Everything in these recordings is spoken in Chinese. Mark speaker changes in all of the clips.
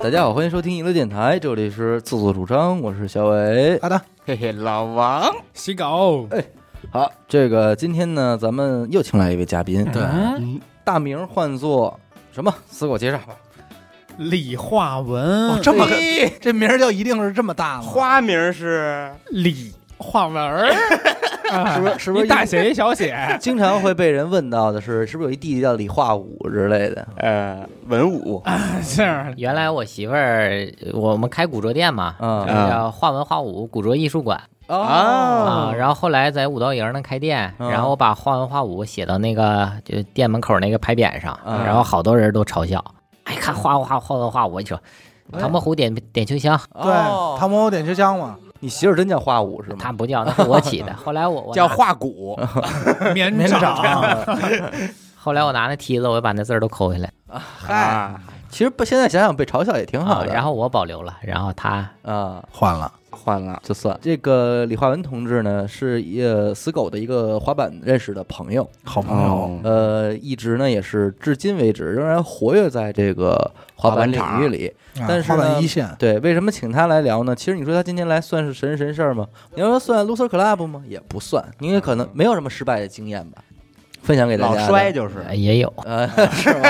Speaker 1: 大家好，欢迎收听娱乐电台，这里是自作主张，我是小伟。
Speaker 2: 好的，
Speaker 3: 嘿嘿，老王，
Speaker 2: 洗稿，
Speaker 1: 好，这个今天呢，咱们又请来一位嘉宾，
Speaker 3: 对
Speaker 2: 嗯
Speaker 1: 大名唤作什么？自我介绍吧。
Speaker 2: 李化文，
Speaker 4: 哦，这么个这名儿就一定是这么大了，
Speaker 3: 花名是
Speaker 2: 李化文儿，
Speaker 4: 是
Speaker 2: 是
Speaker 4: 不是是不是
Speaker 2: 大写一小写？
Speaker 1: 经常会被人问到的是，是不是有一弟弟叫李化武之类的？
Speaker 3: 呃文武，
Speaker 2: 是
Speaker 5: 原来我媳妇儿，我们开古着店嘛，
Speaker 1: 嗯
Speaker 5: 叫画文画武古着艺术馆
Speaker 1: 哦
Speaker 5: 啊。然后后来在五道营那开店，
Speaker 1: 嗯
Speaker 5: 然后我把画文画武写到那个就店门口那个牌匾上，
Speaker 1: 嗯
Speaker 5: 然后好多人都嘲笑，哎，看画画画文画武，你说唐伯虎点点秋香，
Speaker 4: 哎对，唐伯虎点秋香嘛，
Speaker 1: 哦你媳妇儿真叫化武是吗？
Speaker 5: 他不叫，那是我 起的。后来我我
Speaker 3: 叫
Speaker 5: 拿
Speaker 3: 画骨，
Speaker 2: 绵
Speaker 4: 绵
Speaker 2: 长，
Speaker 4: 长，
Speaker 5: 后来我拿那梯子，我就把那字儿都抠下来，
Speaker 4: 嗨，
Speaker 3: 啊，
Speaker 1: 其实不，现在想想被嘲笑也挺好
Speaker 5: 啊，
Speaker 1: 的。
Speaker 5: 然后我保留了，然后他
Speaker 1: 啊，
Speaker 4: 换了，
Speaker 3: 换了，
Speaker 1: 就算这个李化文同志呢，是呃死狗的一个滑板认识的朋友，
Speaker 4: 好朋友，
Speaker 3: 嗯，
Speaker 1: 呃，一直呢也是至今为止仍然活跃在这个滑板领域里。
Speaker 4: 啊
Speaker 1: 但是
Speaker 4: 花
Speaker 1: 呢
Speaker 4: 板一线，
Speaker 1: 对，为什么请他来聊呢？其实你说他今天来算是神人神事儿吗？你要说算 loser club 吗？也不算，因为可能没有什么失败的经验吧。分享给大
Speaker 3: 老
Speaker 1: 家的，
Speaker 3: 衰就是
Speaker 5: 呃也有，
Speaker 1: 呃，是吗？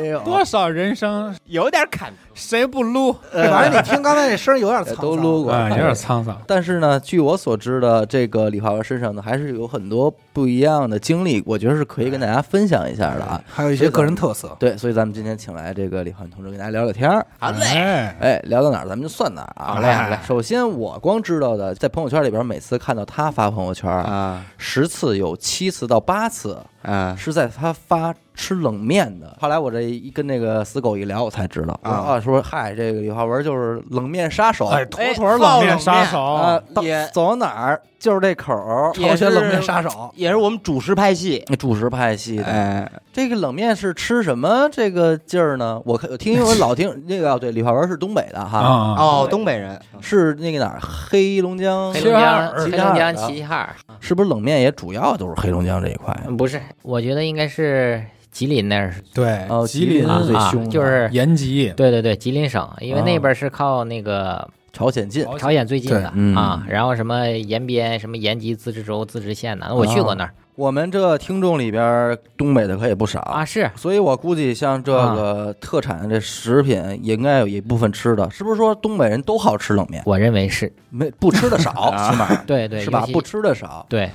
Speaker 1: 没有，
Speaker 2: 多少人生
Speaker 3: 有点坎
Speaker 2: 谁不撸？哎
Speaker 4: 反正你听刚才那声儿有点
Speaker 1: 呃
Speaker 4: 沧
Speaker 1: 都
Speaker 4: 桑
Speaker 1: 撸过，
Speaker 2: 沧桑，
Speaker 1: 但是呢，据我所知的，这个李华文身上呢，还是有很多不一样的经历，我觉得是可以跟大家分享一下的
Speaker 3: 哎
Speaker 1: 啊。
Speaker 4: 还有一些个人特色，
Speaker 1: 对，所以咱们今天请来这个李焕同志跟大家聊聊天儿。
Speaker 3: 好嘞，
Speaker 2: 哎，
Speaker 1: 哎，聊到哪儿咱们就算哪儿啊。
Speaker 3: 好嘞好嘞
Speaker 1: 首先，我光知道的，在朋友圈里边，每次看到他发朋友圈啊，
Speaker 3: 啊
Speaker 1: 十次有七次到八次
Speaker 3: 啊，
Speaker 1: 是在他发吃冷面的。后来我这一跟那个死狗一聊，我才知道，我说
Speaker 3: 啊
Speaker 1: 啊，说嗨，这个李华文就是冷面杀手。
Speaker 2: 哎，妥妥冷面杀手
Speaker 1: 啊，，到
Speaker 3: 也
Speaker 1: 走到哪儿就是这口儿，
Speaker 3: 也
Speaker 4: 朝
Speaker 3: 是
Speaker 4: 鲜冷面杀手，
Speaker 3: 也是我们主食派系，
Speaker 1: 主食派系的。
Speaker 3: 哎，
Speaker 1: 这个冷面是吃什么这个劲儿呢？我看我听我老听那个对李华文是东北的哈，
Speaker 2: 啊，
Speaker 3: 哦，东北人，
Speaker 1: 是那个哪儿黑龙江
Speaker 5: 黑
Speaker 2: 其实
Speaker 5: 龙江
Speaker 1: 齐齐哈
Speaker 5: 黑
Speaker 1: 尔
Speaker 5: 龙
Speaker 1: 的
Speaker 5: 江齐齐哈尔，
Speaker 1: 是不是冷面也主要都是黑龙江这一块？啊
Speaker 5: 嗯不是，我觉得应该是吉林那儿是
Speaker 2: 对
Speaker 1: 哦，
Speaker 2: 吉
Speaker 1: 林
Speaker 2: 林
Speaker 1: 是最
Speaker 5: 啊
Speaker 1: 凶的，
Speaker 5: 就是
Speaker 2: 延吉，
Speaker 5: 对对对，吉林省，因为
Speaker 1: 啊
Speaker 5: 那边是靠那个
Speaker 1: 朝鲜近
Speaker 2: 朝
Speaker 5: 朝鲜最近的
Speaker 1: 对嗯
Speaker 5: 啊，然后什么延边、什么延吉自治州、自治县的，我去过那儿
Speaker 1: 我们这听众里边东北的可也不少
Speaker 5: 啊，是
Speaker 1: 所以我估计像这个特产的这食品，也应该有一部分吃的，是不是说东北人都好吃冷面？
Speaker 5: 我认为是
Speaker 1: 没不吃的少，起码
Speaker 5: 对对，
Speaker 1: 是吧
Speaker 5: 尤？其
Speaker 1: 不吃的少，
Speaker 5: 对，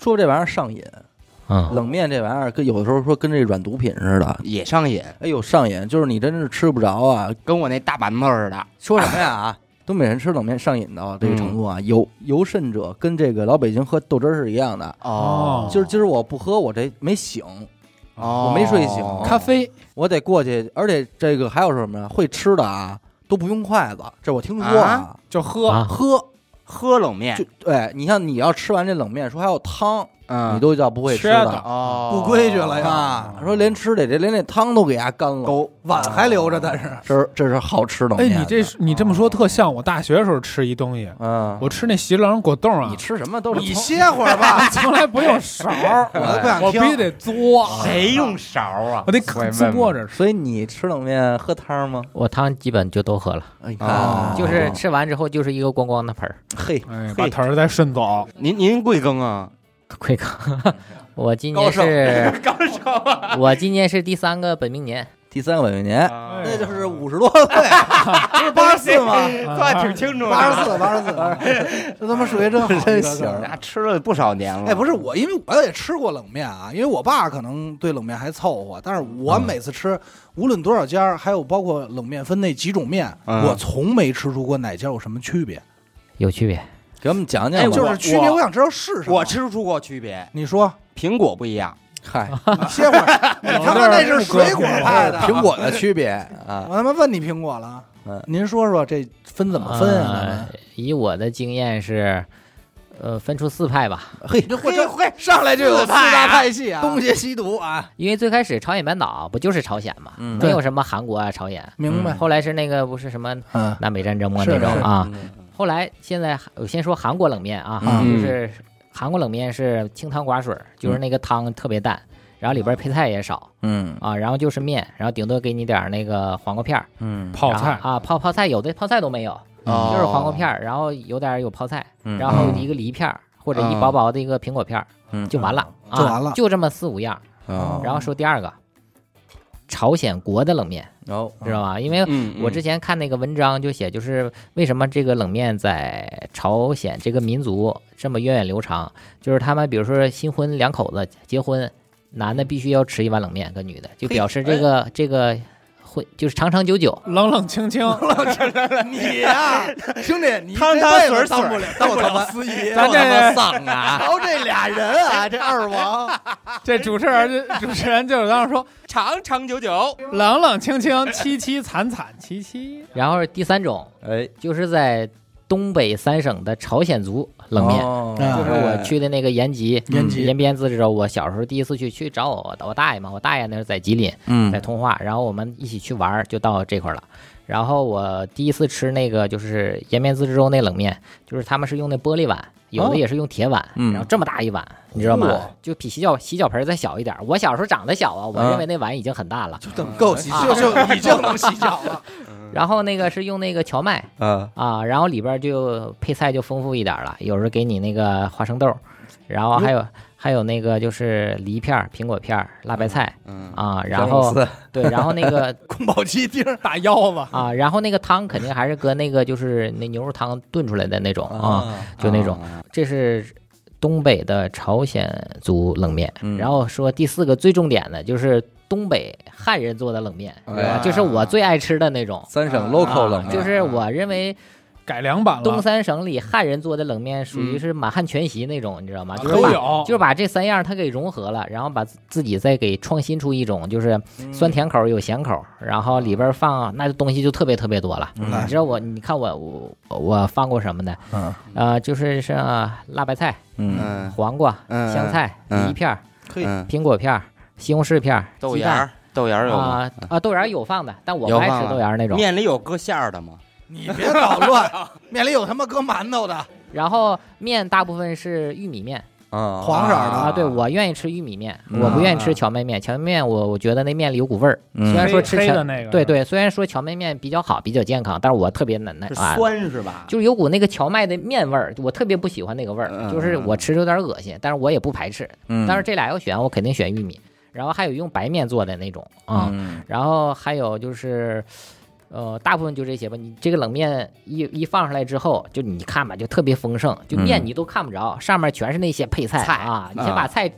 Speaker 1: 说这玩意儿上瘾，
Speaker 5: 嗯，
Speaker 1: 冷面这玩意儿跟有的时候说跟这软毒品似的，
Speaker 3: 也上瘾，
Speaker 1: 哎呦，上瘾就是你真是吃不着啊！
Speaker 3: 跟我那大馒头似的，
Speaker 1: 说什么呀啊？东北人吃冷面上瘾到这个程度啊，有有甚者跟这个老北京喝豆汁儿是一样的。
Speaker 2: 哦
Speaker 1: 今儿今儿我不喝，我这没醒，
Speaker 3: 哦，
Speaker 1: 我没睡醒
Speaker 2: 咖啡，
Speaker 1: 我得过去。而且这个还有什么呀？会吃的啊，都不用筷子，这我听说啊。
Speaker 2: 就喝
Speaker 5: 啊
Speaker 1: 喝
Speaker 3: 喝冷面
Speaker 1: 就，对，你像你要吃完这冷面，说还有汤，
Speaker 3: 嗯，
Speaker 1: 你都叫不会吃
Speaker 2: 缺
Speaker 1: 的
Speaker 2: 的
Speaker 3: 哦
Speaker 4: 不规矩了呀
Speaker 1: 啊。说连吃的这连那汤都给它干了，
Speaker 4: 狗碗还留着，但是
Speaker 1: 这是这是好吃冷
Speaker 2: 哎，
Speaker 1: 面。
Speaker 2: 你这你这么说特像我大学的时候吃一东西，
Speaker 1: 嗯，
Speaker 2: 我吃那喜冷果冻啊
Speaker 1: 你，吃什么都是
Speaker 4: 你
Speaker 1: 葱
Speaker 4: 歇会儿吧，
Speaker 2: 从来不用勺儿，
Speaker 4: 我都不想
Speaker 2: 我必须
Speaker 4: 听，
Speaker 2: 得嘬，
Speaker 3: 谁用勺啊？
Speaker 2: 我得
Speaker 3: 我也哎问
Speaker 2: 嘬
Speaker 3: 问
Speaker 2: 着吃。
Speaker 1: 所以你吃冷面喝汤吗？
Speaker 5: 我汤基本就都喝了，
Speaker 1: 哎
Speaker 3: 啊
Speaker 5: 就是吃完之后就是一个光光的盆儿，
Speaker 1: 嘿，
Speaker 2: 哎
Speaker 3: 嘿，
Speaker 2: 把头儿再顺走，
Speaker 3: 您您贵庚啊？
Speaker 5: 快哥，我今年是 高手， 我今年是第三个本命年，
Speaker 1: 第三个本命年，
Speaker 3: 啊
Speaker 1: 那就是五十多岁，不是哎八十四吗？
Speaker 3: 算挺清楚的，啊
Speaker 4: 八十四，八十四，这他妈数学真好，
Speaker 1: 真
Speaker 4: 这个
Speaker 1: 行
Speaker 3: 那吃了不少年了。
Speaker 4: 哎，不是我，因为我也吃过冷面啊，因为我爸可能对冷面还凑合，但是我
Speaker 1: 嗯
Speaker 4: 每次吃，无论多少家儿，还有包括冷面分那几种面，
Speaker 3: 嗯
Speaker 4: 我从没吃出过哪家有什么区别，
Speaker 5: 有区别，
Speaker 1: 给我们讲
Speaker 3: 哎
Speaker 1: 讲吧，
Speaker 3: 我
Speaker 4: 就是区别，
Speaker 3: 我
Speaker 4: 我想知道是什么。
Speaker 3: 我，吃不出过区别，
Speaker 4: 你说，
Speaker 3: 苹果不一样，
Speaker 1: 嗨，
Speaker 4: 你歇会儿，
Speaker 1: 哎
Speaker 4: 你他妈那是水果派的，
Speaker 1: 苹果的区别啊，
Speaker 4: 我他妈问你苹果了
Speaker 1: 嗯，
Speaker 4: 您说说这分怎么分啊？咱
Speaker 5: 呃
Speaker 4: 们
Speaker 5: 以我的经验是，呃，分出四派吧。
Speaker 1: 嘿，
Speaker 3: 嘿嘿，
Speaker 4: 上来就有四大
Speaker 3: 派
Speaker 4: 派系啊，
Speaker 1: 东邪西毒啊，
Speaker 5: 因为最开始朝鲜半岛不就是朝鲜嘛，
Speaker 1: 嗯
Speaker 5: 没有什么韩国啊、朝鲜。
Speaker 4: 明白？
Speaker 5: 后来是那个不是什么
Speaker 4: 嗯，
Speaker 5: 南北战争嘛
Speaker 4: 是
Speaker 5: 那种
Speaker 4: 是
Speaker 5: 啊。
Speaker 1: 嗯
Speaker 5: 后来现在我先说韩国冷面啊，
Speaker 1: 嗯
Speaker 5: 就是韩国冷面是清汤寡水儿，就是那个汤特别淡，然后里边配菜也少
Speaker 1: 嗯
Speaker 5: 啊，然后就是面，然后顶多给你点儿那个黄瓜片儿，
Speaker 1: 嗯
Speaker 2: 泡
Speaker 5: 然
Speaker 2: 菜
Speaker 5: 后啊，泡泡菜有的泡菜都没有，
Speaker 1: 哦
Speaker 5: 嗯就是黄瓜片儿，然后有点儿有泡菜，
Speaker 1: 嗯
Speaker 5: 然后一个梨片儿或者一薄薄的一个苹果片儿
Speaker 1: 嗯
Speaker 5: 就完了，啊
Speaker 4: 就完了
Speaker 5: 就这么四五样儿。
Speaker 3: 哦
Speaker 1: 啊，
Speaker 5: 然后说第二个，朝鲜国的冷面，
Speaker 1: 然后
Speaker 5: 知道吧？因为
Speaker 3: 嗯
Speaker 5: 我之前看那个文章就写，就是为什么这个冷面在朝鲜这个民族这么源远流长，就是他们比如说新婚两口子结婚，男的必须要吃一碗冷面，跟女的就表示这个这个会就是长长久久。
Speaker 2: 冷冷清清，
Speaker 4: 你呀，哎兄弟，你
Speaker 3: 汤
Speaker 4: 这
Speaker 3: 汤
Speaker 4: 辈
Speaker 3: 水
Speaker 4: 子当
Speaker 3: 水
Speaker 4: 不了，当不 了司仪。
Speaker 2: 咱这
Speaker 5: 丧 啊！
Speaker 4: 瞧这俩人啊，这二王，
Speaker 2: 这主持人这主持人就是当时说
Speaker 3: 长长久久，
Speaker 2: 冷冷清清，凄凄惨惨戚戚。
Speaker 5: 然后第三种
Speaker 1: 哎
Speaker 5: 就是在东北三省的朝鲜族冷面。
Speaker 3: 哦
Speaker 1: 面
Speaker 5: 就是我去的那个延吉，
Speaker 4: 延吉
Speaker 5: 延边自治州。我小时候第一次去，去找我我大爷嘛，我大爷那是在吉林，
Speaker 1: 嗯
Speaker 5: 在通化，然后我们一起去玩儿，就到这块儿了。然后我第一次吃那个就是延边自治州那冷面，就是他们是用那玻璃碗，有
Speaker 1: 哦
Speaker 5: 的也是用铁碗，
Speaker 1: 嗯
Speaker 5: 然后这么大一碗，你知道吗
Speaker 1: 哇？
Speaker 5: 就比洗脚洗脚盆儿再小一点儿。我小时候长得小啊，我
Speaker 1: 啊
Speaker 5: 认为那碗已经很大了。
Speaker 4: 就等够洗，就就已经能洗脚了。
Speaker 3: 嗯
Speaker 5: 然后那个是用那个荞麦
Speaker 1: 啊
Speaker 5: 啊，然后里边儿就配菜就丰富一点儿了，有时候给你那个花生豆儿，然后还有还有那个就是梨片儿、苹果片儿、辣白菜
Speaker 3: 嗯，
Speaker 5: 啊，
Speaker 1: 詹
Speaker 5: 然
Speaker 1: 姆
Speaker 5: 后
Speaker 1: 斯
Speaker 5: 对，然后那个
Speaker 4: 宫保鸡丁，
Speaker 2: 大腰子，
Speaker 5: 啊，然后那个汤肯定还是搁那个就是那牛肉汤炖出来的那种啊，
Speaker 1: 啊
Speaker 5: 就那种。
Speaker 3: 啊
Speaker 5: 这是东北的朝鲜族冷面。
Speaker 1: 嗯
Speaker 5: 然后说第四个最重点的就是东北汉人做的冷面，
Speaker 1: 哎
Speaker 5: 是吧就是我最爱吃的那种。
Speaker 1: 三省 local
Speaker 5: 啊
Speaker 1: 冷面
Speaker 5: 就是我认为
Speaker 2: 改良版
Speaker 5: 东
Speaker 2: 了，啊
Speaker 5: 三省里汉人做的冷面属于
Speaker 3: 嗯
Speaker 5: 是满汉全席那种，你知道
Speaker 1: 啊
Speaker 5: 吗？就是
Speaker 2: 都
Speaker 5: 把
Speaker 2: 有，
Speaker 5: 就是把这三样它给融合了，然后把自自己再给创新出一种，就是
Speaker 1: 嗯
Speaker 5: 酸甜口儿有咸口儿，然后里边儿放那东西就特别特别多了。
Speaker 1: 嗯
Speaker 5: 你知道我，你看我我我放过什么呢？
Speaker 1: 嗯
Speaker 5: 呃，就是像辣白菜、
Speaker 1: 嗯
Speaker 3: 嗯
Speaker 5: 黄瓜、
Speaker 3: 嗯
Speaker 5: 香菜、
Speaker 3: 嗯
Speaker 5: 梨片儿、
Speaker 4: 嘿
Speaker 3: 嗯，
Speaker 5: 苹果片儿、西红柿片儿、
Speaker 3: 豆
Speaker 5: 鸡
Speaker 3: 芽
Speaker 5: 蛋
Speaker 3: 儿，豆芽儿有吗？
Speaker 5: 啊啊，豆芽儿有放的，但我不
Speaker 3: 有
Speaker 5: 爱
Speaker 3: 放
Speaker 5: 吃
Speaker 3: 啊
Speaker 5: 豆芽儿那种。
Speaker 3: 面里有搁馅儿的吗？
Speaker 4: 你别捣乱，面里有他妈搁馒头的，
Speaker 5: 然后面大部分是玉米面
Speaker 1: 啊
Speaker 4: 黄色儿的，
Speaker 5: 啊，对我愿意吃玉米面，
Speaker 1: 嗯
Speaker 5: 我不
Speaker 3: 啊
Speaker 5: 愿意吃荞麦面。荞麦面我我觉得那面里有股味儿，虽然
Speaker 2: 黑
Speaker 5: 说吃
Speaker 2: 黑
Speaker 5: 荞
Speaker 2: 嗯的那个，
Speaker 5: 对，对，虽然说荞麦面比较好，比较健康，但是我特别难耐
Speaker 3: 是
Speaker 5: 啊，
Speaker 3: 酸是吧？
Speaker 5: 就是有股那个荞麦的面味儿，我特别不喜欢那个味
Speaker 3: 嗯
Speaker 5: 儿，就是我吃着有点恶心，但是我也不排斥。
Speaker 1: 嗯
Speaker 5: 但是这俩要选，我肯定选玉米。然后还有用白面做的那种啊，
Speaker 1: 嗯
Speaker 5: 然后还有就是，呃，大部分就这些吧。你这个冷面一一放上来之后，就你看吧，就特别丰盛，就面
Speaker 1: 嗯
Speaker 5: 你都看不着，上面全是那些配菜
Speaker 3: 菜
Speaker 5: 啊。你
Speaker 3: 啊
Speaker 5: 先把菜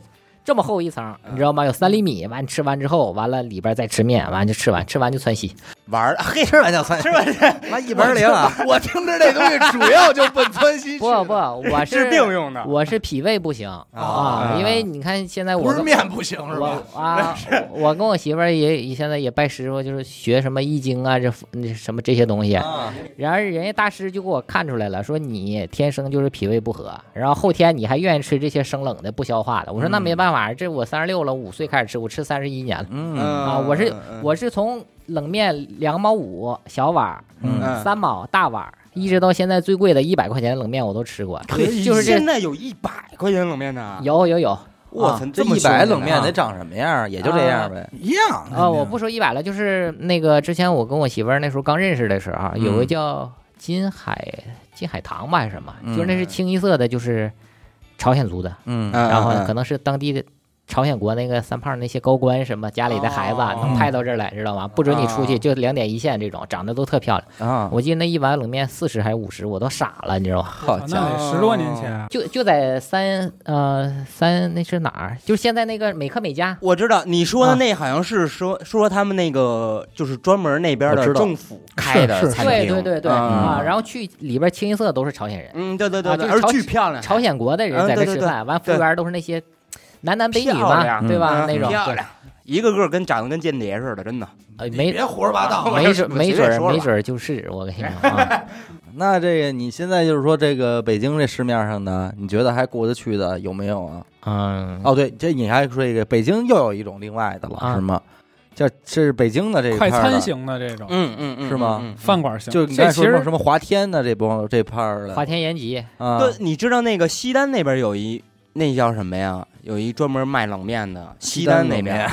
Speaker 5: 这么厚一层，你知道吗？有三厘米，完吃完之后，完了里边再吃面，完就吃完，吃完就窜稀。
Speaker 3: 玩 儿嘿，
Speaker 1: 吃完就 窜，吃完妈一盆零啊，
Speaker 4: 我听着这东西主要就奔川 西去，
Speaker 5: 不不， 我
Speaker 3: 是
Speaker 5: 是
Speaker 3: 病啊用的。
Speaker 5: 我是脾胃不行啊，因为你看现在我
Speaker 4: 不是
Speaker 5: 跟
Speaker 4: 面不行是吧？
Speaker 5: 我啊，我我跟我媳妇儿也也现在也拜师傅，就是学什么易经啊，这那什么这些东西。
Speaker 1: 啊
Speaker 5: 然而人家大师就给我看出来了，说你天生就是脾胃不和，然后后天你还愿意吃这些生冷的不消化的。我说那没办法，这我三十六了，五岁开始吃，我吃三十一年了
Speaker 1: 嗯
Speaker 3: 啊
Speaker 5: 啊。我是我是从冷面两毛五小碗儿，
Speaker 1: 嗯
Speaker 5: 三毛大碗儿，一直到现在最贵的一百块钱的冷面我都吃过，就是这
Speaker 3: 现在有一百块钱冷面呢。
Speaker 5: 有啊有有。
Speaker 3: 我操，
Speaker 1: 这
Speaker 3: 啊么
Speaker 1: 一百冷面
Speaker 3: 凶
Speaker 1: 得
Speaker 3: 的呢
Speaker 1: 长什么样儿？也就这样呗。
Speaker 4: 一样
Speaker 5: 啊、我不说一百了，就是那个之前我跟我媳妇儿那时候刚认识的时候，啊有个
Speaker 1: 嗯
Speaker 5: 叫金海金海棠吧还是什么，
Speaker 1: 嗯
Speaker 5: 就是那是清一色的，就是朝鲜族的，
Speaker 1: 嗯
Speaker 4: 啊
Speaker 3: 嗯
Speaker 5: 然后
Speaker 3: 嗯
Speaker 5: 可能是当地的朝鲜国那个三胖那些高官什么家里的孩子啊、
Speaker 3: 哦
Speaker 5: 能派到这儿来，知道吗？不准你出去，
Speaker 3: 哦嗯
Speaker 5: 就两点一线这种，长得都特漂亮。
Speaker 1: 啊，
Speaker 5: 我记得那一碗冷面四十还是五十，我都傻了，你知道吗？
Speaker 1: 好
Speaker 2: 啊
Speaker 1: 家
Speaker 2: 那
Speaker 1: 伙，
Speaker 2: 得十多年前，
Speaker 5: 就就在三呃三那是哪儿？就是现在那个美克美家。
Speaker 3: 我知道你
Speaker 5: 啊
Speaker 3: 说的那好像是说说他们那个就是专门那边
Speaker 1: 我知
Speaker 3: 的
Speaker 1: 道
Speaker 3: 政府开的
Speaker 2: 是
Speaker 3: 餐
Speaker 5: 对
Speaker 3: 厅，
Speaker 5: 对对对
Speaker 3: 啊
Speaker 5: 啊！然后去里边清一色都是朝鲜人，
Speaker 3: 嗯，对对
Speaker 5: 啊
Speaker 3: 对对，
Speaker 5: 就是
Speaker 3: 而
Speaker 5: 朝
Speaker 3: 且巨漂亮，
Speaker 5: 朝鲜国的人
Speaker 3: 嗯
Speaker 5: 在这
Speaker 3: 对
Speaker 5: 吃
Speaker 3: 对
Speaker 5: 饭，完服务
Speaker 3: 对
Speaker 5: 员都是那些男男美女
Speaker 3: 漂
Speaker 5: 嘛，
Speaker 3: 亮
Speaker 5: 对吧？
Speaker 3: 嗯
Speaker 5: 那种
Speaker 3: 漂
Speaker 5: 对
Speaker 3: 亮，一个个跟长得跟间谍似的，真的。
Speaker 5: 呃
Speaker 4: 你
Speaker 5: 没
Speaker 4: 别胡说八道了，
Speaker 1: 啊
Speaker 5: 没准
Speaker 3: 我这
Speaker 5: 没
Speaker 3: 随便
Speaker 5: 准
Speaker 3: 说了
Speaker 5: 没准就是我跟 你讲啊，
Speaker 1: 那这个你现在就是说这个北京这市面上的，你觉得还过得去的有没有啊？
Speaker 5: 嗯，
Speaker 1: 哦，对，这你还说一个北京又有一种另外的了，
Speaker 5: 啊
Speaker 1: 是吗？叫这是北京的这一块
Speaker 2: 快
Speaker 1: 儿的
Speaker 2: 餐型的这种
Speaker 3: 嗯嗯嗯
Speaker 1: 是吗
Speaker 3: 嗯嗯
Speaker 2: 饭馆型，
Speaker 1: 就你
Speaker 2: 这
Speaker 1: 刚才
Speaker 2: 其
Speaker 1: 说什么
Speaker 2: 实
Speaker 1: 什么华天的这帮这派儿
Speaker 5: 花
Speaker 1: 的
Speaker 5: 天延吉
Speaker 1: 啊，
Speaker 3: 对，你知道那个西单那边有一那叫什么呀？有一专门卖冷面的，西
Speaker 1: 单
Speaker 3: 单那边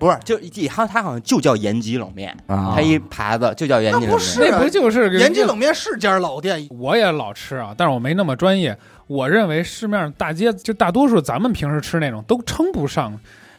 Speaker 3: 不是，就他他好像就叫延吉冷面，
Speaker 1: 啊
Speaker 3: 他一牌子就叫延吉
Speaker 4: 那
Speaker 3: 冷
Speaker 4: 不
Speaker 3: 面。
Speaker 4: 是
Speaker 2: 那不就是
Speaker 4: 延吉冷面是家老店，
Speaker 2: 我也老吃啊，但是我没那么专业。我认为市面上大街就大多数咱们平时吃那种都称不上，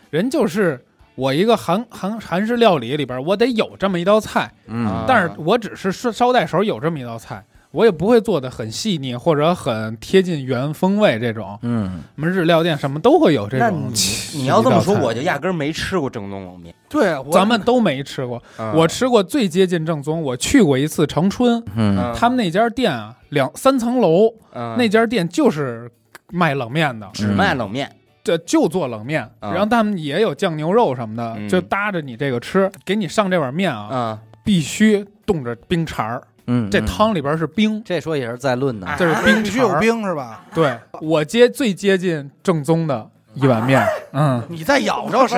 Speaker 2: 人就是我一个韩韩韩式料理里边，我得有这么一道菜，
Speaker 1: 嗯
Speaker 3: 啊
Speaker 2: 但是我只是捎捎带手有这么一道菜，我也不会做的很细腻或者很贴近原风味这种。
Speaker 1: 嗯，
Speaker 2: 什么日料店什么都会有这
Speaker 3: 那
Speaker 2: 种
Speaker 3: 你。你要这么说，
Speaker 2: 一道菜
Speaker 3: 我就压根儿没吃过正宗冷面。嗯
Speaker 4: 对，我
Speaker 2: 咱们都没吃过，
Speaker 3: 啊
Speaker 2: 我吃过最接近正宗，我去过一次长春，
Speaker 1: 嗯
Speaker 2: 他们那家店啊，两三层楼，那
Speaker 3: 那
Speaker 2: 家店就是卖冷面的，
Speaker 3: 嗯只卖冷面，
Speaker 2: 这就做冷面，
Speaker 3: 嗯啊
Speaker 2: 然后他们也有酱牛肉什么的，
Speaker 3: 嗯
Speaker 2: 就搭着你这个吃，给你上这碗面啊，
Speaker 3: 嗯，
Speaker 2: 必须冻着冰碴儿，
Speaker 1: 嗯，
Speaker 2: 这汤里边是冰，
Speaker 1: 这说也是在论呢，
Speaker 2: 这是冰
Speaker 4: 必须
Speaker 2: 碴
Speaker 4: 有
Speaker 2: 儿。
Speaker 4: 冰是吧？
Speaker 2: 对我接最接近正宗的一碗面，嗯，
Speaker 4: 你再咬 着谁？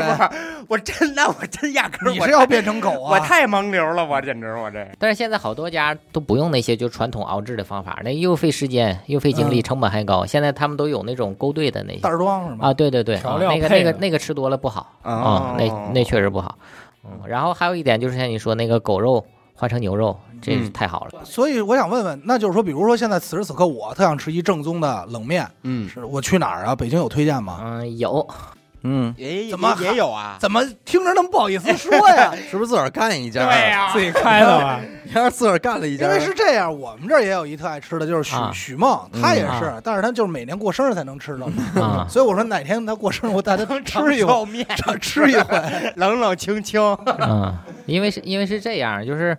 Speaker 3: 我真那我真压根儿
Speaker 4: 你
Speaker 3: 我
Speaker 4: 是要变成狗
Speaker 3: 我
Speaker 4: 啊？
Speaker 3: 太盲流了，我简直我这
Speaker 5: 但是现在好多家都不用那些就传统熬制的方法，那又费时间又费精力，
Speaker 4: 嗯
Speaker 5: 成本还高。现在他们都有那种勾兑的那
Speaker 4: 袋
Speaker 5: 些
Speaker 4: 儿装是吗？
Speaker 5: 啊，对对对，
Speaker 2: 调
Speaker 5: 啊
Speaker 2: 料
Speaker 5: 那个
Speaker 2: 配
Speaker 5: 那个
Speaker 2: 的
Speaker 5: 那个吃多了不好啊
Speaker 3: 哦，
Speaker 5: 那那确实不好。嗯，然后还有一点就是像你说那个狗肉换成牛肉，这是
Speaker 3: 嗯
Speaker 5: 太好了。
Speaker 4: 所以我想问问，那就是说，比如说现在此时此刻，我特想吃一正宗的冷面，
Speaker 3: 嗯，
Speaker 4: 是我去哪儿啊？北京有推荐吗？
Speaker 5: 嗯，有
Speaker 1: 嗯，
Speaker 3: 也
Speaker 4: 怎么
Speaker 3: 也也有啊？
Speaker 4: 怎么听着那么不好意思说呀？
Speaker 1: 是不是自个儿干一家？，
Speaker 3: 呀
Speaker 2: 自己开的吧？
Speaker 1: 你要是自个儿干了一
Speaker 4: 因
Speaker 1: 家，
Speaker 4: 为是这样，我们这儿也有一特爱吃的，就是许、
Speaker 5: 啊
Speaker 4: 许梦，她也是，
Speaker 5: 啊
Speaker 4: 但是她就是每年过生日才能吃冷 面。
Speaker 5: 啊，
Speaker 4: 所以我说哪天她过生日，我带她吃 一回，
Speaker 3: 面，
Speaker 4: 尝吃一回。
Speaker 3: 冷冷清清。
Speaker 5: 嗯，因为是因为是这样，就是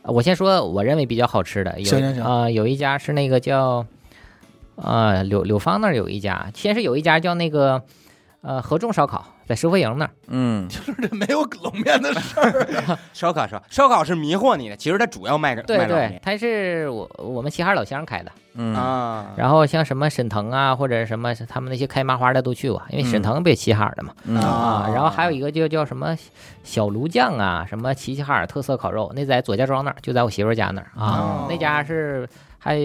Speaker 5: 呃我先说我认为比较好吃的，有
Speaker 4: 行行行
Speaker 5: 啊、有一家是那个叫呃柳柳芳那儿有一家，先是有一家叫那个呃合众烧烤，在石佛营那儿，
Speaker 1: 嗯，
Speaker 4: 这没有冷面的 事儿，
Speaker 3: 烧烤烧烧烤是迷惑你的，其实它主要卖着
Speaker 5: 对
Speaker 3: 卖冷
Speaker 5: 对
Speaker 3: 面，
Speaker 5: 它是我我们齐哈尔老乡开的，
Speaker 1: 嗯
Speaker 3: 啊，
Speaker 5: 然后像什么沈腾啊或者什么他们那些开麻花的都去过，因为沈
Speaker 1: 嗯
Speaker 5: 腾不也齐哈尔的嘛，
Speaker 1: 嗯
Speaker 5: 啊，然后还有
Speaker 3: 一
Speaker 5: 一个叫叫什么小炉酱啊，什么齐齐哈尔特色烤肉，那在左家庄那儿，就在我媳妇儿家那儿啊
Speaker 3: 哦，
Speaker 5: 那家是还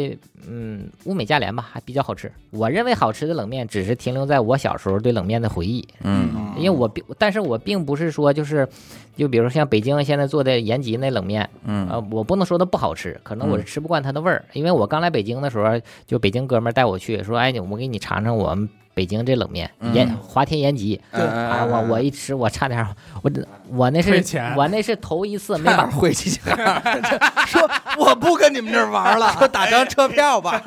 Speaker 5: 嗯物美价廉吧，还比较好吃。我认为好吃的冷面，只是停留在我小时候对冷面的回忆，
Speaker 1: 嗯
Speaker 5: 因为我并，但是我并不是说就是，就比如说像北京现在做的延吉那冷面，
Speaker 1: 嗯
Speaker 5: 呃，我不能说它不好吃，可能我是吃不惯它的味儿，因为我刚来北京的时候，就北京哥们儿带我去说，哎，我给你尝尝我们北京这冷面，延
Speaker 1: 嗯
Speaker 5: 华天延吉，啊，我我一吃我差点儿，我这我那
Speaker 2: 亏
Speaker 5: 是
Speaker 2: 钱
Speaker 5: 我那是头一次没把
Speaker 1: 回去
Speaker 4: 我不跟你们这儿玩了。
Speaker 1: 打张车票吧。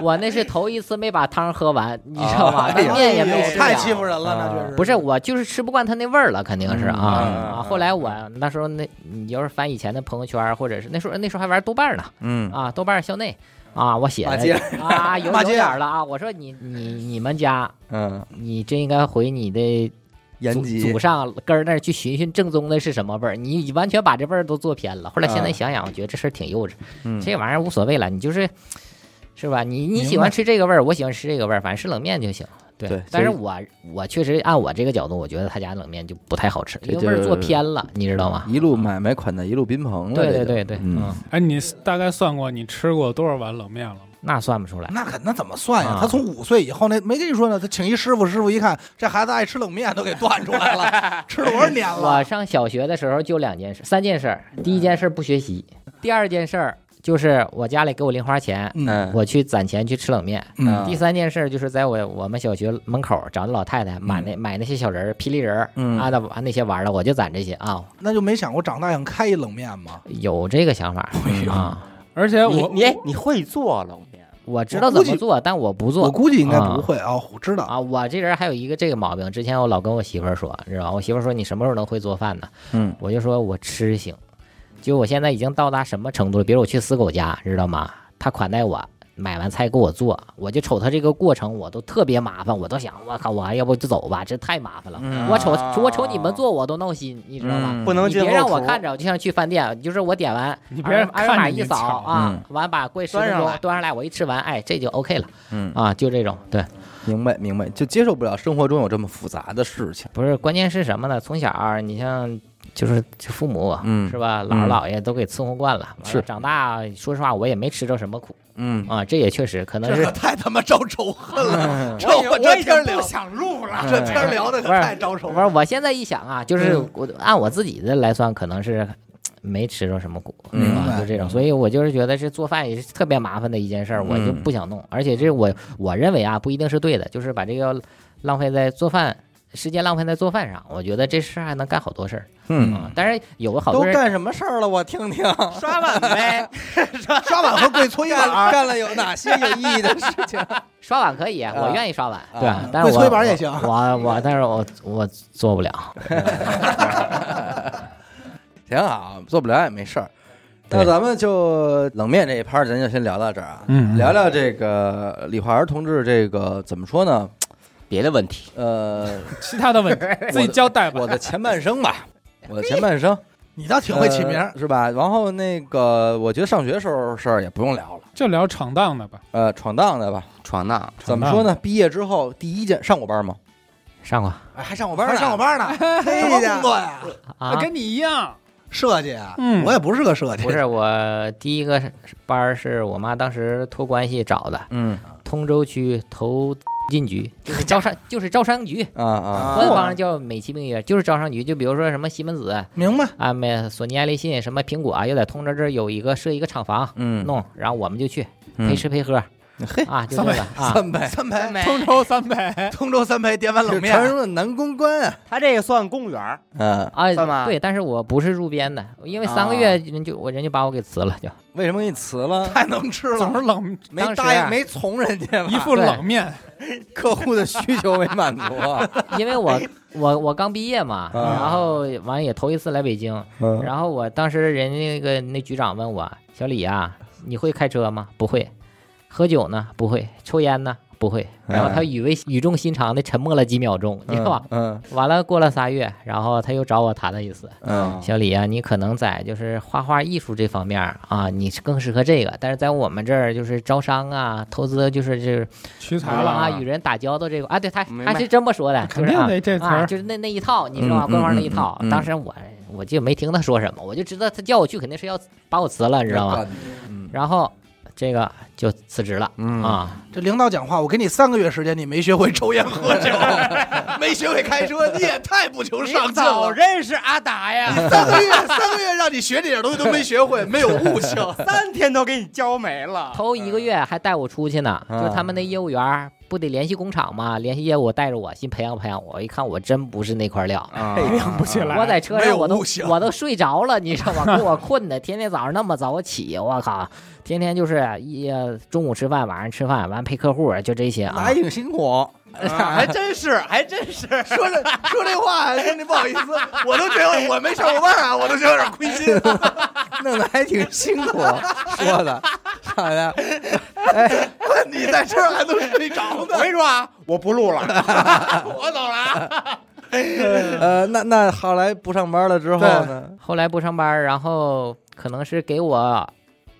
Speaker 5: 我那是头一次没把汤喝完，你知道吧？那面也没
Speaker 4: 哎
Speaker 5: 吃
Speaker 4: 呦太
Speaker 5: 了
Speaker 4: 欺负人了，那确实
Speaker 5: 不是我就是吃不惯它那味儿了，肯定是啊
Speaker 3: 嗯嗯嗯
Speaker 5: 啊！
Speaker 3: 嗯
Speaker 5: 后来我那时候那你要是翻以前的朋友圈儿，或者是那时候那时候还玩豆瓣儿呢
Speaker 1: 嗯
Speaker 5: 啊，豆瓣儿校内啊，我写
Speaker 1: 骂街
Speaker 5: 的啊有
Speaker 4: 骂
Speaker 5: 有
Speaker 4: 街
Speaker 5: 点儿了啊，我说你你你们家
Speaker 1: 嗯，
Speaker 5: 你真应该回你的
Speaker 1: 延
Speaker 5: 祖
Speaker 1: 吉
Speaker 5: 祖上根儿那儿去寻寻正宗的是什么味儿，你完全把这味儿都做偏了。后来现在
Speaker 1: 啊
Speaker 5: 想想，我觉得这事儿挺幼稚，
Speaker 1: 嗯
Speaker 5: 这玩意儿无所谓了，你就是是吧？你你
Speaker 2: 明
Speaker 5: 喜欢
Speaker 2: 白
Speaker 5: 吃这个味儿，我喜欢吃这个味儿，反正是冷面就行。对，
Speaker 1: 对
Speaker 5: 但是
Speaker 1: 这
Speaker 5: 我我确实按我这个角度，我觉得他家冷面就不太好吃，
Speaker 1: 这
Speaker 5: 因为味儿
Speaker 1: 就
Speaker 5: 做偏了，你知道吗？
Speaker 1: 一路买卖款待一路宾朋了。
Speaker 5: 对
Speaker 1: 这
Speaker 5: 对
Speaker 1: 就
Speaker 5: 对对，
Speaker 1: 嗯，
Speaker 2: 哎，你大概算过你吃过多少碗冷面了吗？
Speaker 5: 那算不出来。
Speaker 4: 那可那怎么算呀
Speaker 5: 啊？
Speaker 4: 他从五岁以后那没跟你说呢，他请一师傅，师傅一看这孩子爱吃冷面，都给断出来 了，吃多少年
Speaker 5: 我
Speaker 4: 了？
Speaker 5: 上小学的时候就两件事，三件事儿。第一件事儿不学习，第二件事儿就是我家里给我零花钱，
Speaker 4: 嗯
Speaker 3: 嗯
Speaker 5: 我去攒钱去吃冷面。
Speaker 4: 嗯
Speaker 5: 第三件事就是在我我们小学门口找那老太太买那、买那些小人儿、霹雳人儿、
Speaker 1: 嗯
Speaker 5: 啊的玩那些玩意儿了，我就攒这些啊，
Speaker 4: 那就没想过长大想开一冷面吗？
Speaker 5: 有这个想法啊。
Speaker 2: 而且
Speaker 3: 你
Speaker 2: 我
Speaker 3: 你哎你会做冷面？
Speaker 5: 我知道怎么做，但我不
Speaker 4: 我
Speaker 5: 做
Speaker 4: 估计应该不会啊，我知道。
Speaker 5: 啊。我这人还有一个这个毛病，之前我老跟我媳妇儿说，你知道吗，我媳妇儿说你什么时候能会做饭呢？
Speaker 1: 嗯，
Speaker 5: 我就说我吃行。就我现在已经到达什么程度了？比如我去死狗家，知道吗？他款待我，买完菜给我做，我就瞅他这个过程，我都特别麻烦，我都想，我靠，我还要不就走吧，这太麻烦了。
Speaker 1: 嗯
Speaker 5: 我瞅我瞅你们做，我都闹心，你知道吧？
Speaker 1: 嗯
Speaker 3: 不能
Speaker 5: 你
Speaker 3: 进
Speaker 5: 别
Speaker 3: 后
Speaker 5: 让我
Speaker 3: 厨
Speaker 5: 看着，就像去饭店，就是我点完，
Speaker 2: 你别
Speaker 5: 二维二维
Speaker 2: 看
Speaker 5: 码
Speaker 2: 着
Speaker 5: 一
Speaker 2: 你
Speaker 5: 扫
Speaker 2: 瞧
Speaker 5: 啊
Speaker 1: 嗯，
Speaker 5: 完把过十
Speaker 3: 端
Speaker 5: 分
Speaker 3: 上
Speaker 5: 钟
Speaker 3: 来
Speaker 5: 端上来，我一吃完，哎，这就 OK 了
Speaker 1: 嗯，
Speaker 5: 啊，就这种对。
Speaker 1: 明白明白，就接受不了生活中有这么复杂的事情。
Speaker 5: 不是，关键是什么呢？从小儿你像就是就父母，
Speaker 1: 嗯
Speaker 5: 是吧？姥
Speaker 1: 嗯
Speaker 5: 儿姥爷都给伺候惯了，完了
Speaker 1: 是
Speaker 5: 长大，说实话我也没吃着什么苦
Speaker 1: 嗯，
Speaker 5: 啊，这也确实可能
Speaker 4: 这
Speaker 5: 是
Speaker 4: 可太他妈招仇恨
Speaker 1: 嗯
Speaker 4: 了，这我
Speaker 2: 我
Speaker 4: 这
Speaker 2: 已
Speaker 4: 天儿
Speaker 2: 经
Speaker 4: 聊
Speaker 2: 不，想录了。
Speaker 4: 这天儿聊的可
Speaker 5: 哎不是
Speaker 4: 太招仇
Speaker 5: 不是，
Speaker 4: 恨。
Speaker 5: 我现在一想啊，就是
Speaker 4: 嗯
Speaker 5: 我按我自己的来算，可能是没吃着什么苦，
Speaker 1: 嗯
Speaker 5: 是
Speaker 4: 明
Speaker 5: 吧？
Speaker 4: 白
Speaker 5: 就这种，所以我就是觉得是做饭也是特别麻烦的一件事儿，我就
Speaker 1: 嗯
Speaker 5: 不想弄。而且这我我认为啊，不一定是对的，就是把这个浪费在做饭。时间浪费在做饭上，我觉得这事儿还能干好多事儿
Speaker 1: 嗯，
Speaker 5: 啊、但是有好
Speaker 1: 都
Speaker 5: 多人
Speaker 1: 干什么事儿了？我听听，
Speaker 5: 刷碗呗，
Speaker 4: 刷碗和跪搓衣板
Speaker 1: 干
Speaker 4: 儿，
Speaker 1: 干了有哪些有意义的事情？
Speaker 5: 刷碗可以，
Speaker 1: 啊
Speaker 5: 我愿意刷碗，
Speaker 1: 啊
Speaker 5: 对吧，但是
Speaker 4: 会
Speaker 5: 我
Speaker 4: 搓衣板儿也行
Speaker 5: 我我，但是我我做不了。
Speaker 1: 挺好，啊做不了也没事儿。
Speaker 5: 对
Speaker 1: 那咱们就冷面这一趴儿，咱就先聊到这儿啊，
Speaker 2: 嗯
Speaker 1: 聊聊这个李华儿同志，这个怎么说呢？
Speaker 3: 别的问题，
Speaker 1: 呃，
Speaker 2: 其他的问题自己交代吧。
Speaker 1: 我的前半生 吧，我的前半 生
Speaker 4: 你倒挺会起名儿。
Speaker 1: 呃是吧？然后那个，我觉得上学时候事儿也不用聊了，
Speaker 2: 就聊闯荡的吧。
Speaker 1: 呃，闯荡的吧？
Speaker 3: 闯荡，
Speaker 1: 怎么说呢？毕业之后第一件上过班吗？
Speaker 5: 上过
Speaker 1: 哎还上
Speaker 5: 呃
Speaker 1: 过
Speaker 4: 还上过班呢，什么工作呀？
Speaker 5: 啊，
Speaker 2: 跟你一样，
Speaker 4: 设计啊，
Speaker 2: 嗯
Speaker 4: 我也不是个设计，
Speaker 5: 不是我第一个班儿是我妈当时托关系找的，
Speaker 1: 嗯
Speaker 5: 通州区投进局， 就是招商，就是招商局，
Speaker 1: 啊啊，
Speaker 5: 官方叫美其名曰就是招商局。就比如说什么西门子
Speaker 4: 明白？
Speaker 5: 啊，美索尼爱立信，什么苹果啊，又在通州这儿有一个设一个厂房
Speaker 1: 嗯，
Speaker 5: 弄，然后我们就去
Speaker 1: 嗯
Speaker 5: 陪吃陪喝
Speaker 1: 嘿，
Speaker 5: 啊，就这个啊。
Speaker 1: 三百，
Speaker 4: 三陪，
Speaker 2: 通州三北，
Speaker 4: 通州三陪点碗冷
Speaker 1: 这传
Speaker 4: 面，啊
Speaker 1: 说的南宫关啊，
Speaker 3: 他这个算公务员儿，
Speaker 1: 嗯，
Speaker 5: 啊
Speaker 3: 算吗，
Speaker 5: 对，但是我不是入编的，因为三
Speaker 1: 啊
Speaker 5: 个月人就我人就把我给辞了，就
Speaker 1: 为什么给你辞了？
Speaker 4: 太能吃
Speaker 2: 总
Speaker 4: 了。
Speaker 2: 是冷，
Speaker 1: 没
Speaker 5: 当时
Speaker 1: 答
Speaker 5: 啊
Speaker 1: 应，没从人 家吧
Speaker 2: 一副冷面。
Speaker 1: 客户的需求没满足啊。
Speaker 5: 因为我我我刚毕业嘛，
Speaker 1: 啊
Speaker 5: 然后完了也头一次来北京，
Speaker 1: 嗯
Speaker 5: 然后我当时人家那个那局长问我，小李啊，你会开车吗？不会。喝酒呢？不会。抽烟呢？不会。
Speaker 1: 嗯
Speaker 5: 然后他语为语重心长的沉默了几秒钟，你知道吧？
Speaker 1: 嗯
Speaker 5: 完了，过了仨月，然后他又找我谈了一次。
Speaker 1: 嗯
Speaker 5: 小李啊，你可能在就是画画艺术这方面啊，你更适合这个，但是在我们这儿就是招商啊、投资，就是就是
Speaker 2: 屈才了
Speaker 5: 啊，
Speaker 2: 啊
Speaker 5: 与人打交道这个啊，对他
Speaker 3: 明白
Speaker 5: 他是这么说的，
Speaker 2: 肯
Speaker 5: 就是啊
Speaker 2: 定得这词
Speaker 5: 啊，
Speaker 2: 儿。
Speaker 5: 就是那那一套，你知道吧？
Speaker 1: 嗯
Speaker 5: 官方那一
Speaker 1: 嗯
Speaker 5: 套
Speaker 1: 嗯嗯。
Speaker 5: 当时我我就没听他说什么，我就知道他叫我去肯定是要把我辞了，你知道吗？？
Speaker 1: 嗯
Speaker 5: 然后这个就辞职了
Speaker 1: 嗯，
Speaker 5: 啊，
Speaker 4: 这领导讲话，我给你三个月时间，你没学会抽烟喝酒， 没学会开车，你也太不求上进了。
Speaker 3: 认识阿达哎呀，
Speaker 4: 三个月，三个月让你学这点东西都没学会，没有悟性。
Speaker 3: 三天都给你教没了。
Speaker 5: 头一个月还带我出去呢，
Speaker 1: 嗯
Speaker 5: 就是他们那业务员儿不得联系工厂嘛，联系业务带着我，先培养培养我。一看我真不是那块料。
Speaker 3: 啊
Speaker 1: 哎
Speaker 2: 培养不起来
Speaker 5: 我在车
Speaker 4: 没
Speaker 5: 上
Speaker 4: 有
Speaker 5: 我都
Speaker 4: 悟性
Speaker 5: 我都睡着了，你知道 吗？给我困的，天天早上那么早起，我靠，天天就是一中午吃饭，晚上吃饭，完陪客户，就这些啊。
Speaker 1: 还挺辛苦。
Speaker 3: 还真是，还真是，
Speaker 4: 说这说这话，兄弟不好意思，我都觉得我没上过班啊，我都觉得有点亏心。
Speaker 1: 弄得还挺辛苦，说的，好的，哎，
Speaker 4: 你在车上还能睡着呢
Speaker 3: 我。跟你说啊，我不录了，我走了啊。
Speaker 1: 呃，那那后来不上班了之后呢？
Speaker 5: 后来不上班儿，然后可能是给我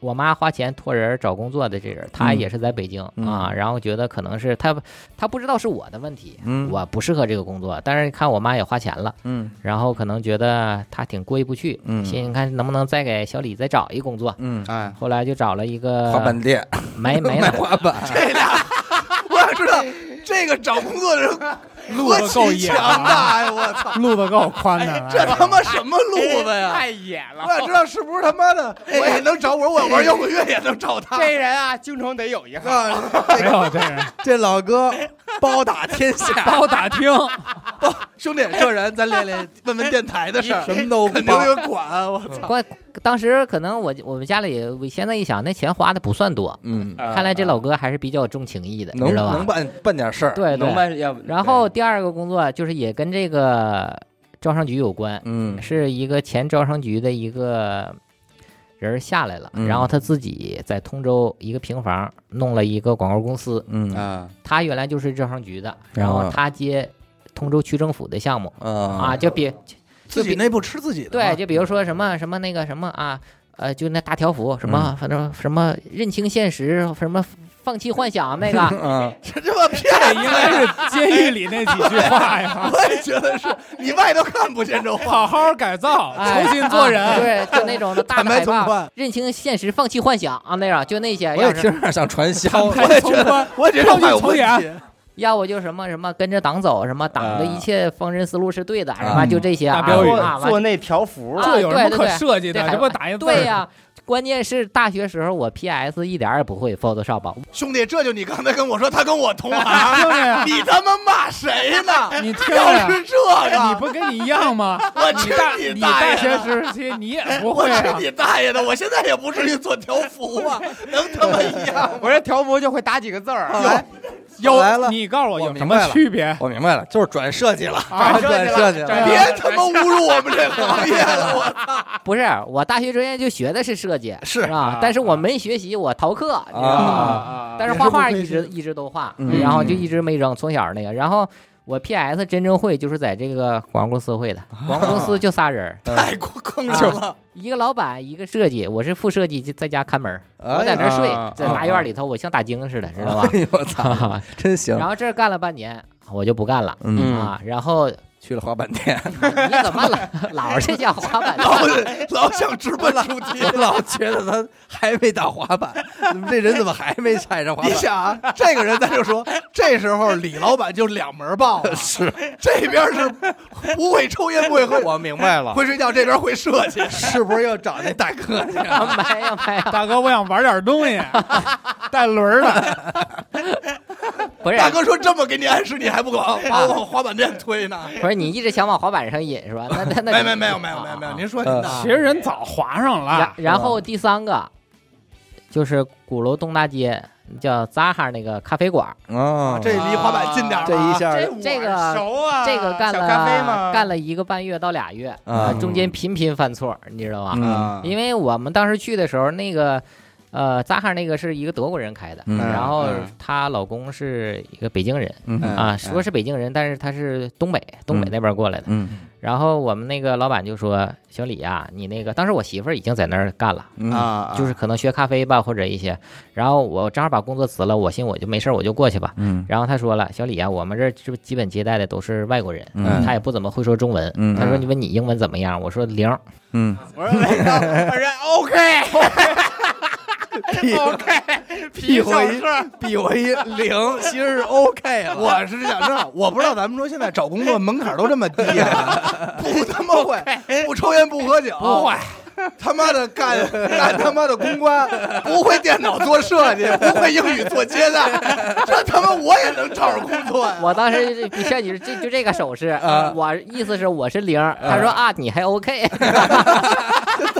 Speaker 5: 我妈花钱托人儿找工作的这人，他
Speaker 1: 嗯
Speaker 5: 也是在北京、
Speaker 1: 嗯
Speaker 5: 啊，然后觉得可能是他他不知道是我的问题，
Speaker 1: 嗯
Speaker 5: 我不适合这个工作，但是看我妈也花钱了，
Speaker 1: 嗯
Speaker 5: 然后可能觉得他挺过意不去，
Speaker 1: 嗯
Speaker 5: 寻思你看能不能再给小李再找一工作。
Speaker 1: 嗯，
Speaker 3: 哎，
Speaker 5: 后来就找了一
Speaker 1: 滑
Speaker 5: 个
Speaker 1: 板店
Speaker 5: 没没
Speaker 1: 卖
Speaker 5: 呢，
Speaker 1: 滑板，
Speaker 4: 这俩，我想知道这个找工作的人
Speaker 2: 录的够
Speaker 4: 何其
Speaker 2: 野
Speaker 4: 强
Speaker 2: 啊，
Speaker 4: 大呀！我操，
Speaker 2: 录的够宽的
Speaker 4: 这
Speaker 2: 啊。
Speaker 4: 他妈什 么路子 呀？
Speaker 3: 太野了
Speaker 4: 我。想知道是不是他妈的， 我也能找我，我玩摇滚乐也能找 他。
Speaker 3: 这人啊，京城得有一个。
Speaker 4: 啊
Speaker 2: 没有这人
Speaker 1: 这老哥 包打天 下，
Speaker 2: 包打听，
Speaker 4: 兄弟，这人咱练练，问问电台的事儿，
Speaker 1: 什么都
Speaker 4: 肯定
Speaker 1: 包。
Speaker 4: 有管。我操，
Speaker 5: 关当时可能我我们家里，我现在一想那钱花的不算多，
Speaker 1: 嗯，
Speaker 3: 啊
Speaker 5: 看来这老哥还是比较重情义的，
Speaker 1: 能
Speaker 5: 知道吧？
Speaker 1: 能办办点事儿，
Speaker 5: 对对
Speaker 3: 能，办要不，
Speaker 5: 然后第二个工作就是也跟这个招商局有关，
Speaker 1: 嗯
Speaker 5: 是一个前招商局的一个人儿下来了，
Speaker 1: 嗯
Speaker 5: 然后他自己在通州一个平房弄了一个广告公司，
Speaker 1: 嗯啊，
Speaker 3: 啊，
Speaker 5: 他原来就是招商局的，然后他接通州区政府的项目啊，就比
Speaker 4: 自己内部吃自己的嘛。
Speaker 5: 对，就比如说什么什么那个什么啊。呃，就那大条幅，什么反正什么认清现实，什么放弃幻想那个
Speaker 1: 嗯，
Speaker 4: 这这么骗。
Speaker 2: 这应该是监狱里那几句话呀
Speaker 4: 我也觉得是，你外头看不见这话。
Speaker 2: 好好改造，
Speaker 5: 哎
Speaker 2: 重新做人。
Speaker 5: 啊对，就那种的大
Speaker 4: 坦
Speaker 5: 的
Speaker 4: 白
Speaker 5: 海
Speaker 4: 从
Speaker 5: 报
Speaker 4: 宽，
Speaker 5: 认清现实，放弃幻想啊，那样就那些，
Speaker 1: 我也
Speaker 5: 要是
Speaker 1: 听着像传销，
Speaker 2: 坦
Speaker 4: 我
Speaker 2: 白
Speaker 4: 也
Speaker 2: 从
Speaker 4: 觉得
Speaker 2: 宽，，
Speaker 4: 我也觉得
Speaker 2: 上去
Speaker 4: 话有
Speaker 2: 从
Speaker 4: 问
Speaker 2: 严
Speaker 4: 题。
Speaker 5: 要不就什么什么跟着党走，什么党的一切方针思路是对的，什么就这些
Speaker 2: 大
Speaker 5: 啊，
Speaker 2: 标语
Speaker 5: 啊完
Speaker 3: 做那条幅
Speaker 5: 啊
Speaker 2: 这有什么
Speaker 5: 对对
Speaker 2: 可
Speaker 5: 对
Speaker 2: 设计的？
Speaker 5: 对
Speaker 2: 这不打一字儿
Speaker 5: 对呀、关键是大学时候我 PS 一点儿也不会 Photoshop，
Speaker 4: 兄弟，这就你刚才跟我说他跟我同行，
Speaker 2: 听着呀，
Speaker 4: 你他妈骂谁呢？
Speaker 2: 你听着
Speaker 4: 要
Speaker 2: 呀，
Speaker 4: 是这个，
Speaker 2: 你不跟你一样吗？
Speaker 4: 我
Speaker 2: 你
Speaker 4: 去
Speaker 2: 大
Speaker 4: 你大
Speaker 2: 大
Speaker 4: 爷
Speaker 2: 学
Speaker 4: 的！
Speaker 2: 时期你
Speaker 1: 哎
Speaker 2: 也不
Speaker 4: 我
Speaker 2: 会
Speaker 4: 去
Speaker 2: 啊。
Speaker 4: 你大爷的！我现在也不至于做条幅 啊，能他妈一样？
Speaker 3: 我这条幅就会打几个字儿啊
Speaker 4: 后来
Speaker 2: 有
Speaker 1: 后来了
Speaker 2: 你告诉我
Speaker 1: 我
Speaker 2: 有什
Speaker 1: 明白
Speaker 2: 么
Speaker 1: 了啊
Speaker 2: 区别？
Speaker 1: 哎我明白了，就是转设计了，
Speaker 2: 啊
Speaker 1: 转设计了。
Speaker 4: 别他妈侮辱我们这行业了！我
Speaker 5: 啊不是我大学专业就学的是设计，
Speaker 4: 是
Speaker 5: 啊
Speaker 2: 啊，
Speaker 5: 但是我没学习，我逃课，你知道
Speaker 2: 啊
Speaker 5: 吗？
Speaker 2: 啊！
Speaker 5: 但是画画一直一直都画，
Speaker 1: 嗯
Speaker 5: 然后就一直没扔，从小那个，然后。我 PS 真正会就是在这个广告公司会的，广告公司就仨 人儿，
Speaker 1: 哎
Speaker 4: 太过坑人啊了，
Speaker 5: 一个老板，一个设计，我是副设计，就在家看门儿，我在那
Speaker 1: 哎
Speaker 5: 儿
Speaker 1: 呀
Speaker 5: 睡
Speaker 3: 啊，
Speaker 5: 在大院里头，我像打精似的，知道吧？
Speaker 1: 哎呦我
Speaker 4: 啊
Speaker 1: 操，真行
Speaker 5: 然！后这儿干了半年，我就不干了
Speaker 1: 嗯，
Speaker 5: 啊，然后
Speaker 1: 去了滑板 店，
Speaker 5: 你怎么老 老是讲滑板呢？
Speaker 4: 老哦老想直奔主题。
Speaker 1: 我 老觉得他还没到滑板， 怎么这人怎么还没踩上滑
Speaker 4: 你
Speaker 1: 板？
Speaker 4: 想啊，这个人咱就说，这时候李老板就两门报 了，是这边是不会抽烟不会喝酒，
Speaker 3: 我明 白了，
Speaker 4: 会睡觉，这边会设计，
Speaker 1: 是不是又找那大哥 去？
Speaker 5: 没有没有，
Speaker 2: 大哥，我想玩点东西，带轮儿的。
Speaker 5: 不是
Speaker 4: 大哥说这么给你暗示，你还不往把我往滑板店推呢？
Speaker 5: 不是，你一直想往滑板上引是吧？那那那
Speaker 4: 没没没有没有没有没有，您说您
Speaker 1: 啊
Speaker 4: 的
Speaker 2: 其实人早划上
Speaker 5: 然
Speaker 2: 了，
Speaker 5: 然后第三个就是鼓楼东大街叫扎哈那个咖啡馆儿，
Speaker 1: 哦，
Speaker 4: 这离滑板近点儿吧，
Speaker 1: 这一下
Speaker 5: 这这个
Speaker 3: 熟啊，
Speaker 5: 这个干
Speaker 3: 小咖啡
Speaker 5: 了
Speaker 3: 吗？
Speaker 5: 干
Speaker 3: 了
Speaker 5: 了一个半月到俩月，
Speaker 1: 啊
Speaker 5: 中间频频犯错，你知道吧？
Speaker 4: 啊
Speaker 1: 嗯
Speaker 5: 因为我们当时去的时候，那个呃扎哈那个是一个德国人开的，
Speaker 1: 嗯
Speaker 5: 然后
Speaker 3: 嗯
Speaker 5: 她老公是一个北京人。
Speaker 4: 哎
Speaker 1: 嗯
Speaker 5: 啊，说是北京人，但是他是东北，东北那边过来的。
Speaker 1: 嗯
Speaker 5: 然后我们那个老板就说：“小李呀、你那个当时我媳妇儿已经在那儿干了，
Speaker 1: 嗯
Speaker 3: 啊，
Speaker 5: 就是可能学咖啡吧，或者一些。然后我正好把工作辞了，我寻我就没事儿我就过去吧。
Speaker 1: 嗯
Speaker 5: 然后他说了，小李啊，我们这儿是不是基本接待的都是外国人，
Speaker 1: 嗯
Speaker 5: 他也不怎么会说中文。
Speaker 1: 嗯
Speaker 5: 他说你问你英文怎么样？我说零。
Speaker 1: 嗯，
Speaker 3: 我说来到我说 OK
Speaker 1: 屁
Speaker 3: 小
Speaker 1: 回
Speaker 3: 事儿，
Speaker 1: 比我一零，其实是 OK 了。
Speaker 4: 我是想知道，我不知道咱们说现在找工作门槛都这么低 啊，不他妈会，不抽烟 不喝酒，
Speaker 2: 不会，
Speaker 4: 他妈的 干干他妈的公关，不会电脑做设计，不会英语做接待，这他妈我也能找着工作啊呀！
Speaker 5: 我当时就像你这就这个手势，
Speaker 1: 啊
Speaker 5: 我意思是我是零。他说啊，你还 OK。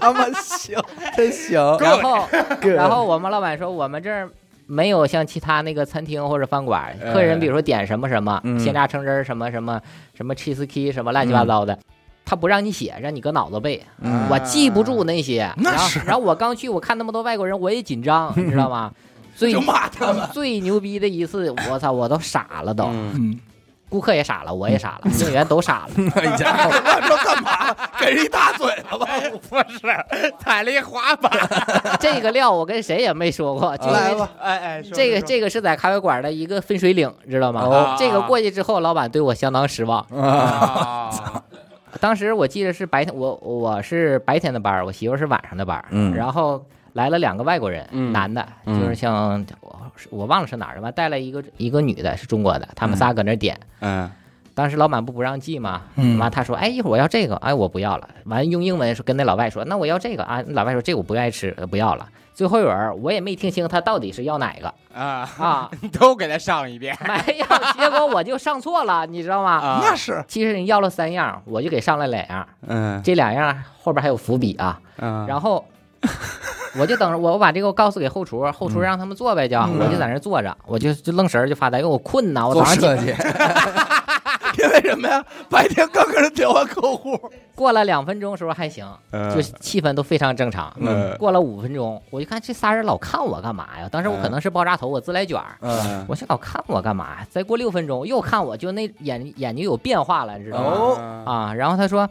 Speaker 1: 他妈行，真行。
Speaker 5: 然后然后我们老板说，我们这儿没有像其他那个餐厅或者饭馆，客人比如说点什么什么
Speaker 1: 哎嗯
Speaker 5: 鲜榨橙汁儿什么什么什么 cheese cake 什么乱七八糟的。他不让你写，让你搁脑子背，
Speaker 1: 嗯
Speaker 5: 我记不住那些。
Speaker 4: 那
Speaker 5: 然后
Speaker 4: 是
Speaker 5: 然后我刚去，我看那么多外国人，我也紧张，你知道吗？最
Speaker 4: 就骂他们，
Speaker 5: 最牛逼的一次，我操，我都傻了都，
Speaker 3: 嗯
Speaker 4: 嗯，
Speaker 5: 顾客也傻了，我也傻了，店员都傻 了。
Speaker 1: 哎家伙，
Speaker 4: 这干嘛？给人一大嘴巴吧！
Speaker 3: 不是踩了一滑板，
Speaker 5: 这个料我跟谁也没说过，就因
Speaker 4: 啊来
Speaker 5: 为
Speaker 4: 吧，
Speaker 3: 哎哎，说
Speaker 5: 这个
Speaker 3: 说
Speaker 5: 这个是在咖啡馆的一个分水岭，知道吗？
Speaker 4: 啊
Speaker 1: 哦
Speaker 5: 这个过去之后，老板对我相当失望。
Speaker 3: 啊，
Speaker 5: 当时我记得是白天，我我是白天的班儿，我媳妇儿是晚上的班儿。
Speaker 1: 嗯
Speaker 5: 然后来了两个外国人，
Speaker 3: 嗯
Speaker 5: 男的，
Speaker 3: 嗯
Speaker 5: 就是像我我忘了是哪儿的吧，带了一个一个女的，是中国的，他们仨搁那儿点。
Speaker 3: 嗯，
Speaker 5: 当时老板不不让记嘛，
Speaker 4: 嗯
Speaker 5: 完他说，哎，一会儿我要这个，哎，我不要了。完用英文说跟那老外说，那我要这个啊，老外说这个我不愿意吃，呃不要了。最后一会儿我也没听清他到底是要哪个
Speaker 3: 啊，
Speaker 5: 啊，
Speaker 3: 都给他上一遍
Speaker 5: 没有，结果我就上错了，你知道吗？
Speaker 3: 啊，
Speaker 4: 那是
Speaker 5: 其实人要了三样，我就给上了两样，
Speaker 3: 嗯
Speaker 5: 这两样后边还有伏笔啊。
Speaker 3: 嗯，
Speaker 5: 然后我就等着我，我把这个我告诉给后厨，后厨让他们做呗，就
Speaker 4: 嗯
Speaker 5: 我就在那儿坐着，我就就愣神儿就发呆，因为我困呐，我早
Speaker 1: 做
Speaker 5: 上
Speaker 1: 设
Speaker 5: 起
Speaker 1: 计，
Speaker 4: 因为什么呀？白天刚跟人聊完客户，
Speaker 5: 过了两分钟时候还行，
Speaker 3: 后
Speaker 5: 就是气氛都非常正常。
Speaker 3: 嗯
Speaker 5: 过了五分钟，我就看这仨人老看我干嘛呀？当时我可能是爆炸头，我自来卷儿。
Speaker 1: 嗯
Speaker 5: 我是老看我干嘛呀？再过六分钟又看我，就那眼眼睛有变化了，你知道吗？
Speaker 3: 哦
Speaker 5: 嗯啊啊，然后他说，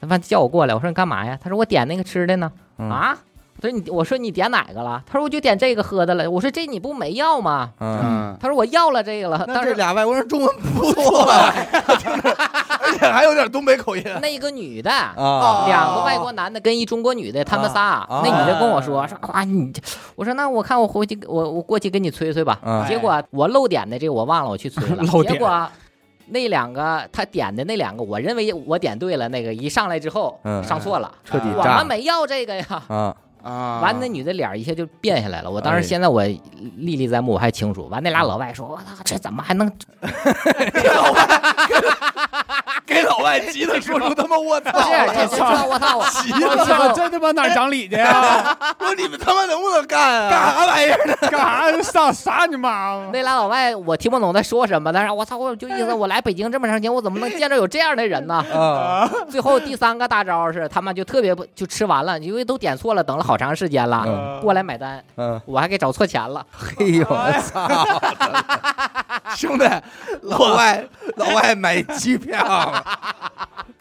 Speaker 5: 他妈叫我过来，我说你干嘛呀？他说我点那个吃的呢。
Speaker 1: 嗯
Speaker 5: 啊，他说你我说你点哪个了？他说我就点这个喝的了。我说这你不没要吗？
Speaker 1: 嗯，
Speaker 3: 嗯，
Speaker 5: 他说我要了这个了，
Speaker 4: 那
Speaker 5: 但
Speaker 4: 这
Speaker 5: 是
Speaker 4: 俩外国人中文不错啊，而且还有点东北口 音。
Speaker 5: 那一个女的。
Speaker 1: 啊，
Speaker 5: 两个外国男的跟一中国女的，他们仨，
Speaker 1: 啊
Speaker 5: 那女的跟我说说啊，你这，我说那我看我回去，我我过去跟你催催吧。
Speaker 1: 嗯
Speaker 5: 结果我漏点的这个我忘了，我去催 了。
Speaker 2: 漏点
Speaker 5: 结果那两个他点的那两个，我认为我点对了，那个一上来之后、
Speaker 1: 嗯
Speaker 5: 上错了，
Speaker 1: 彻底
Speaker 4: 啊
Speaker 5: 我
Speaker 1: 炸
Speaker 5: 们
Speaker 1: 了
Speaker 5: 没要这个呀。
Speaker 1: 啊，
Speaker 3: 啊，
Speaker 5: 完，那女的脸儿一下就变下来了。我当
Speaker 1: 哎
Speaker 5: 时现在我历历在目，我还清楚。完，那俩老外说：“我操，这怎么还能
Speaker 4: 给老外急的说出他妈 我操
Speaker 5: 不！是？这这这我操！我
Speaker 2: 我操，这他妈哪儿讲理去 呀？
Speaker 4: 说你们他妈能不能干啊？干啥玩意儿？
Speaker 2: 干啥上啥你妈？
Speaker 5: 那俩老外我听不懂在说什么，但是我操，我就意思我来北京这么长时间，我怎么能见着有这样的人呢？
Speaker 1: 啊，
Speaker 5: 最后第三个大招是，他们就特别不就吃完了，因为都点错了，等了好长时间了，
Speaker 1: 嗯
Speaker 2: 呃
Speaker 5: 过来买单，
Speaker 1: 嗯，
Speaker 5: 我还给找错钱了。
Speaker 1: 嘿呦，我操！
Speaker 4: 兄弟，
Speaker 1: 老外老外买机 票了，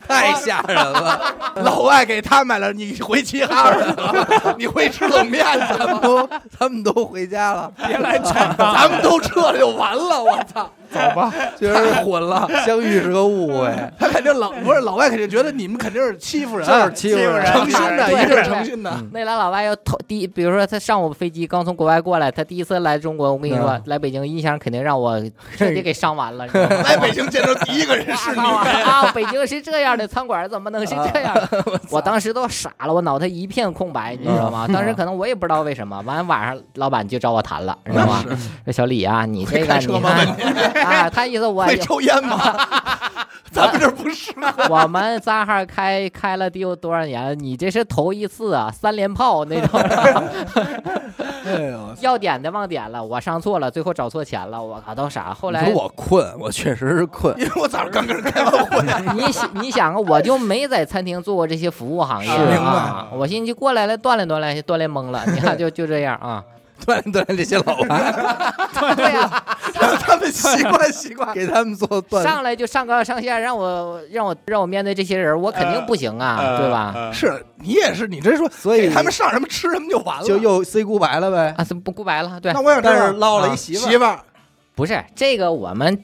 Speaker 1: 太吓人了！
Speaker 4: 老外给他买了，你回齐哈尔 了，你回吃冷面去。
Speaker 1: 咱们都咱们都回家了，
Speaker 2: 别来抢当，
Speaker 4: 咱们都撤了就完了，我操！
Speaker 2: 走吧。
Speaker 1: 确实是混了，相遇是个误会，
Speaker 4: 他肯定老不是老外，肯定觉得你们肯定是欺负人，
Speaker 1: 就是欺负人
Speaker 4: 诚心的，
Speaker 5: 对
Speaker 4: 一定是诚心的
Speaker 1: 嗯。
Speaker 5: 那俩老外要头第一，比如说他上我飞机刚从国外过来，他第一次来中国，我跟你说，
Speaker 1: 嗯
Speaker 5: 来北京印象肯定让我彻底给伤完了。你知道吗
Speaker 4: 来北京见着第一个人是你，
Speaker 5: 啊！北京是这样的，餐馆怎么能是这样？我当时都傻了，我脑袋一片空白，你知道吗？当时可能我也不知道为什么。完晚上老板就找我谈了，你知道吗？说小李啊，你这个
Speaker 4: 开车
Speaker 5: 你
Speaker 4: 吗
Speaker 5: 看啊，他意思我
Speaker 4: 会抽烟 吗？咱们这儿不是
Speaker 5: 我们三号开开了得有多少年？你这是头一次啊，三连炮那种。
Speaker 4: 哎呦，
Speaker 5: 要点的忘点了，我上错了，最后找错钱了，我靠，都傻。后
Speaker 1: 你
Speaker 5: 来
Speaker 1: 说我困，我确实是困，
Speaker 4: 因为我早上刚跟人开完会，
Speaker 5: 你想，你想啊，我就没在餐厅做过这些服务行业
Speaker 1: 是明
Speaker 5: 啊
Speaker 4: 白，
Speaker 5: 我寻思就过来了锻炼锻炼，锻炼懵了，你看就就这样啊，
Speaker 1: 锻炼锻炼这些老外，
Speaker 5: 对呀、
Speaker 4: 让他们习惯习 惯。
Speaker 1: 给他们做锻炼。
Speaker 5: 上来就上纲上线，让我让我让我面对这些人，我肯定不行啊，对吧？
Speaker 2: 呃？
Speaker 4: 是你也是，你这说，
Speaker 1: 所以
Speaker 4: 给他们上什么吃什么就完了。
Speaker 1: 就又 say goodbye 了呗。
Speaker 5: 啊，怎么不顾白了？对
Speaker 4: 那，我想知道啊
Speaker 1: 但是落了一啊媳妇儿
Speaker 4: 媳妇儿，
Speaker 5: 不是这个，我们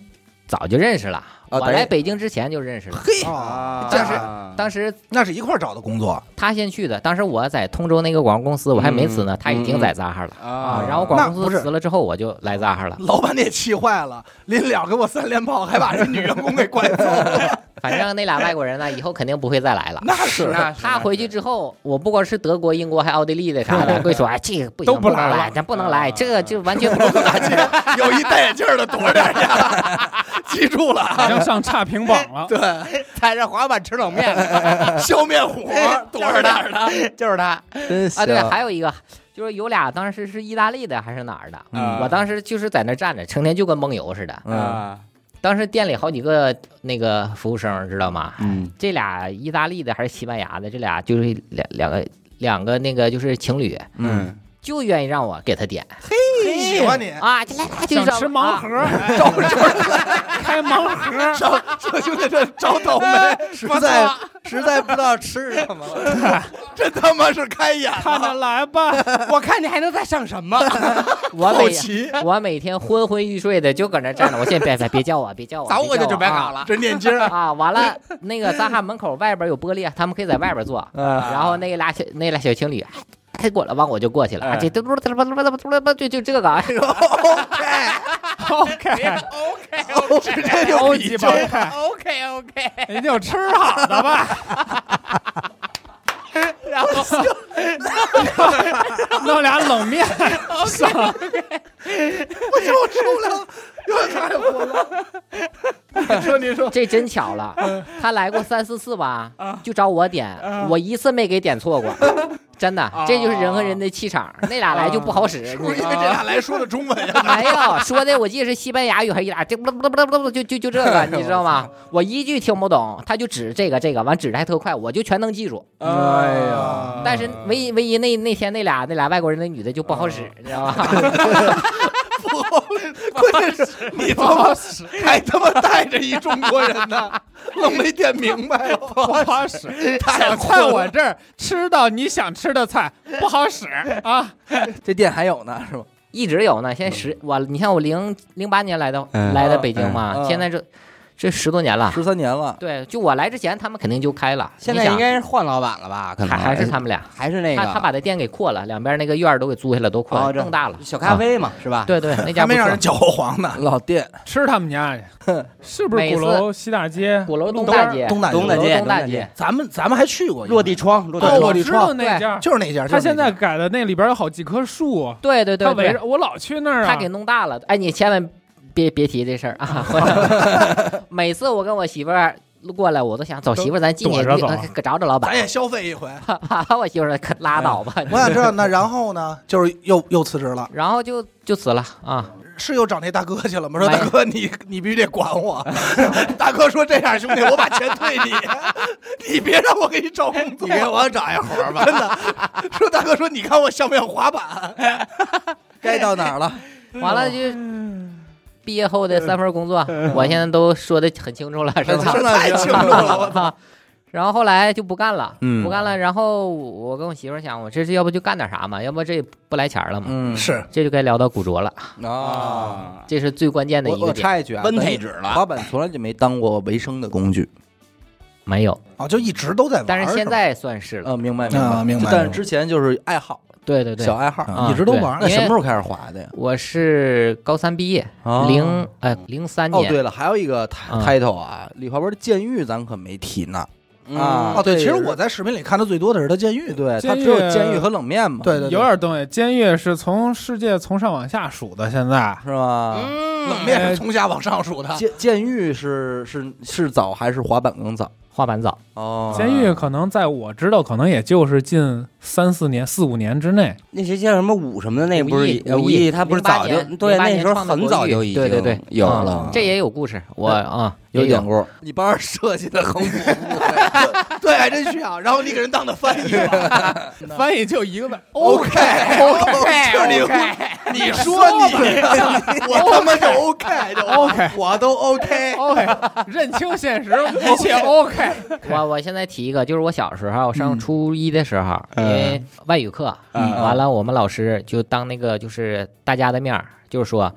Speaker 5: 早就认识了，我
Speaker 1: 等于
Speaker 5: 来北京之前就认识了，
Speaker 4: 嘿，
Speaker 3: 啊，
Speaker 5: 但是当时
Speaker 4: 那是一块儿找的工作，
Speaker 5: 他先去的，当时我在通州那个广告公司，我还没辞呢，他已经在扎哈了。
Speaker 3: 啊，
Speaker 5: 然后广告
Speaker 4: 那
Speaker 5: 公
Speaker 4: 不
Speaker 5: 司
Speaker 4: 是
Speaker 5: 辞了之后，我就来扎哈 了。
Speaker 4: 老板你也气坏了，临了给我三连炮，还把这女员工给拐走了。
Speaker 5: 反正那俩外国人呢，以后肯定不会再来了。
Speaker 4: 那是
Speaker 5: 那他回去之后，我不管是德国、英国还奥地利的啥的，会说哎，这个不行，
Speaker 2: 都不
Speaker 5: 能
Speaker 2: 来了
Speaker 5: 来，咱不能来，
Speaker 3: 啊
Speaker 5: 这个就完全不能
Speaker 4: 有一戴眼镜的躲着点呀，记住了
Speaker 2: 好
Speaker 4: 啊，
Speaker 2: 像上差评榜了。
Speaker 4: 对，
Speaker 3: 踩着滑板吃冷面，
Speaker 4: 消灭火
Speaker 3: 哎
Speaker 5: 哎
Speaker 4: 躲着点的。
Speaker 3: 就是他，
Speaker 1: 真
Speaker 5: 啊。
Speaker 1: 行
Speaker 5: 对，还有一个就是有俩当时是意大利的还是哪儿的，
Speaker 1: 嗯
Speaker 5: 我当时就是在那站着，成天就跟梦游似的。
Speaker 1: 嗯，
Speaker 3: 啊，
Speaker 5: 当时店里好几个那个服务生，知道吗？
Speaker 3: 嗯，
Speaker 5: 这俩意大利的还是西班牙的，这俩就是两两个两个那个就是情侣，
Speaker 3: 嗯，
Speaker 5: 就愿意让我给他点
Speaker 4: 喜欢你，
Speaker 5: 啊，来来就啊
Speaker 2: 想
Speaker 5: 是
Speaker 2: 吃盲 盒，哎
Speaker 4: 招招
Speaker 2: 开盲盒，
Speaker 4: 招说兄弟这招倒
Speaker 3: 哎
Speaker 4: 霉，
Speaker 1: 实在实在不知道吃什么了。
Speaker 4: 真他妈是开眼
Speaker 2: 看着
Speaker 4: 了。
Speaker 2: 来吧。
Speaker 3: 我看你还能再上什么？
Speaker 5: 我
Speaker 4: 好
Speaker 5: 每
Speaker 4: 奇，
Speaker 5: 我每天昏昏欲睡的就搁那站着，我现在别别别叫我，别叫我，
Speaker 3: 早我
Speaker 5: 叫
Speaker 3: 就
Speaker 5: 我
Speaker 3: 准备好
Speaker 5: 啊。
Speaker 3: 了。
Speaker 4: 这念经儿
Speaker 5: 啊，完了，那个咱汉门口外边有玻璃，他们可以在外边坐。
Speaker 1: 啊
Speaker 5: 然后那俩小那俩小情侣，哎，过来，完我就过去了。啊，
Speaker 3: 嗯
Speaker 5: 这嘟嘟嘟嘟嘟嘟嘟嘟嘟，就就这个啊，
Speaker 2: OK
Speaker 4: 直接就
Speaker 2: 超
Speaker 4: 比
Speaker 2: 级棒看
Speaker 5: OK OK，
Speaker 2: 人家有哎吃好的 吧？
Speaker 5: 然后
Speaker 2: 弄俩冷面，上
Speaker 4: 又开火了。你说你 说，
Speaker 5: 这真巧了，
Speaker 4: 嗯
Speaker 5: 他来过三四次吧，
Speaker 4: 啊
Speaker 5: 就找我点，我一次没给点错过， 真的，这就是人和人的气 场，那俩来就不好使，你知道
Speaker 4: 不
Speaker 5: 吗
Speaker 4: 是因为这俩来哦说的中文 呀？
Speaker 5: 没有说的，我记得是西班牙语还是意大这不不不不不就就就这 个，你知道吗？我一句听不懂，他就指这个这个，完指的还特快，我就全能记住。
Speaker 1: 哎
Speaker 2: 啊
Speaker 1: 呀
Speaker 4: 啊
Speaker 5: 但是唯
Speaker 4: 啊
Speaker 5: 一唯一那那天那俩那俩外国人那女的就不好使，你知道吧？
Speaker 4: 不好关键是你他妈还他妈带着一中国人呢，愣没点明白，
Speaker 2: 不好使，想在我这儿吃到你想吃的菜不好使 啊！
Speaker 1: 这店还有呢，是吗？
Speaker 5: 一直有呢。现在十我，你看我零零八年来的
Speaker 3: 嗯
Speaker 5: 来的北京嘛，
Speaker 1: 嗯
Speaker 5: 现在这这十多年了。
Speaker 1: 十三年了，
Speaker 5: 对，就我来之前，他们肯定就开了。
Speaker 3: 现
Speaker 5: 你
Speaker 3: 在
Speaker 5: 想
Speaker 3: 应该是换老板了吧？可能
Speaker 5: 还还是他们俩，
Speaker 3: 还是那个
Speaker 5: 他他把他店给扩了，两边那个院儿都给租下来，都扩了
Speaker 3: 哦这
Speaker 5: 更大了。
Speaker 3: 小咖啡嘛，是吧？
Speaker 5: 啊，对对，那
Speaker 4: 还
Speaker 5: 家不
Speaker 4: 没让
Speaker 5: 错
Speaker 4: 人。搅和 黄呢。
Speaker 1: 老店
Speaker 2: 吃他们家去，是不是鼓楼西大街？
Speaker 5: 鼓楼东
Speaker 4: 大
Speaker 5: 大街，
Speaker 4: 东大
Speaker 3: 东大
Speaker 5: 鼓楼
Speaker 3: 街
Speaker 5: 东大
Speaker 3: 东大街
Speaker 5: 街，
Speaker 4: 咱们咱们还去过一回
Speaker 3: 落地窗，落地
Speaker 4: 对
Speaker 2: 哦，我
Speaker 3: 窗，
Speaker 4: 落地
Speaker 2: 知道
Speaker 4: 窗
Speaker 2: 那家，
Speaker 4: 就是那家，
Speaker 2: 他
Speaker 4: 就是
Speaker 2: 现
Speaker 4: 那
Speaker 2: 在
Speaker 4: 家
Speaker 2: 改的那里边有好几棵树，
Speaker 5: 对对
Speaker 2: 他
Speaker 5: 对
Speaker 2: 围
Speaker 5: 对
Speaker 2: 着，我老去那儿啊。
Speaker 5: 他给弄大了。哎，你千万别别提这事儿啊！每次我跟我媳妇儿过来，我都想走媳妇儿，咱进去
Speaker 2: 躲着走啊
Speaker 5: 呃可找找老板
Speaker 4: 咱。也哎消费一回。
Speaker 5: 怕我媳妇儿可拉倒吧。
Speaker 4: 我想知道，那然后呢？就是又又辞职了，
Speaker 5: 然后就就辞了啊，
Speaker 4: 是又找那大哥去了吗？说
Speaker 5: 没
Speaker 4: 大哥，你你必须得管我。 大哥说这样，兄弟，我把钱退你， 你别让我给你找工作，你给我找一活儿吧。真的，说大哥说，你看我像不像滑板？
Speaker 1: 该到哪儿了？
Speaker 5: 完了就毕业后的三份工作，我现在都说的很清楚了，是吧
Speaker 4: 说？得太 清楚了，我操！
Speaker 5: 然后后来就不干了，
Speaker 1: 嗯
Speaker 5: 不干了。然后我跟我媳妇儿想，我这是要不就干点啥嘛，要不这不来钱儿了嘛。
Speaker 1: 嗯
Speaker 4: 是
Speaker 5: 这就该聊到古着了，
Speaker 1: 啊。
Speaker 5: 这是最关键的
Speaker 1: 我
Speaker 5: 一个
Speaker 1: 我
Speaker 5: 点。
Speaker 1: 插一句啊，
Speaker 3: 温
Speaker 1: 咱
Speaker 3: 配置了。
Speaker 1: 滑板从来就没当过维生的工具。
Speaker 5: 没有，
Speaker 4: 哦，就一直都在玩。
Speaker 5: 但是现
Speaker 4: 吧
Speaker 5: 在算是了。
Speaker 1: 呃，明白
Speaker 4: 啊明白
Speaker 1: 但是
Speaker 4: 明白
Speaker 1: 之前就是爱好，
Speaker 5: 对对对
Speaker 1: 小，爱好。
Speaker 5: 啊
Speaker 4: 一直都玩
Speaker 1: 那
Speaker 5: 对
Speaker 1: 什么
Speaker 5: 因为
Speaker 1: 时候开始滑的呀？
Speaker 5: 我是高三毕业，
Speaker 1: 哦
Speaker 5: 零哎零三
Speaker 1: 哦，
Speaker 5: 年
Speaker 1: 对了，还有一个 ti-
Speaker 5: 嗯
Speaker 1: title 啊，李华文的监狱咱可没提呢。
Speaker 3: 啊
Speaker 1: 啊，
Speaker 4: 哦，对，其实
Speaker 1: 这也是
Speaker 4: 我在视频里看的最多的是他监狱，
Speaker 1: 对
Speaker 2: 监
Speaker 1: 他
Speaker 2: 狱
Speaker 1: 只有监狱和冷面嘛，
Speaker 4: 对对
Speaker 2: 有点东西，监狱是从世界从上往下数的，现在
Speaker 1: 是吧？
Speaker 4: 冷面是从下往上数的。
Speaker 1: 监监狱是是是早还是滑板更早？
Speaker 5: 滑板早，
Speaker 1: 哦，
Speaker 2: 监狱可能在我知道，可能也就是近三四年、四五年之内。
Speaker 3: 那谁叫什么武什么的，那
Speaker 5: 武
Speaker 3: 不是
Speaker 5: 艺
Speaker 3: 呃
Speaker 5: 武
Speaker 3: 武
Speaker 5: 艺
Speaker 3: 艺，他不是
Speaker 5: 08
Speaker 3: 早就
Speaker 5: 年
Speaker 3: 对
Speaker 5: 08
Speaker 3: 那
Speaker 5: 年
Speaker 3: 时候
Speaker 5: 创的
Speaker 3: 很
Speaker 5: 国
Speaker 3: 早
Speaker 5: 语
Speaker 3: 就已经
Speaker 5: 对对对
Speaker 3: 有
Speaker 5: 啊
Speaker 3: 了。
Speaker 5: 这也有故事，我啊
Speaker 1: 有
Speaker 5: 也
Speaker 1: 典故，
Speaker 4: 你帮人设计的横幅，对对，还真需要。然后你给人当的翻译吧
Speaker 2: 翻译就一 个字，
Speaker 4: ，OK OK，就是你你说你，我他妈就 OK 就
Speaker 2: OK
Speaker 4: 我都 OK。
Speaker 2: OK，认哦清现实， 一切 OK。
Speaker 5: 我我现在提一个，就是我小时候上初一的时候，
Speaker 3: 嗯
Speaker 5: 因为外语课，
Speaker 3: 嗯
Speaker 5: 完了我们老师就当那个就是大家的面儿，就是说。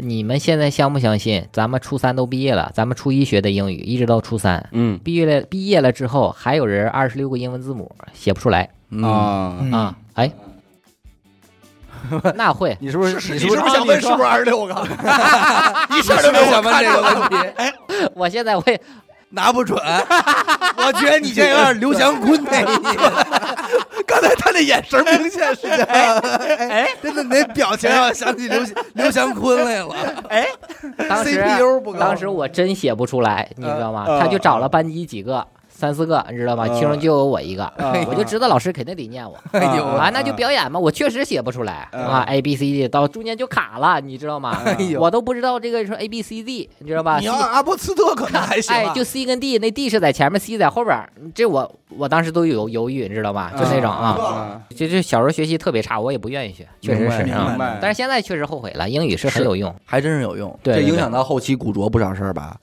Speaker 5: 你们现在相不相信？咱们初三都毕业了，咱们初一学的英语，一直到初三，
Speaker 3: 嗯
Speaker 5: 毕业了，毕业了之后，还有人二十六个英文字母写不出来
Speaker 1: 嗯，
Speaker 3: 啊，
Speaker 5: 啊！哎， 那会
Speaker 1: 你是不是你
Speaker 4: 是你
Speaker 1: 是
Speaker 4: 是
Speaker 1: 不
Speaker 4: 不
Speaker 1: 是
Speaker 4: 是想问是不是二十六个？一下就
Speaker 1: 没
Speaker 4: 被我
Speaker 1: 想问
Speaker 4: 看
Speaker 1: 这
Speaker 4: 着
Speaker 1: 个
Speaker 4: 了。
Speaker 1: 问 题？
Speaker 5: 我现在我也
Speaker 1: 拿不准，
Speaker 4: 我觉得你
Speaker 1: 这有点刘翔坤那意思。
Speaker 4: 刚才他那眼神明显是这样，哎，真的那表情让我想起刘
Speaker 1: 刘翔坤来了，
Speaker 4: 啊
Speaker 5: 当时啊
Speaker 4: CPU 不高
Speaker 5: 当时我真写不出来，你知道吗？他就找了班级几个。三四个，你知道吗？其中就有我一个， 我就知道老师肯定得念我。
Speaker 1: 哎呦
Speaker 5: 啊，那就表演嘛，我确实写不出来啊，A B C D 到中间就卡了，你知道吗？
Speaker 1: 呦
Speaker 5: 我都不知道这个说 A B C D，你知道吧？
Speaker 4: 你要阿波茨特可能还行吧，啊
Speaker 5: 哎，就 C 跟 D，那 D 是在前面，C 在后边儿，这我我当时都有犹豫，你知道
Speaker 3: 嗯
Speaker 5: 吧？就那种啊，就就小时候学习特别差，我也不愿意学，确实是
Speaker 1: 明
Speaker 5: 啊。
Speaker 3: 明白
Speaker 5: 但是现在确实后悔了，英语是很
Speaker 1: 是
Speaker 5: 有用。
Speaker 1: 还真是有用，
Speaker 5: 对对
Speaker 1: 这
Speaker 5: 对
Speaker 1: 影响到后期古着不少事儿吧？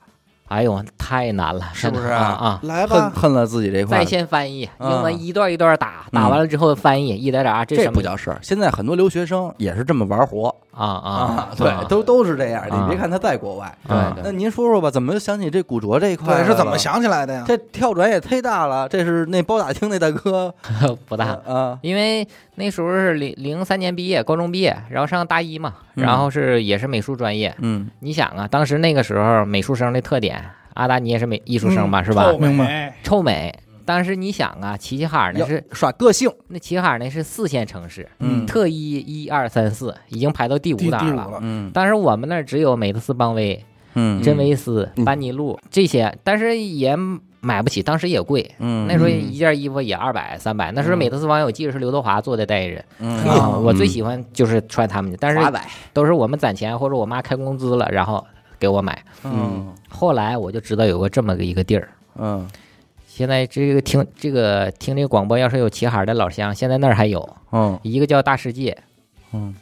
Speaker 5: 哎呦，太难了，
Speaker 1: 是不是
Speaker 5: 真的啊啊？
Speaker 4: 来
Speaker 1: 恨
Speaker 4: 吧，
Speaker 1: 恨了自己这块
Speaker 5: 在
Speaker 1: 儿，
Speaker 5: 线翻译，
Speaker 1: 嗯
Speaker 5: 英文一段一段打，打完了之后翻译，一点点啊，这
Speaker 1: 这
Speaker 5: 什
Speaker 1: 不
Speaker 5: 么
Speaker 1: 叫事儿。现在很多留学生也是这么玩活
Speaker 5: 啊啊？
Speaker 1: 对，都都是这样。
Speaker 5: 啊
Speaker 1: 你别看他在国外，
Speaker 5: 对
Speaker 1: 那
Speaker 5: 对，
Speaker 1: 您说说吧，怎么又想起这古着这一块？
Speaker 4: 对，是怎么？想起来的呀？
Speaker 1: 这跳转也忒大了，这是那包打听那大哥
Speaker 5: 不大。
Speaker 1: 啊，
Speaker 5: 因为那时候是零零三年毕业，高中毕业，然后上大一嘛，然后是也是美术专业。
Speaker 1: 嗯，
Speaker 5: 你想啊，当时那个时候美术生的特点，阿达你也是美艺术生
Speaker 1: 嗯
Speaker 5: 吧，是吧？
Speaker 2: 臭美，
Speaker 5: 臭美。当时你想啊，齐齐哈尔那
Speaker 1: 要
Speaker 5: 是
Speaker 1: 嗯耍个性，
Speaker 5: 那齐齐哈尔那是四线城市，
Speaker 1: 嗯
Speaker 5: 特一一二三四已经排到第五
Speaker 4: 第第
Speaker 5: 档
Speaker 4: 五
Speaker 5: 了。
Speaker 4: 了，
Speaker 1: 嗯
Speaker 5: 当时我们那儿只有美特斯邦威、
Speaker 1: 嗯
Speaker 5: 真维斯、
Speaker 3: 嗯
Speaker 5: 班尼路这些，但是也买不起，当时也贵。
Speaker 1: 嗯
Speaker 5: 那时候一件衣服也二百、三百。那时候美特斯邦威，我记得是刘德华做的代言人
Speaker 1: 嗯
Speaker 5: 啊，我最喜欢就是穿他们的，但
Speaker 3: 滑
Speaker 5: 是
Speaker 3: 板
Speaker 5: 都是我们攒钱或者我妈开工资了，然后给我买。
Speaker 1: 嗯
Speaker 5: 后来我就知道有个这么个一个地儿，
Speaker 1: 嗯
Speaker 5: 现在这个听这个听这个广播，要是有齐哈尔的老乡，现在那儿还有
Speaker 1: 嗯
Speaker 5: 一个叫大世界，
Speaker 1: 嗯，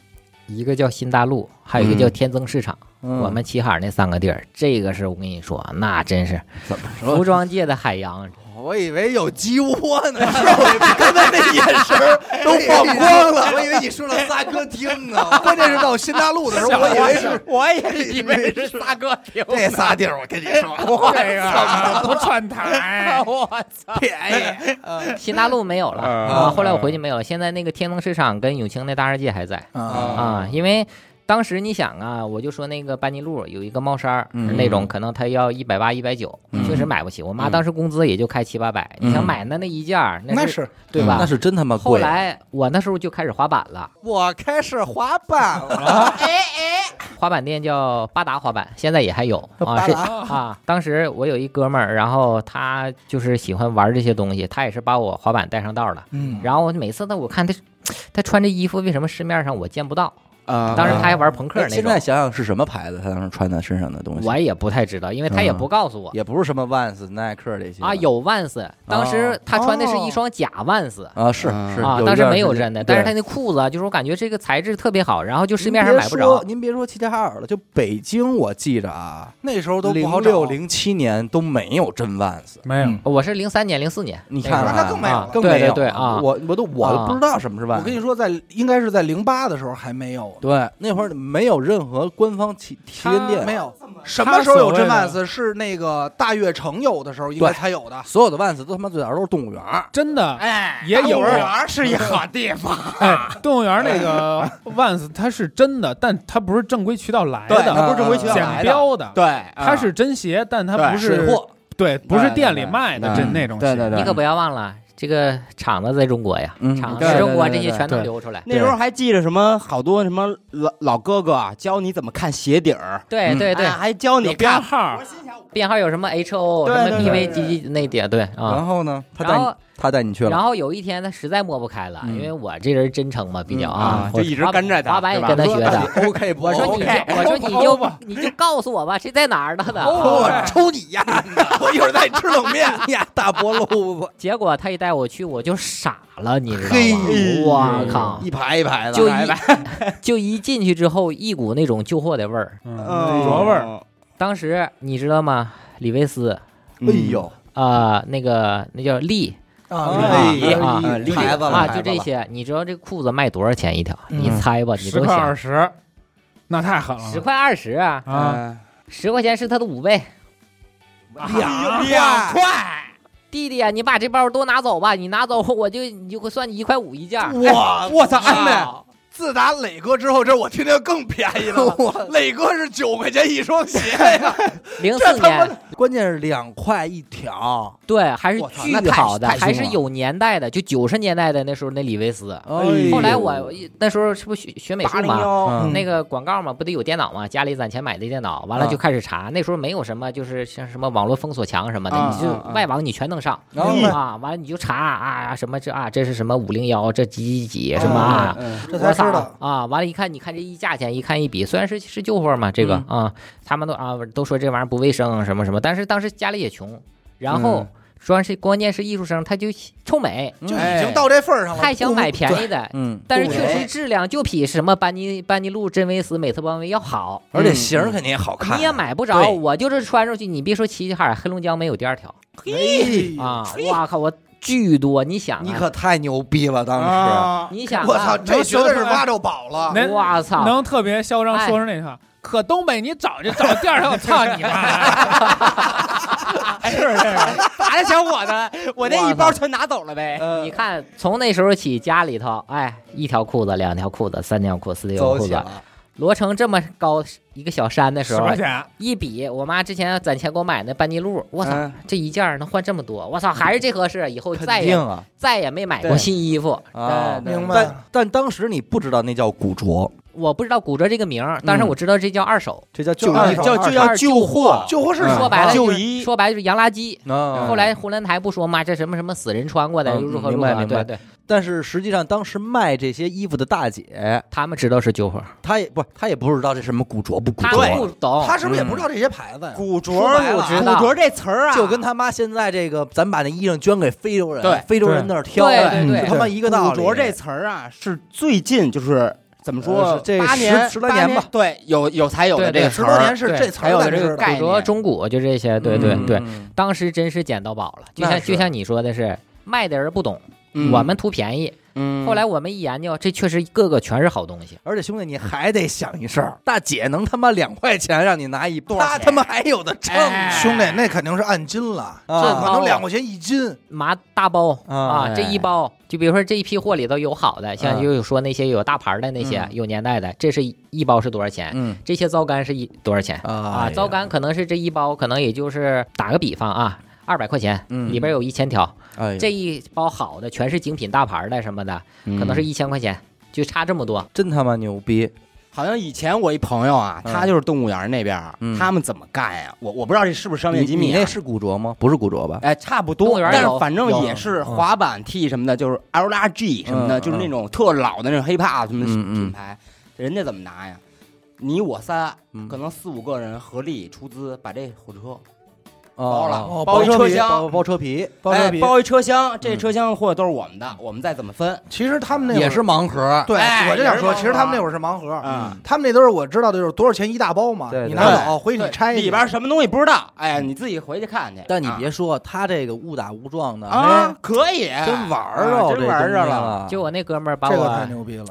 Speaker 5: 一个叫新大陆，还有一个叫天增市场。
Speaker 1: 嗯
Speaker 5: 我们齐哈尔那三个地儿，这个是我跟你说，那真是
Speaker 1: 怎么说？
Speaker 5: 服装界的海洋。
Speaker 1: 我以为有鸡窝呢，
Speaker 4: 刚才那眼神儿都放光 了。
Speaker 1: 我以为你说了仨歌厅呢。
Speaker 4: 关键是到新大陆的时候，我以为是
Speaker 5: 我也 以为是大哥听，，
Speaker 4: 这仨地儿。我跟你说，
Speaker 2: 这个 哎不串台
Speaker 5: 我操！
Speaker 4: 便宜。
Speaker 5: 新大陆没有了啊，后来我回去没有了。现在那个天能市场跟永清那大世界还在
Speaker 1: 啊
Speaker 5: 啊，因为当时你想啊，我就说那个班尼路有一个帽衫儿
Speaker 1: 嗯
Speaker 5: 那种，可能它要一百八、一百九，确实买不起。我妈当时工资也就开七八百，你想买那那一件儿，
Speaker 2: 那
Speaker 5: 是
Speaker 2: 是
Speaker 5: 对吧？
Speaker 1: 那是真他妈
Speaker 5: 后
Speaker 1: 贵。
Speaker 5: 来我那时候就开始滑板了，
Speaker 4: 我开始滑板了，
Speaker 5: 滑板店叫八达滑板，现在也还有
Speaker 1: 哦
Speaker 5: 啊，是啊。当时我有一哥们儿，然后他就是喜欢玩这些东西，他也是把我滑板带上道了。
Speaker 1: 嗯
Speaker 5: 然后我每次他我看他，他穿这衣服为什么市面上我见不到？
Speaker 3: 啊
Speaker 5: 当时他还玩朋克
Speaker 1: 哎
Speaker 5: 那
Speaker 1: 现在
Speaker 5: 种，
Speaker 1: 想想是什么牌子，他当时穿在身上的东西，
Speaker 5: 我也不太知道，因为他也不告诉我
Speaker 1: 也不是什么 Vans、耐克这些
Speaker 5: 啊。有 Vans，当时他穿的是一双假 Vans。
Speaker 1: 啊，是
Speaker 3: 啊
Speaker 1: 是
Speaker 5: 啊，
Speaker 1: 一
Speaker 5: 当时
Speaker 1: 段
Speaker 5: 没有
Speaker 1: 时间
Speaker 5: 真的，
Speaker 1: 对
Speaker 5: 但是他那裤子啊，就是我感觉这个材质特别好，然后就市面上买不着。
Speaker 1: 您别说齐齐哈尔了，就北京，我记着啊，
Speaker 4: 那时候都不
Speaker 1: 零
Speaker 4: 好找。
Speaker 1: 六零七年都没有真 Vans，
Speaker 2: 没有
Speaker 4: 嗯
Speaker 5: 我是零三年、零四年，
Speaker 1: 你
Speaker 5: 那
Speaker 1: 看
Speaker 5: 时候
Speaker 1: 看
Speaker 4: 那更没有
Speaker 5: 啊
Speaker 4: 了
Speaker 1: 更没有
Speaker 5: 对对对啊
Speaker 1: 我我都我都
Speaker 5: 啊
Speaker 1: 不知道什么是 Vans。
Speaker 4: 我跟你说，在应该是在零八的时候还没有。
Speaker 1: 对，那会儿没有任何官方旗旗
Speaker 2: 他
Speaker 1: 舰店，
Speaker 4: 没有，什么时候有真 Vans？是那个大悦城有的时候应该才有的。
Speaker 1: 所有的 Vans 都他妈最早都是动物园儿
Speaker 2: 真的
Speaker 4: 哎
Speaker 2: 也有
Speaker 4: 动物园是一好地 方，
Speaker 2: 哎，动物园那 个 Vans 它是真的，但它不是正规渠道来
Speaker 4: 它
Speaker 2: 的，
Speaker 4: 不是正规渠道
Speaker 2: 剪
Speaker 4: 来的。
Speaker 2: 标的，
Speaker 4: 对，
Speaker 3: 啊
Speaker 2: 它
Speaker 3: 嗯
Speaker 2: 是真鞋，但它不
Speaker 1: 水
Speaker 2: 是
Speaker 1: 货，
Speaker 2: 对，不是店里
Speaker 1: 对对
Speaker 2: 卖的
Speaker 1: 对
Speaker 2: 这那种鞋。
Speaker 1: 对对对，
Speaker 5: 你可不要忘了，这个厂子在中国呀，
Speaker 1: 嗯
Speaker 5: 厂子
Speaker 1: 对
Speaker 5: 在
Speaker 1: 对
Speaker 5: 中国
Speaker 1: 对
Speaker 5: 这
Speaker 1: 对
Speaker 5: 些
Speaker 1: 对
Speaker 5: 全都
Speaker 1: 对
Speaker 5: 流出来。
Speaker 3: 那时候还记着什么好多什么老老哥哥啊，教你怎么看鞋底儿，
Speaker 5: 对
Speaker 1: 嗯
Speaker 5: 对对
Speaker 3: 哎，还
Speaker 2: 有
Speaker 3: 教你
Speaker 2: 编
Speaker 3: 看
Speaker 2: 号，
Speaker 5: 编号有什么 H O
Speaker 3: 对
Speaker 5: 什
Speaker 3: 对
Speaker 5: 么 P
Speaker 3: 对
Speaker 5: V G G 那点对
Speaker 1: 然
Speaker 5: 啊。
Speaker 1: 后呢，嗯他带
Speaker 5: 然
Speaker 1: 你
Speaker 5: 后，
Speaker 1: 他带你去
Speaker 5: 然
Speaker 1: 了，
Speaker 5: 后有一天他实在摸不开了，
Speaker 1: 嗯
Speaker 5: 因为我这人真诚嘛，比较
Speaker 1: 嗯
Speaker 5: 啊
Speaker 3: 啊，，
Speaker 5: 我
Speaker 3: 就一直跟着他，
Speaker 5: 滑板也
Speaker 3: 是吧
Speaker 5: 跟他 学的。
Speaker 1: OK 不
Speaker 5: 我说你
Speaker 1: OK？
Speaker 5: 就，我说你
Speaker 2: 欧
Speaker 5: 就
Speaker 2: 吧
Speaker 5: 你就告诉我吧，这在哪儿呢的
Speaker 1: 欧
Speaker 5: 啊
Speaker 1: 吧
Speaker 4: 我抽你呀！我一会儿带你吃冷面。
Speaker 1: 哎呀，大波路子，
Speaker 5: 结果他一带我去，我就傻了，你知
Speaker 4: 嘿
Speaker 5: 道吗？我靠！
Speaker 1: 嗯
Speaker 3: 一排一排的，
Speaker 5: 啊就一
Speaker 3: 来吧
Speaker 5: 就一进去之后，一股那种旧货的味儿。
Speaker 2: 嗯，
Speaker 3: 嗯
Speaker 2: 着味儿。
Speaker 5: 当时你知道吗？李维斯，
Speaker 1: 哎呦，
Speaker 5: 啊，那个那叫利
Speaker 2: 嗯
Speaker 1: 啊
Speaker 5: 利啊
Speaker 3: 哎立
Speaker 1: 牌子了
Speaker 5: 啊，
Speaker 3: 牌
Speaker 5: 就
Speaker 3: 子
Speaker 5: 这
Speaker 3: 了
Speaker 5: 些。你知道这裤子卖多少钱一条？
Speaker 1: 嗯
Speaker 5: 你猜吧，你
Speaker 2: 十
Speaker 5: 都
Speaker 2: 块二
Speaker 5: 想
Speaker 2: 十，那太狠了。
Speaker 5: 十块二十啊，
Speaker 2: 啊，
Speaker 5: 十块钱是它的五倍。
Speaker 4: 两两块，
Speaker 5: 弟弟啊，你把这包都拿走吧，你拿走我就你就会算你一块五一件儿。
Speaker 1: 哎
Speaker 4: 我
Speaker 3: 我操，安妹，
Speaker 4: 自打磊哥之后，这我听听更便宜 了。磊哥是九块钱一双鞋呀，
Speaker 5: 零
Speaker 4: 这
Speaker 5: 四
Speaker 4: 他妈
Speaker 5: 年，
Speaker 1: 关键是两块一条，
Speaker 5: 对，还是
Speaker 1: 我操
Speaker 5: 巨
Speaker 1: 那太
Speaker 5: 好的，
Speaker 1: 太凶
Speaker 5: 还是
Speaker 1: 了
Speaker 5: 有年代的，就九十年代的那时候那李维斯。
Speaker 1: 哎
Speaker 5: 后来
Speaker 1: 呦
Speaker 5: 我那时候是不是学学美术
Speaker 3: 八零
Speaker 5: 嘛，
Speaker 3: 幺，
Speaker 1: 嗯
Speaker 5: 那个广告嘛，不得有电脑嘛？家里攒钱买的电脑，完了就开始查。那时候没有什么，就是像什么网络封锁墙什么的，
Speaker 3: 啊
Speaker 5: 你就
Speaker 3: 啊啊
Speaker 5: 外网你全能上
Speaker 1: 然后呢
Speaker 5: 啊。完了你就查啊，什么这啊，这是什么五零幺，这几几
Speaker 2: 哦
Speaker 5: 几什么啊？
Speaker 3: 嗯，嗯
Speaker 4: 这
Speaker 5: 我
Speaker 4: 才知
Speaker 5: 操
Speaker 4: 道。
Speaker 5: 啊！完了，一看，你看这一价钱，一看一比，虽然是是旧货嘛，这个啊，他们都啊都说这玩意儿不卫生什么什么，但是当时家里也穷，然后
Speaker 1: 嗯
Speaker 5: 主要是关键是艺术生，他就臭美，
Speaker 4: 就已经到这份儿上了，
Speaker 5: 太想买便宜的，
Speaker 1: 嗯，
Speaker 5: 但是
Speaker 4: 嗯对
Speaker 5: 确实质量就比什么班尼班尼路、真维斯、美特邦威要好，
Speaker 1: 而且型儿肯定也好看，
Speaker 5: 你也买不着。
Speaker 1: 对
Speaker 5: 我就是穿出去，你别说齐齐哈尔、黑龙江没有第二条
Speaker 4: 嘿
Speaker 5: 啊！哇靠，我巨多，你想、啊，
Speaker 1: 你可太牛逼了，当时
Speaker 3: 啊，
Speaker 5: 你想、啊，
Speaker 4: 我操，这绝对是挖着宝了。
Speaker 2: 能
Speaker 5: 我操，哎
Speaker 2: 能特别嚣张说出那话。可东北，你找就找地儿上，我操你妈！ 是这个，
Speaker 3: 咋的，小伙 子？我那一包全拿走了呗。呃
Speaker 1: 呃
Speaker 5: 你看从那时候起，家里头哎，一条裤子、两条裤子、三条裤子、四条
Speaker 1: 走
Speaker 5: 裤
Speaker 1: 起
Speaker 5: 子，
Speaker 1: 了，
Speaker 5: 摞成这么高一个小山的时
Speaker 2: 十
Speaker 5: 候
Speaker 2: 块，
Speaker 5: 哎
Speaker 2: 钱，
Speaker 5: 一比，我妈之前攒钱给我买那班尼路，我操，
Speaker 1: 嗯
Speaker 5: 这一件儿能换这么多，我操，还是这合适，以后再
Speaker 1: 肯
Speaker 5: 也
Speaker 1: 定啊
Speaker 5: 再也没买过新衣服。
Speaker 1: 啊！
Speaker 3: 对
Speaker 4: 明白
Speaker 1: 但但当时你不知道那叫古着，
Speaker 5: 我不知道古着这个名
Speaker 3: 嗯
Speaker 5: 儿，但是我知道这叫二手。
Speaker 1: 这叫旧
Speaker 3: 就
Speaker 1: 衣
Speaker 4: 手
Speaker 3: 叫就
Speaker 5: 嗯
Speaker 3: 叫旧货，
Speaker 4: 旧货市
Speaker 5: 说
Speaker 4: 场
Speaker 5: 白了
Speaker 3: 旧
Speaker 5: 就是
Speaker 3: 衣
Speaker 5: 说白了就是洋垃圾。
Speaker 1: 啊
Speaker 5: 后来湖南台不说嘛，这什么什么死人穿过的，
Speaker 1: 嗯
Speaker 5: 又如何如
Speaker 1: 明
Speaker 5: 何
Speaker 1: 白
Speaker 5: 啊，
Speaker 1: 明
Speaker 5: 对
Speaker 1: 白
Speaker 5: 对，
Speaker 1: 但是实际上，当时卖这些衣服的大姐，
Speaker 5: 他们知道是旧货，
Speaker 1: 她也不，她也不知道这什么古着不古
Speaker 5: 他们不
Speaker 1: 着，
Speaker 5: 懂。
Speaker 4: 他是不是也不知道这些牌子呀？
Speaker 3: 古着，
Speaker 1: 说白了
Speaker 3: 古着这词儿啊，
Speaker 1: 就跟他妈现在这个，咱把那衣裳捐给非洲人
Speaker 3: 对，
Speaker 1: 非洲人那儿挑，
Speaker 5: 对对对
Speaker 1: 就他妈一个道
Speaker 3: 古
Speaker 1: 理。
Speaker 3: 着这词儿啊，是最近就是怎么说
Speaker 1: 呃是？这
Speaker 3: 八
Speaker 1: 十
Speaker 3: 年
Speaker 1: 十来
Speaker 3: 八
Speaker 1: 年
Speaker 3: 年
Speaker 1: 吧，
Speaker 3: 对，有有才有的这
Speaker 5: 对
Speaker 3: 个
Speaker 5: 对
Speaker 3: 词
Speaker 4: 十多
Speaker 3: 儿
Speaker 4: 年，是
Speaker 5: 对
Speaker 4: 这词
Speaker 3: 还
Speaker 4: 儿
Speaker 3: 有
Speaker 4: 咱
Speaker 3: 这
Speaker 4: 知
Speaker 3: 个
Speaker 4: 道
Speaker 3: 概
Speaker 5: 古着
Speaker 3: 念。
Speaker 5: 中古就这些，对对
Speaker 1: 嗯
Speaker 5: 对，，当时真是捡到宝了，就
Speaker 4: 那
Speaker 5: 像
Speaker 4: 是
Speaker 5: 就像你说的是，卖的人不懂，
Speaker 3: 嗯
Speaker 5: 我们图便宜。
Speaker 3: 嗯
Speaker 5: 后来我们一研究，这确实个个全是好东西。
Speaker 1: 而且兄弟，你还得想一事儿，大姐能他妈两块钱让你拿一包，他他妈还有的挣
Speaker 5: 哎
Speaker 4: 兄弟，那肯定是按斤了，
Speaker 1: 啊
Speaker 4: 这可能两块钱一斤。
Speaker 5: 麻大包
Speaker 1: 啊
Speaker 5: 啊，
Speaker 1: 哎
Speaker 5: 这一包就比如说这一批货里头有好的，像
Speaker 1: 嗯
Speaker 5: 就有说那些有大牌的那些
Speaker 1: 嗯
Speaker 5: 有年代的，这是一一包是多少钱？
Speaker 1: 嗯
Speaker 5: 这些糟干是一多少钱？
Speaker 1: 啊
Speaker 5: 啊，糟干可能是这一包，可能也就是打个比方啊，二百块钱，
Speaker 1: 嗯
Speaker 5: 里边有一千条，
Speaker 1: 哎，
Speaker 5: 这一包好的全是精品大牌的什么的，
Speaker 1: 嗯
Speaker 5: 可能是一千块钱，就差这么多。
Speaker 1: 真他妈牛逼！
Speaker 3: 好像以前我一朋友啊，
Speaker 1: 嗯
Speaker 3: 他就是动物园那边儿，
Speaker 1: 嗯
Speaker 3: 他们怎么干呀？我我不知道这是不是商业
Speaker 1: 你
Speaker 3: 机
Speaker 1: 你
Speaker 3: 密啊
Speaker 1: 那。是古着吗？不是古着吧？
Speaker 3: 哎，差不
Speaker 5: 动
Speaker 3: 多
Speaker 5: 物，园
Speaker 3: 但是
Speaker 5: 有
Speaker 3: 反正
Speaker 1: 有
Speaker 3: 也是
Speaker 1: 嗯
Speaker 3: 滑板 T 什么的，就是 L R G 什么的，
Speaker 1: 嗯
Speaker 3: 就是那种特老的那种 hiphop 什么的
Speaker 1: 嗯嗯
Speaker 3: 品牌，人家怎么拿呀？你我仨，
Speaker 1: 嗯
Speaker 3: 可能四五个人合力出资把这火车
Speaker 1: 包
Speaker 3: 了
Speaker 1: 哦
Speaker 3: 包
Speaker 1: 包
Speaker 3: 一车
Speaker 1: 车皮，
Speaker 3: 厢
Speaker 1: 包包车皮，包
Speaker 3: 哎
Speaker 1: 车皮，嗯
Speaker 3: 包一车厢，这车厢货都是我们的，我们再怎么分
Speaker 4: 其实他们那会儿
Speaker 1: 也是盲盒。
Speaker 4: 对，
Speaker 3: 哎
Speaker 4: 我就想
Speaker 3: 也
Speaker 4: 说，
Speaker 3: 是盲盒
Speaker 4: 其实他们那会儿是盲盒，
Speaker 3: 啊？
Speaker 4: 他们那都是我知道的，就是多少钱一大包嘛，
Speaker 1: 嗯对对
Speaker 4: 你拿
Speaker 3: 对
Speaker 4: 走回去你
Speaker 3: 对
Speaker 4: 拆去
Speaker 3: 里边什么东西不知道，哎，你自己回去看去。
Speaker 1: 嗯但你
Speaker 3: 啊
Speaker 1: 别说，他这个误打误撞的
Speaker 3: 啊，，可以
Speaker 1: 哎真玩儿
Speaker 3: 啊
Speaker 1: 着，
Speaker 3: 真玩儿着了。
Speaker 5: 就我那哥们儿把
Speaker 4: 这个太
Speaker 5: 我
Speaker 4: 牛逼了。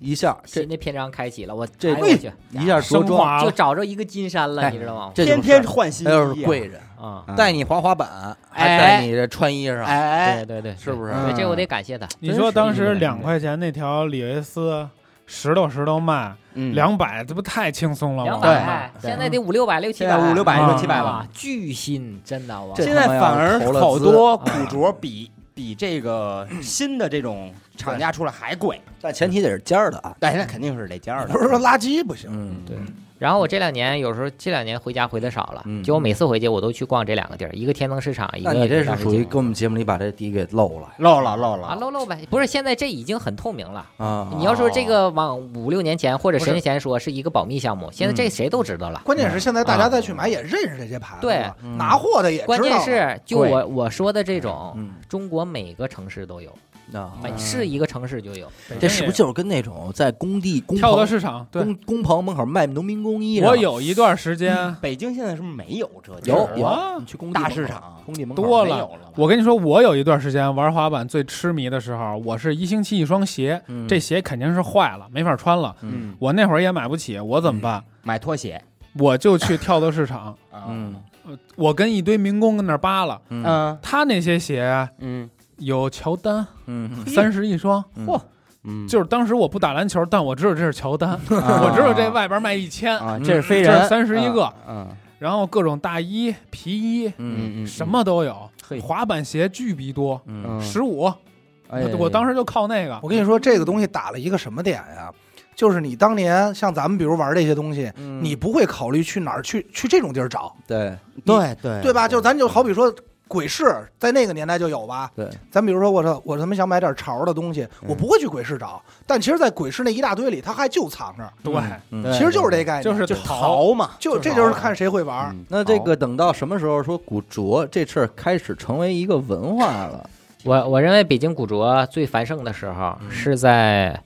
Speaker 1: 一下，这
Speaker 5: 新的篇章开启了，我
Speaker 1: 这
Speaker 5: 抬过去
Speaker 1: 一下着
Speaker 2: 升
Speaker 1: 装，
Speaker 2: 华
Speaker 5: 就
Speaker 2: 了，
Speaker 5: 找着一个金山了，
Speaker 1: 哎
Speaker 5: 你知道吗？
Speaker 1: 这
Speaker 3: 天
Speaker 1: 种事儿
Speaker 3: 天换新衣
Speaker 1: 他
Speaker 3: 啊，
Speaker 1: 要是贵人，
Speaker 5: 啊，
Speaker 3: 啊
Speaker 1: 带你滑滑板，还
Speaker 3: 哎
Speaker 1: 带你这穿衣裳，
Speaker 3: 哎
Speaker 5: 对，对对，
Speaker 1: 是不是？嗯
Speaker 5: 对？这我得感谢他。
Speaker 2: 你说当
Speaker 1: 真是
Speaker 2: 时
Speaker 1: 一个
Speaker 2: 两块钱那条李维斯石头石头卖
Speaker 3: 嗯
Speaker 2: 两百，这不太轻松了吗？
Speaker 5: 两
Speaker 3: 对嗯
Speaker 5: 百，现在得五六百、六七
Speaker 3: 现在
Speaker 5: 百、
Speaker 3: 五六百
Speaker 2: 啊
Speaker 3: 六七百了
Speaker 5: 啊，，巨新，真的哇！
Speaker 1: 这
Speaker 3: 现在反而
Speaker 1: 他妈要投了
Speaker 3: 好
Speaker 1: 资
Speaker 3: 多古着比比这个新的这种厂家出来还贵，
Speaker 1: 但前提得是尖儿的啊。
Speaker 3: 但现在肯定是得加二的
Speaker 4: 不。是说垃圾不行，
Speaker 1: 嗯，
Speaker 5: 对然后我这两年有时候这两年回家回的少了
Speaker 1: 嗯，
Speaker 5: 就我每次回去我都去逛这两个地儿，一个天能市场，一
Speaker 1: 那
Speaker 5: 个
Speaker 1: 你这
Speaker 5: 大
Speaker 1: 是
Speaker 5: 世
Speaker 1: 属于
Speaker 5: 界
Speaker 1: 跟我们节目里把这底给漏了
Speaker 3: 漏了漏
Speaker 5: 啊
Speaker 3: 了，
Speaker 5: 露露呗，不是现在这已经很透明了。
Speaker 1: 啊！
Speaker 5: 你要说这个往五六年前或者
Speaker 2: 不
Speaker 5: 十
Speaker 2: 是
Speaker 5: 年前说是一个保密项目，现在这谁都知道了。
Speaker 4: 关
Speaker 1: 嗯
Speaker 4: 键是现在大家再去买也认识这些牌子了，
Speaker 1: 对嗯
Speaker 4: 拿货的也知道了。
Speaker 5: 关键是就
Speaker 3: 对
Speaker 5: 我我说的这种，
Speaker 1: 嗯，
Speaker 5: 中国每个城市都有，
Speaker 1: 那
Speaker 5: 每是一个城市就有。
Speaker 1: 这是不是就是跟那种在工地工
Speaker 2: 跳蚤
Speaker 1: 棚
Speaker 2: 市场？对，
Speaker 1: 工工棚门口卖农民工衣裳？
Speaker 2: 我有一段时
Speaker 1: 嗯
Speaker 2: 间，
Speaker 3: 北京现在是不是没有这
Speaker 1: 有
Speaker 3: 就是
Speaker 1: 有
Speaker 2: 啊
Speaker 1: 你去工地
Speaker 3: 大
Speaker 1: 门口
Speaker 3: 市，场
Speaker 1: 工地门口
Speaker 2: 多
Speaker 3: 没
Speaker 2: 了
Speaker 3: 有了吧
Speaker 2: 我跟你说，我有一段时间玩滑板最痴迷的时候，我是一星期一双鞋，
Speaker 1: 嗯
Speaker 2: 这鞋肯定是坏了，没法穿了。
Speaker 1: 嗯
Speaker 2: 我那会儿也买不起，我怎么办？
Speaker 3: 买拖鞋，
Speaker 2: 我就去跳蚤市场，呃
Speaker 3: 啊
Speaker 1: 嗯
Speaker 2: 我跟一堆民工跟那儿扒拉。
Speaker 1: 嗯
Speaker 3: 嗯
Speaker 2: 他那些鞋啊
Speaker 3: 嗯
Speaker 2: 有乔丹
Speaker 1: 嗯
Speaker 2: 三十一双，
Speaker 1: 嗯
Speaker 2: 嚯！
Speaker 3: 嗯，
Speaker 2: 就是当时我不打篮球，但我知道这是乔丹，
Speaker 3: 啊
Speaker 2: 我知道这外边卖一千，
Speaker 3: 啊，
Speaker 1: 嗯
Speaker 3: 这是飞
Speaker 2: 这
Speaker 3: 人
Speaker 2: 是31个，
Speaker 3: 嗯
Speaker 2: 然后各种大衣、皮衣，
Speaker 1: 嗯
Speaker 3: 嗯嗯，
Speaker 2: 什么都有
Speaker 3: 嘿，
Speaker 2: 滑板鞋巨逼多，
Speaker 1: 嗯哎
Speaker 2: 十五，我当
Speaker 3: 时
Speaker 2: 时就靠那个
Speaker 4: 我跟你说，这个东西打了一个什么点呀、就是你当年像咱们比如玩这些东西，
Speaker 1: 嗯
Speaker 4: 你不会考虑去哪儿去去这种地儿找，
Speaker 1: 对
Speaker 3: 对对
Speaker 4: 对吧？就咱就好比说。鬼市在那个年代就有吧，
Speaker 1: 对，嗯
Speaker 4: 咱比如说我说我他妈想买点潮的东西，我不会去鬼市找，但其实，在鬼市那一大堆里，它还就藏着，
Speaker 2: 对，
Speaker 1: 嗯
Speaker 3: 对
Speaker 4: 其实就是这概念，
Speaker 2: 就是
Speaker 3: 就
Speaker 2: 淘，
Speaker 3: 淘嘛，
Speaker 4: 就这就是看谁会玩儿，
Speaker 3: 嗯
Speaker 1: 那这个等到什么时候说古着这事儿开始成为一个文化了？
Speaker 5: 我我认为北京古着最繁盛的时候是在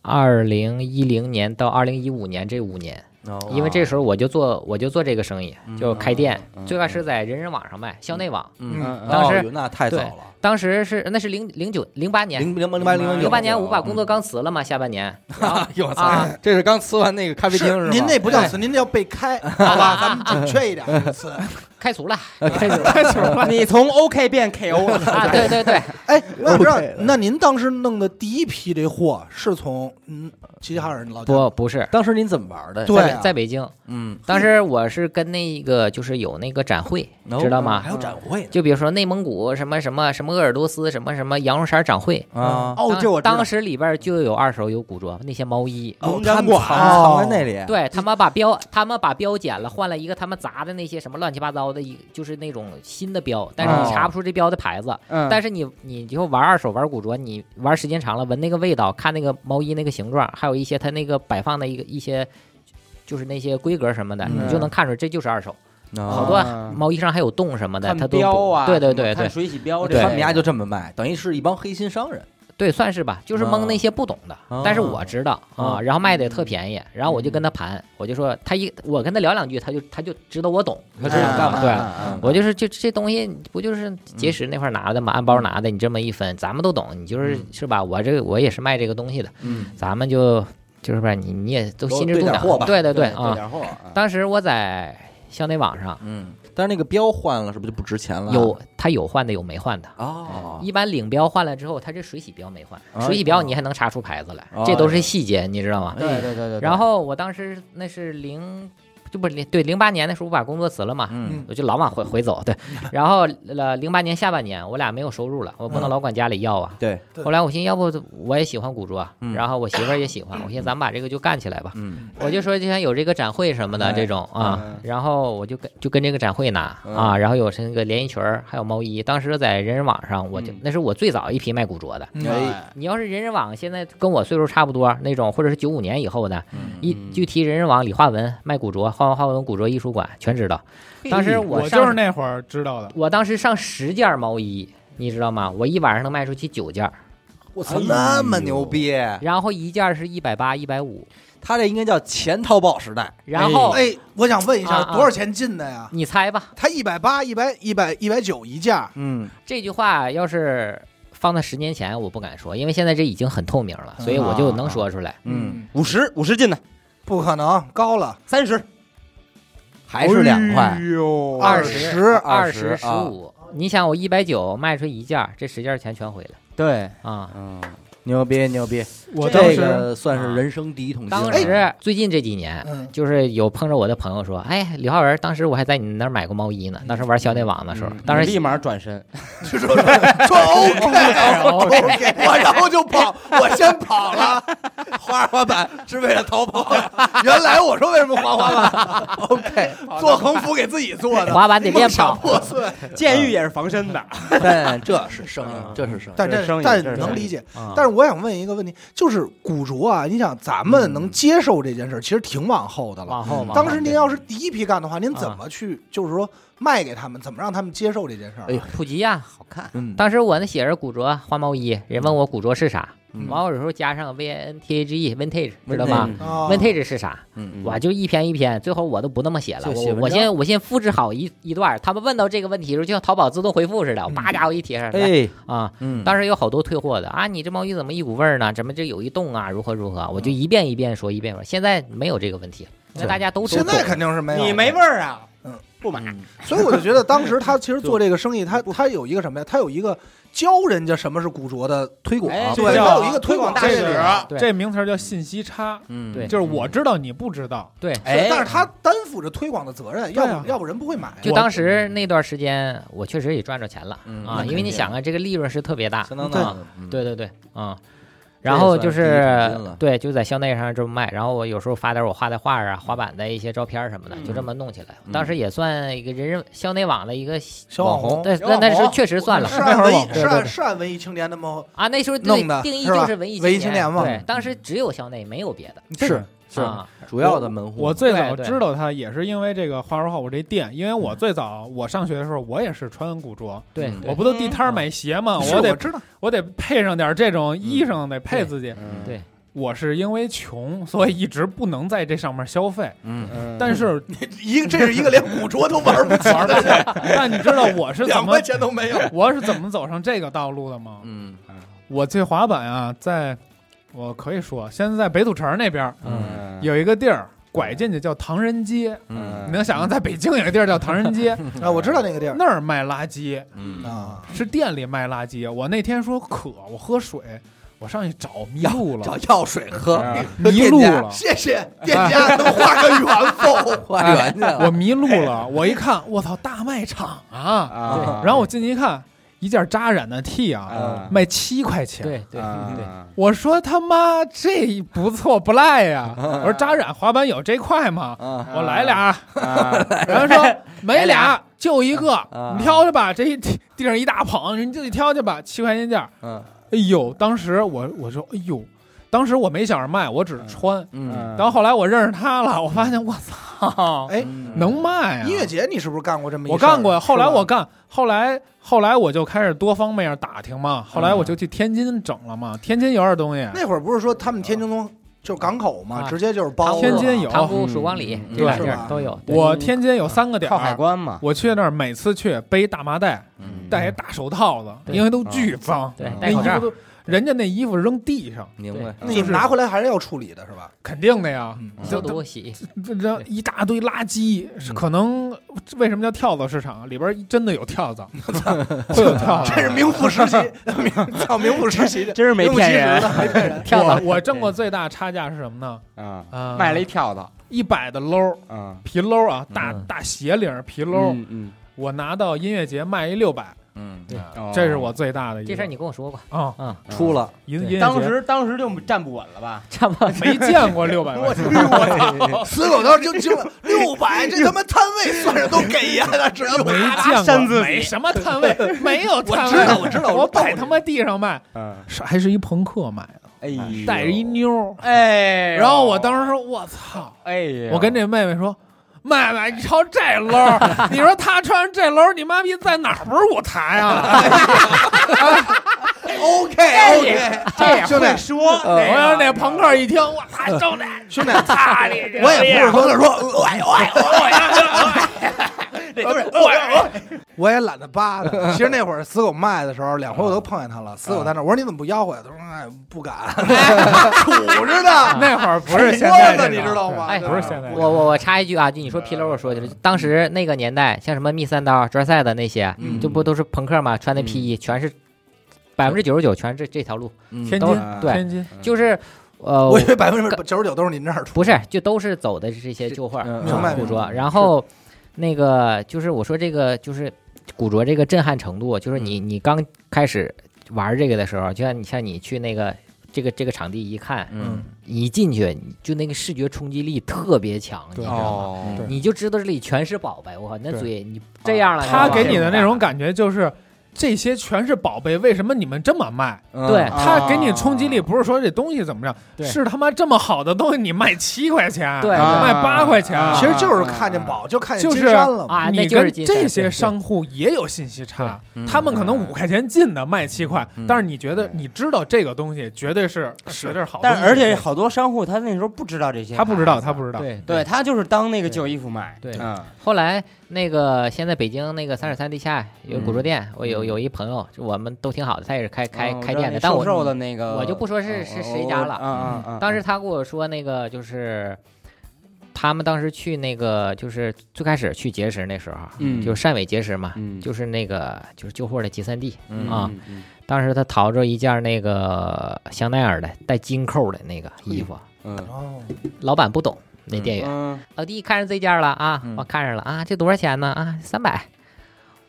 Speaker 5: 二零一零年到二零一五年这五年，
Speaker 1: 哦
Speaker 5: 因为这时候我就做我就做这个生意，就开店
Speaker 3: 嗯，
Speaker 5: 最开始在人人网上卖，校内网。
Speaker 1: 嗯，
Speaker 3: 嗯
Speaker 5: 当时
Speaker 1: 哦那太早了，
Speaker 5: 当时是那是零零九零八年，
Speaker 1: 零零零八零零九嗯
Speaker 5: 零八年我把 工作刚辞了嘛，下半年，然后
Speaker 1: 我操
Speaker 5: 啊，
Speaker 1: 这是刚吃完那个咖啡厅
Speaker 4: 是
Speaker 1: 吧？哎
Speaker 4: 您那不 叫死，您那叫被开，好吧？咱们准确一点，这次
Speaker 5: 开除了
Speaker 3: 你从 OK 变 KO 了，
Speaker 5: 啊，对对对，
Speaker 4: 哎，我想知道
Speaker 1: OK，了
Speaker 4: 那您当时弄的第一批这货是从嗯齐齐哈尔老家
Speaker 5: 不不是，
Speaker 1: 当时您怎么玩的？
Speaker 4: 对啊
Speaker 5: 在在北京，
Speaker 1: 嗯，
Speaker 5: 当时我是跟那个就是有那个展会，
Speaker 1: 哦
Speaker 5: 知道吗
Speaker 1: 嗯
Speaker 4: 还？有展会呢，
Speaker 5: 就比如说内蒙古什么什么什么鄂尔多斯什么什么羊绒衫展会，
Speaker 1: 啊，
Speaker 3: 哦，
Speaker 5: 当
Speaker 3: 这我知道
Speaker 5: 当时里边就有二手有古着那些毛衣，
Speaker 1: 哦
Speaker 3: 农
Speaker 1: 他
Speaker 3: 展
Speaker 1: 们
Speaker 3: 馆
Speaker 1: 藏藏在那
Speaker 3: 哎
Speaker 1: 里，
Speaker 5: 对他们把标，他们把标剪了，换了一个他们砸的那些什么乱七八糟的一，就是那种新的标，但是
Speaker 1: 哦
Speaker 5: 你查不出这标的牌子。
Speaker 3: 嗯
Speaker 5: 但是你你以后玩二手玩古着，你玩时间长了，闻那个味道，看那个毛衣那个形状，还有一些它那个摆放的一个一些。就是那些规格什么的，
Speaker 1: 嗯
Speaker 5: 你就能看出这就是二手。
Speaker 1: 啊
Speaker 5: 好多
Speaker 3: 啊
Speaker 5: 毛衣上还有洞什么的，
Speaker 3: 看
Speaker 5: 它都不
Speaker 3: 标啊，
Speaker 5: 对对对
Speaker 3: 看
Speaker 5: 对
Speaker 3: 水洗标这
Speaker 1: 他
Speaker 3: 个，
Speaker 1: 们家就这么卖，等于是一帮黑心商人。
Speaker 5: 对，算是吧，就是蒙那些不懂的，
Speaker 1: 啊
Speaker 5: 但是我知道啊，然后卖的也
Speaker 4: 嗯
Speaker 5: 特便宜，然后我就跟他盘，我就说他一我跟他聊两句，他就他就知道我懂，他知道
Speaker 4: 啊
Speaker 5: 我干嘛，对。
Speaker 1: 嗯
Speaker 5: 我就是就这东西不就是结石那块拿的嘛，按包
Speaker 4: 嗯
Speaker 5: 拿的，你这么一分，咱们都懂，你就是是吧？我这个我也是卖这个东西的，
Speaker 1: 嗯，
Speaker 5: 咱们就就是吧，你你也都心知肚
Speaker 4: 多对
Speaker 5: 明
Speaker 4: 点货，吧，
Speaker 5: 对
Speaker 4: 对
Speaker 5: 对
Speaker 4: 对
Speaker 5: 啊。
Speaker 4: 点货啊。啊
Speaker 5: 当时我在校内网上
Speaker 1: 嗯，但是那个标换了，是不是就不值钱了？
Speaker 5: 有他有换的有没换的，
Speaker 1: 哦，
Speaker 5: 一般领标换了之后，他这水洗标没换
Speaker 1: 哎，
Speaker 5: 水洗标你还能查出牌子来
Speaker 1: 哦，
Speaker 5: 这都是细节，你知道
Speaker 1: 啊
Speaker 5: 吗？
Speaker 3: 对对对对对。
Speaker 5: 然后我当时那是零，就不是零对零八年的时候，我把工作辞了嘛，
Speaker 1: 嗯
Speaker 5: 我就老往回回走， 对。然后呃，零八年下半年我俩没有收入了，我不能老管家里要啊。
Speaker 1: 嗯对，
Speaker 4: 对
Speaker 5: 后来我寻思，要不我也喜欢古着啊
Speaker 1: 嗯，
Speaker 5: 然后我媳妇儿也喜欢，我寻思咱们把这个就干起来吧。
Speaker 1: 嗯
Speaker 5: 我就说，就像有这个展会什么的
Speaker 1: 哎
Speaker 5: 这种啊
Speaker 1: 嗯，
Speaker 5: 然后我就跟就跟这个展会拿啊，然后有这个连衣裙儿，还有毛衣。当时在人人网上，我就
Speaker 4: 嗯
Speaker 5: 那是我最早一批卖古着的。
Speaker 2: 嗯
Speaker 4: 哎
Speaker 5: 你要是人人网现在跟我岁数差不多那种，或者是九五年以后的，一就提人人网李化文卖古着，花文花文古着艺术馆全知道。当时
Speaker 2: 我
Speaker 5: 上
Speaker 2: 就是那会儿知道的，
Speaker 5: 我当时上十件毛衣，你知道吗？我一晚上能卖出去九件儿，
Speaker 1: 我操，那么牛逼！
Speaker 4: 啊
Speaker 5: 然后一件儿是一百八、一百五，
Speaker 1: 他这应该叫前淘宝时代，
Speaker 5: 然后
Speaker 4: 哎，我想问一下，
Speaker 5: 啊啊
Speaker 4: 多少钱进的呀？
Speaker 5: 你猜吧，
Speaker 4: 他一百八、一百、一百、一百九一件儿，
Speaker 1: 嗯，
Speaker 5: 这句话要是放在十年前，我不敢说，因为现在这已经很透明了，所以我就能说出来。
Speaker 1: 嗯，
Speaker 3: 五十五十进的，
Speaker 4: 不可能高了
Speaker 3: 三十
Speaker 1: 还是两块
Speaker 2: 哎，呦，
Speaker 5: 二
Speaker 1: 哦
Speaker 4: 啊
Speaker 1: 十
Speaker 5: 二
Speaker 1: 十啊
Speaker 5: 十五，你想我一百九卖出一件儿，这十件儿钱全回来
Speaker 3: 对，
Speaker 5: 啊！
Speaker 3: 嗯，
Speaker 1: 牛逼牛逼！
Speaker 2: 我当
Speaker 1: 这
Speaker 2: 时
Speaker 1: 个算是人生第一桶金了。
Speaker 5: 当时最近这几年，
Speaker 4: 嗯
Speaker 5: 就是有碰着我的朋友说，哎，李浩文，当时我还在你那儿买过毛衣呢，当时玩校内网的时候，当时
Speaker 3: 立马转身，
Speaker 4: 说 OK OK，我然后就跑，我先跑了，滑滑板是为了逃跑。原来我说为什么滑滑板 ？OK，做横幅给自己做的，
Speaker 5: 滑板得练
Speaker 4: 梦想
Speaker 5: 跑，
Speaker 4: 破碎。
Speaker 3: 监狱也是防身的，
Speaker 1: 但这是生意，这是嗯生意。
Speaker 4: 嗯但
Speaker 3: 这
Speaker 4: 这
Speaker 3: 是生意
Speaker 4: 但
Speaker 3: 这是
Speaker 4: 能
Speaker 3: 生意
Speaker 4: 理解，
Speaker 5: 啊
Speaker 4: 但是我想问一个问题，就是古着啊，你想咱们能接受这件事儿，其实挺往后的了。
Speaker 5: 往后嘛。
Speaker 4: 当时您要是第一批干的话，您
Speaker 5: 啊
Speaker 4: 怎么去，就是说卖给他们，怎么让他们接受这件事儿？
Speaker 1: 哎呦
Speaker 5: 普及呀、
Speaker 3: 好看。
Speaker 1: 嗯，
Speaker 5: 当时我那写着古着花毛衣，人问我古着是啥，
Speaker 1: 嗯
Speaker 5: 完我有时候加上 V I N T A G E vintage，知道吧
Speaker 1: 嗯
Speaker 4: 啊
Speaker 5: ？vintage 是啥？
Speaker 1: 嗯
Speaker 5: 我就一篇一篇，最后我都不那么写了，
Speaker 1: 就写
Speaker 5: 我
Speaker 1: 文
Speaker 5: 我
Speaker 1: 章
Speaker 5: 先我先复制好一一段儿，他们问到这个问题的时候，就像淘宝自动回复似的，我叭家伙一贴上，
Speaker 1: 嗯
Speaker 5: 来
Speaker 1: 哎，
Speaker 5: 啊，
Speaker 1: 嗯，
Speaker 5: 当
Speaker 1: 时
Speaker 5: 时有好多退货的啊，你这毛衣怎么一股味儿呢？怎么这有一洞啊？如何如
Speaker 1: 嗯
Speaker 5: 何？我就一遍一遍说，一遍说。现在没有这个问题了，现在大家都
Speaker 4: 现在
Speaker 5: 肯
Speaker 4: 肯定是没有，
Speaker 3: 你没味儿啊，
Speaker 4: 嗯，
Speaker 3: 不买，
Speaker 4: 所以我就觉得当时他其实做这个生意，他他有一个什么呀？他有一个教人家什么是古着的推广，
Speaker 3: 哎
Speaker 4: 对，
Speaker 2: 这叫
Speaker 4: 他有一个推广
Speaker 3: 广
Speaker 4: 大
Speaker 3: 大
Speaker 4: 使。
Speaker 3: 使，
Speaker 5: 对
Speaker 2: 这名词儿叫信息差，
Speaker 1: 嗯哎
Speaker 5: 对
Speaker 2: 就是我知道你不知道，
Speaker 5: 对。
Speaker 4: 是但是他担负着推广的责任，要
Speaker 2: 对啊
Speaker 4: 不要不人不会买。
Speaker 5: 就
Speaker 2: 我
Speaker 5: 当时那段时间，我确实也赚着钱了
Speaker 1: 嗯那
Speaker 5: 啊，
Speaker 1: 肯
Speaker 5: 因为你
Speaker 1: 定
Speaker 5: 想啊，这个利润是特别大，
Speaker 1: 相当大
Speaker 5: 啊，
Speaker 1: 的，嗯，
Speaker 5: 对对对，啊。
Speaker 1: 这
Speaker 5: 然
Speaker 1: 也
Speaker 5: 后
Speaker 1: 算
Speaker 5: 就
Speaker 1: 第一桶
Speaker 5: 是
Speaker 1: 金
Speaker 5: 是
Speaker 1: 了
Speaker 5: 对，就在校内上这么卖，然后我有时候发点我画的画啊、滑板的一些照片儿什么的，就这么弄起来。当时也算一个人人校内网的一个
Speaker 4: 小网红
Speaker 5: 对，
Speaker 3: 小
Speaker 5: 那
Speaker 3: 网
Speaker 5: 那时候
Speaker 3: 红
Speaker 5: 确实算了，
Speaker 4: 哦是按文艺，
Speaker 5: 对
Speaker 4: 是
Speaker 5: 对对
Speaker 4: 按是按文艺青年那么
Speaker 5: 啊，那时候
Speaker 4: 弄的
Speaker 5: 对定义
Speaker 4: 是吧
Speaker 5: 就是文艺
Speaker 4: 文艺青
Speaker 5: 青
Speaker 4: 年嘛
Speaker 5: 对，当时只有校内，没有别的。
Speaker 2: 是
Speaker 1: 是
Speaker 5: 啊
Speaker 1: 主要的门户。
Speaker 2: 我最早
Speaker 5: 对对
Speaker 2: 知道它也是因为这个花儿画我这店，因为我最早我上学的时候我也是穿古着，
Speaker 5: 对
Speaker 1: 嗯，
Speaker 5: 对
Speaker 2: 我不都地摊儿买鞋吗？
Speaker 4: 是
Speaker 2: 得
Speaker 4: 知道，
Speaker 2: 我得配上点儿这种衣裳，得配自己。
Speaker 3: 嗯
Speaker 5: 对
Speaker 2: 我是因为穷，所以一直不能在这上面消费。
Speaker 1: 嗯，
Speaker 3: 嗯
Speaker 2: 但是，
Speaker 4: 一个这是一个连古着都玩不起的人，
Speaker 2: 但你知道我是怎
Speaker 4: 两
Speaker 2: 么
Speaker 4: 块钱都没有。
Speaker 2: 我是怎么走上这个道路的吗？
Speaker 1: 嗯
Speaker 2: 我这滑板啊，在我可以说，现在在北土城那边
Speaker 1: 嗯
Speaker 3: 嗯
Speaker 2: 有一个地儿，拐进去叫唐人街。
Speaker 1: 嗯
Speaker 2: 你能想象，在北京有一个地儿叫唐人街，
Speaker 4: 啊，我知道那个地儿
Speaker 2: 那儿卖垃圾，
Speaker 1: 嗯，
Speaker 4: 啊，
Speaker 2: 是店里卖垃圾。我那天说渴，我喝水，我上去找迷路了
Speaker 4: 找，药 水喝。
Speaker 1: 啊
Speaker 2: 迷路了。
Speaker 4: 谢谢店家能画个圆缝，
Speaker 1: 花园去了，
Speaker 2: 我迷路了，我一看，我操，大卖场啊！
Speaker 3: 啊，
Speaker 2: 然后我进去一看，一件扎染的 T 啊
Speaker 3: 啊，
Speaker 2: 卖七块钱。
Speaker 5: 对对对，
Speaker 3: 啊
Speaker 2: 我说他妈这不错不赖呀！我说扎染滑板有这块吗？
Speaker 1: 啊
Speaker 2: 我来俩，
Speaker 3: 啊，
Speaker 2: 然后说没
Speaker 5: 来
Speaker 2: 俩
Speaker 5: 俩
Speaker 2: 就一个
Speaker 1: 啊，
Speaker 2: 你挑去吧。这一地地上一大捧，你自己挑去吧，七块钱一件。
Speaker 1: 嗯
Speaker 2: 哎呦，当时我我说哎呦，当时我没想着卖，我只是穿。
Speaker 1: 嗯
Speaker 2: 然后后来我认识他了，我发现我操， 哎，
Speaker 1: 嗯
Speaker 2: 能骂呀！
Speaker 4: 音乐节你是不是干过这么一？
Speaker 2: 我干过，后来我，干，后来后来我就开始多方面打听嘛，后来我就去天津整了嘛，天津有点东西，
Speaker 4: 那会儿不是说他们天津东就是港口嘛，
Speaker 5: 啊
Speaker 4: 直接就是包
Speaker 2: 啊天津有
Speaker 5: 塘沽、曙光里
Speaker 1: 嗯
Speaker 5: 这俩
Speaker 4: 对
Speaker 5: 地儿都有。对
Speaker 2: 我天津有三个点
Speaker 3: 靠海
Speaker 2: 儿，
Speaker 3: 关嘛，
Speaker 2: 我去那儿每次去背大麻袋，
Speaker 1: 嗯
Speaker 2: 戴一大手套子，
Speaker 5: 对
Speaker 2: 因为都巨脏，
Speaker 5: 对
Speaker 3: 嗯
Speaker 2: 那
Speaker 5: 戴
Speaker 2: 衣
Speaker 5: 口罩
Speaker 2: 服，都，人家那衣服扔地上，
Speaker 1: 明白。
Speaker 4: 那你们拿回来还是要处理的是吧？
Speaker 2: 肯定的呀，
Speaker 4: 嗯
Speaker 5: 消毒洗，
Speaker 2: 这这一大堆垃圾，是可能为什么叫跳蚤市场？啊里边真的有跳蚤，会有跳
Speaker 4: 这是
Speaker 2: 蚤。
Speaker 4: 名副实习， 名操名副实习，
Speaker 3: 真是没骗人
Speaker 4: 没骗人。
Speaker 5: 跳蚤
Speaker 2: 我我挣过最大差价是什么呢？
Speaker 3: 啊！
Speaker 2: 啊，
Speaker 3: 卖了一跳蚤
Speaker 2: 一百的褛
Speaker 3: 啊，
Speaker 2: 皮褛啊，大
Speaker 1: 嗯
Speaker 2: 大斜领皮褛，
Speaker 3: 嗯，
Speaker 2: 我拿到音乐节卖一六百，
Speaker 1: 嗯，
Speaker 3: 嗯
Speaker 2: 这是我最大的一个。
Speaker 5: 这事儿你跟我说过，
Speaker 2: 啊，
Speaker 1: 出了，哎
Speaker 2: 音
Speaker 5: 对
Speaker 2: 音乐节
Speaker 3: 当时当时就站不稳了吧？
Speaker 5: 差不多。
Speaker 2: 没见过 六百块钱，
Speaker 4: 死狗刀就就六百，这他妈摊位算是都给爷了，只要
Speaker 2: 没
Speaker 3: 拿
Speaker 2: 见
Speaker 3: 扇
Speaker 2: 过，
Speaker 3: 子
Speaker 2: 没什么摊位，没有摊位。
Speaker 4: 知道我知道我
Speaker 2: 我摆他妈地上卖，
Speaker 3: 嗯，
Speaker 2: 是还是一朋克买的，
Speaker 3: 哎呦，
Speaker 2: 带着一妞儿。
Speaker 3: 哎呦，
Speaker 2: 然后我当时说：“我操！”
Speaker 3: 哎呦，
Speaker 2: 我跟这妹妹说：“妹妹，你瞅这褛儿，你说她穿上这褛儿，你妈逼在哪儿不是舞台啊
Speaker 4: OK
Speaker 2: 哦
Speaker 3: 这
Speaker 4: OK
Speaker 3: 也。这也
Speaker 4: 兄弟
Speaker 3: 会说，？”
Speaker 2: 呃我
Speaker 3: 这
Speaker 2: 让
Speaker 3: 个
Speaker 2: 那朋克一听，我操，兄弟，
Speaker 4: 兄弟，
Speaker 2: 操你这！
Speaker 4: 我也不是说说，哎哎
Speaker 2: 哦
Speaker 3: 这都是我
Speaker 4: 我也懒得扒 他。其实那会儿死狗卖的时候，两回我都碰见他了。死狗在那儿，我说你怎么不吆喝呀？他说哎不 敢，杵着 呢，
Speaker 2: 那会儿不是现在这
Speaker 4: 窝子，
Speaker 2: 种
Speaker 4: 你知道吗？
Speaker 5: 哎
Speaker 2: 不是现在这种
Speaker 5: 我我我插一句啊，就你说皮褛，我说起来，当时那个年代，像什么密三刀、抓塞的那些，
Speaker 1: 嗯
Speaker 5: 这不都是朋克嘛，穿的皮衣，全是百分之九十九，全是这这条路，
Speaker 1: 嗯
Speaker 2: 天
Speaker 5: 都
Speaker 2: 津
Speaker 5: 是对，
Speaker 2: 天津
Speaker 5: 就是呃，
Speaker 4: 我以为百分之九十九都是您这儿出。
Speaker 5: 不是，就都是走的这些旧画，
Speaker 1: 嗯
Speaker 5: 嗯
Speaker 4: 明白
Speaker 5: 古
Speaker 4: 明白
Speaker 5: 着。然后那个就是我说这个就是古着这个震撼程度，就是你你刚开始玩这个的时候，就像你像你去那个这个这个场地一看，
Speaker 1: 嗯，
Speaker 5: 你一进去你就那个视觉冲击力特别强，你知道吗？
Speaker 3: 哦
Speaker 2: 对
Speaker 5: 你就知道这里全是宝贝，我靠，那
Speaker 2: 对
Speaker 5: 嘴你这样了，
Speaker 2: 他
Speaker 5: 知道吗
Speaker 2: 给你的那种感觉就是。这些全是宝贝，为什么你们这么卖？
Speaker 1: 嗯
Speaker 5: 对
Speaker 3: 啊
Speaker 2: 他给你冲击力不是说这东西怎么样，
Speaker 5: 对
Speaker 2: 是他妈这么好的东西你卖七块钱，
Speaker 5: 对
Speaker 2: 卖八块钱，
Speaker 3: 啊
Speaker 4: 其实就是看见宝，啊就看见
Speaker 2: 就是
Speaker 4: 金山了嘛。
Speaker 5: 啊，那
Speaker 2: 你
Speaker 5: 就是
Speaker 2: 跟
Speaker 5: 金山
Speaker 2: 这
Speaker 5: 对
Speaker 2: 些
Speaker 5: 对
Speaker 2: 商户也有信息差，
Speaker 1: 对嗯
Speaker 2: 他们可能五块钱进的卖七块，
Speaker 1: 嗯
Speaker 2: 但是你觉得你知道这个东西绝对是绝对是好东西，
Speaker 3: 但而且好多商户他那时候不知道这些，
Speaker 2: 他不知道，他不知道，
Speaker 5: 对对
Speaker 3: 对他就是当那个旧衣服卖，
Speaker 5: 对
Speaker 3: 嗯
Speaker 5: 后来那个现在北京那个三十三地下有古着店，我有有一朋友，就我们都挺好的，他也是开开
Speaker 3: 嗯我知
Speaker 5: 开
Speaker 3: 道
Speaker 5: 店的，
Speaker 3: 那
Speaker 5: 但我
Speaker 3: 瘦瘦的那个，
Speaker 5: 我就不说是是谁家了。
Speaker 3: 嗯嗯嗯，
Speaker 5: 当时他跟我说那个就是。他们当时去那个，就是最开始去碣石那时候，
Speaker 3: 嗯
Speaker 5: 就是汕尾碣石嘛，
Speaker 3: 嗯
Speaker 5: 就是那个就是旧货的集散地。
Speaker 1: 嗯
Speaker 5: 啊，
Speaker 3: 嗯嗯
Speaker 5: 当时他淘着一件那个香奈儿的带金扣的那个衣服，
Speaker 3: 嗯
Speaker 4: 哦，
Speaker 5: 老板不懂，那店员
Speaker 3: 嗯
Speaker 5: 老弟看上这件了啊，
Speaker 1: 嗯
Speaker 5: 我看上了啊，这多少钱呢？啊，三百。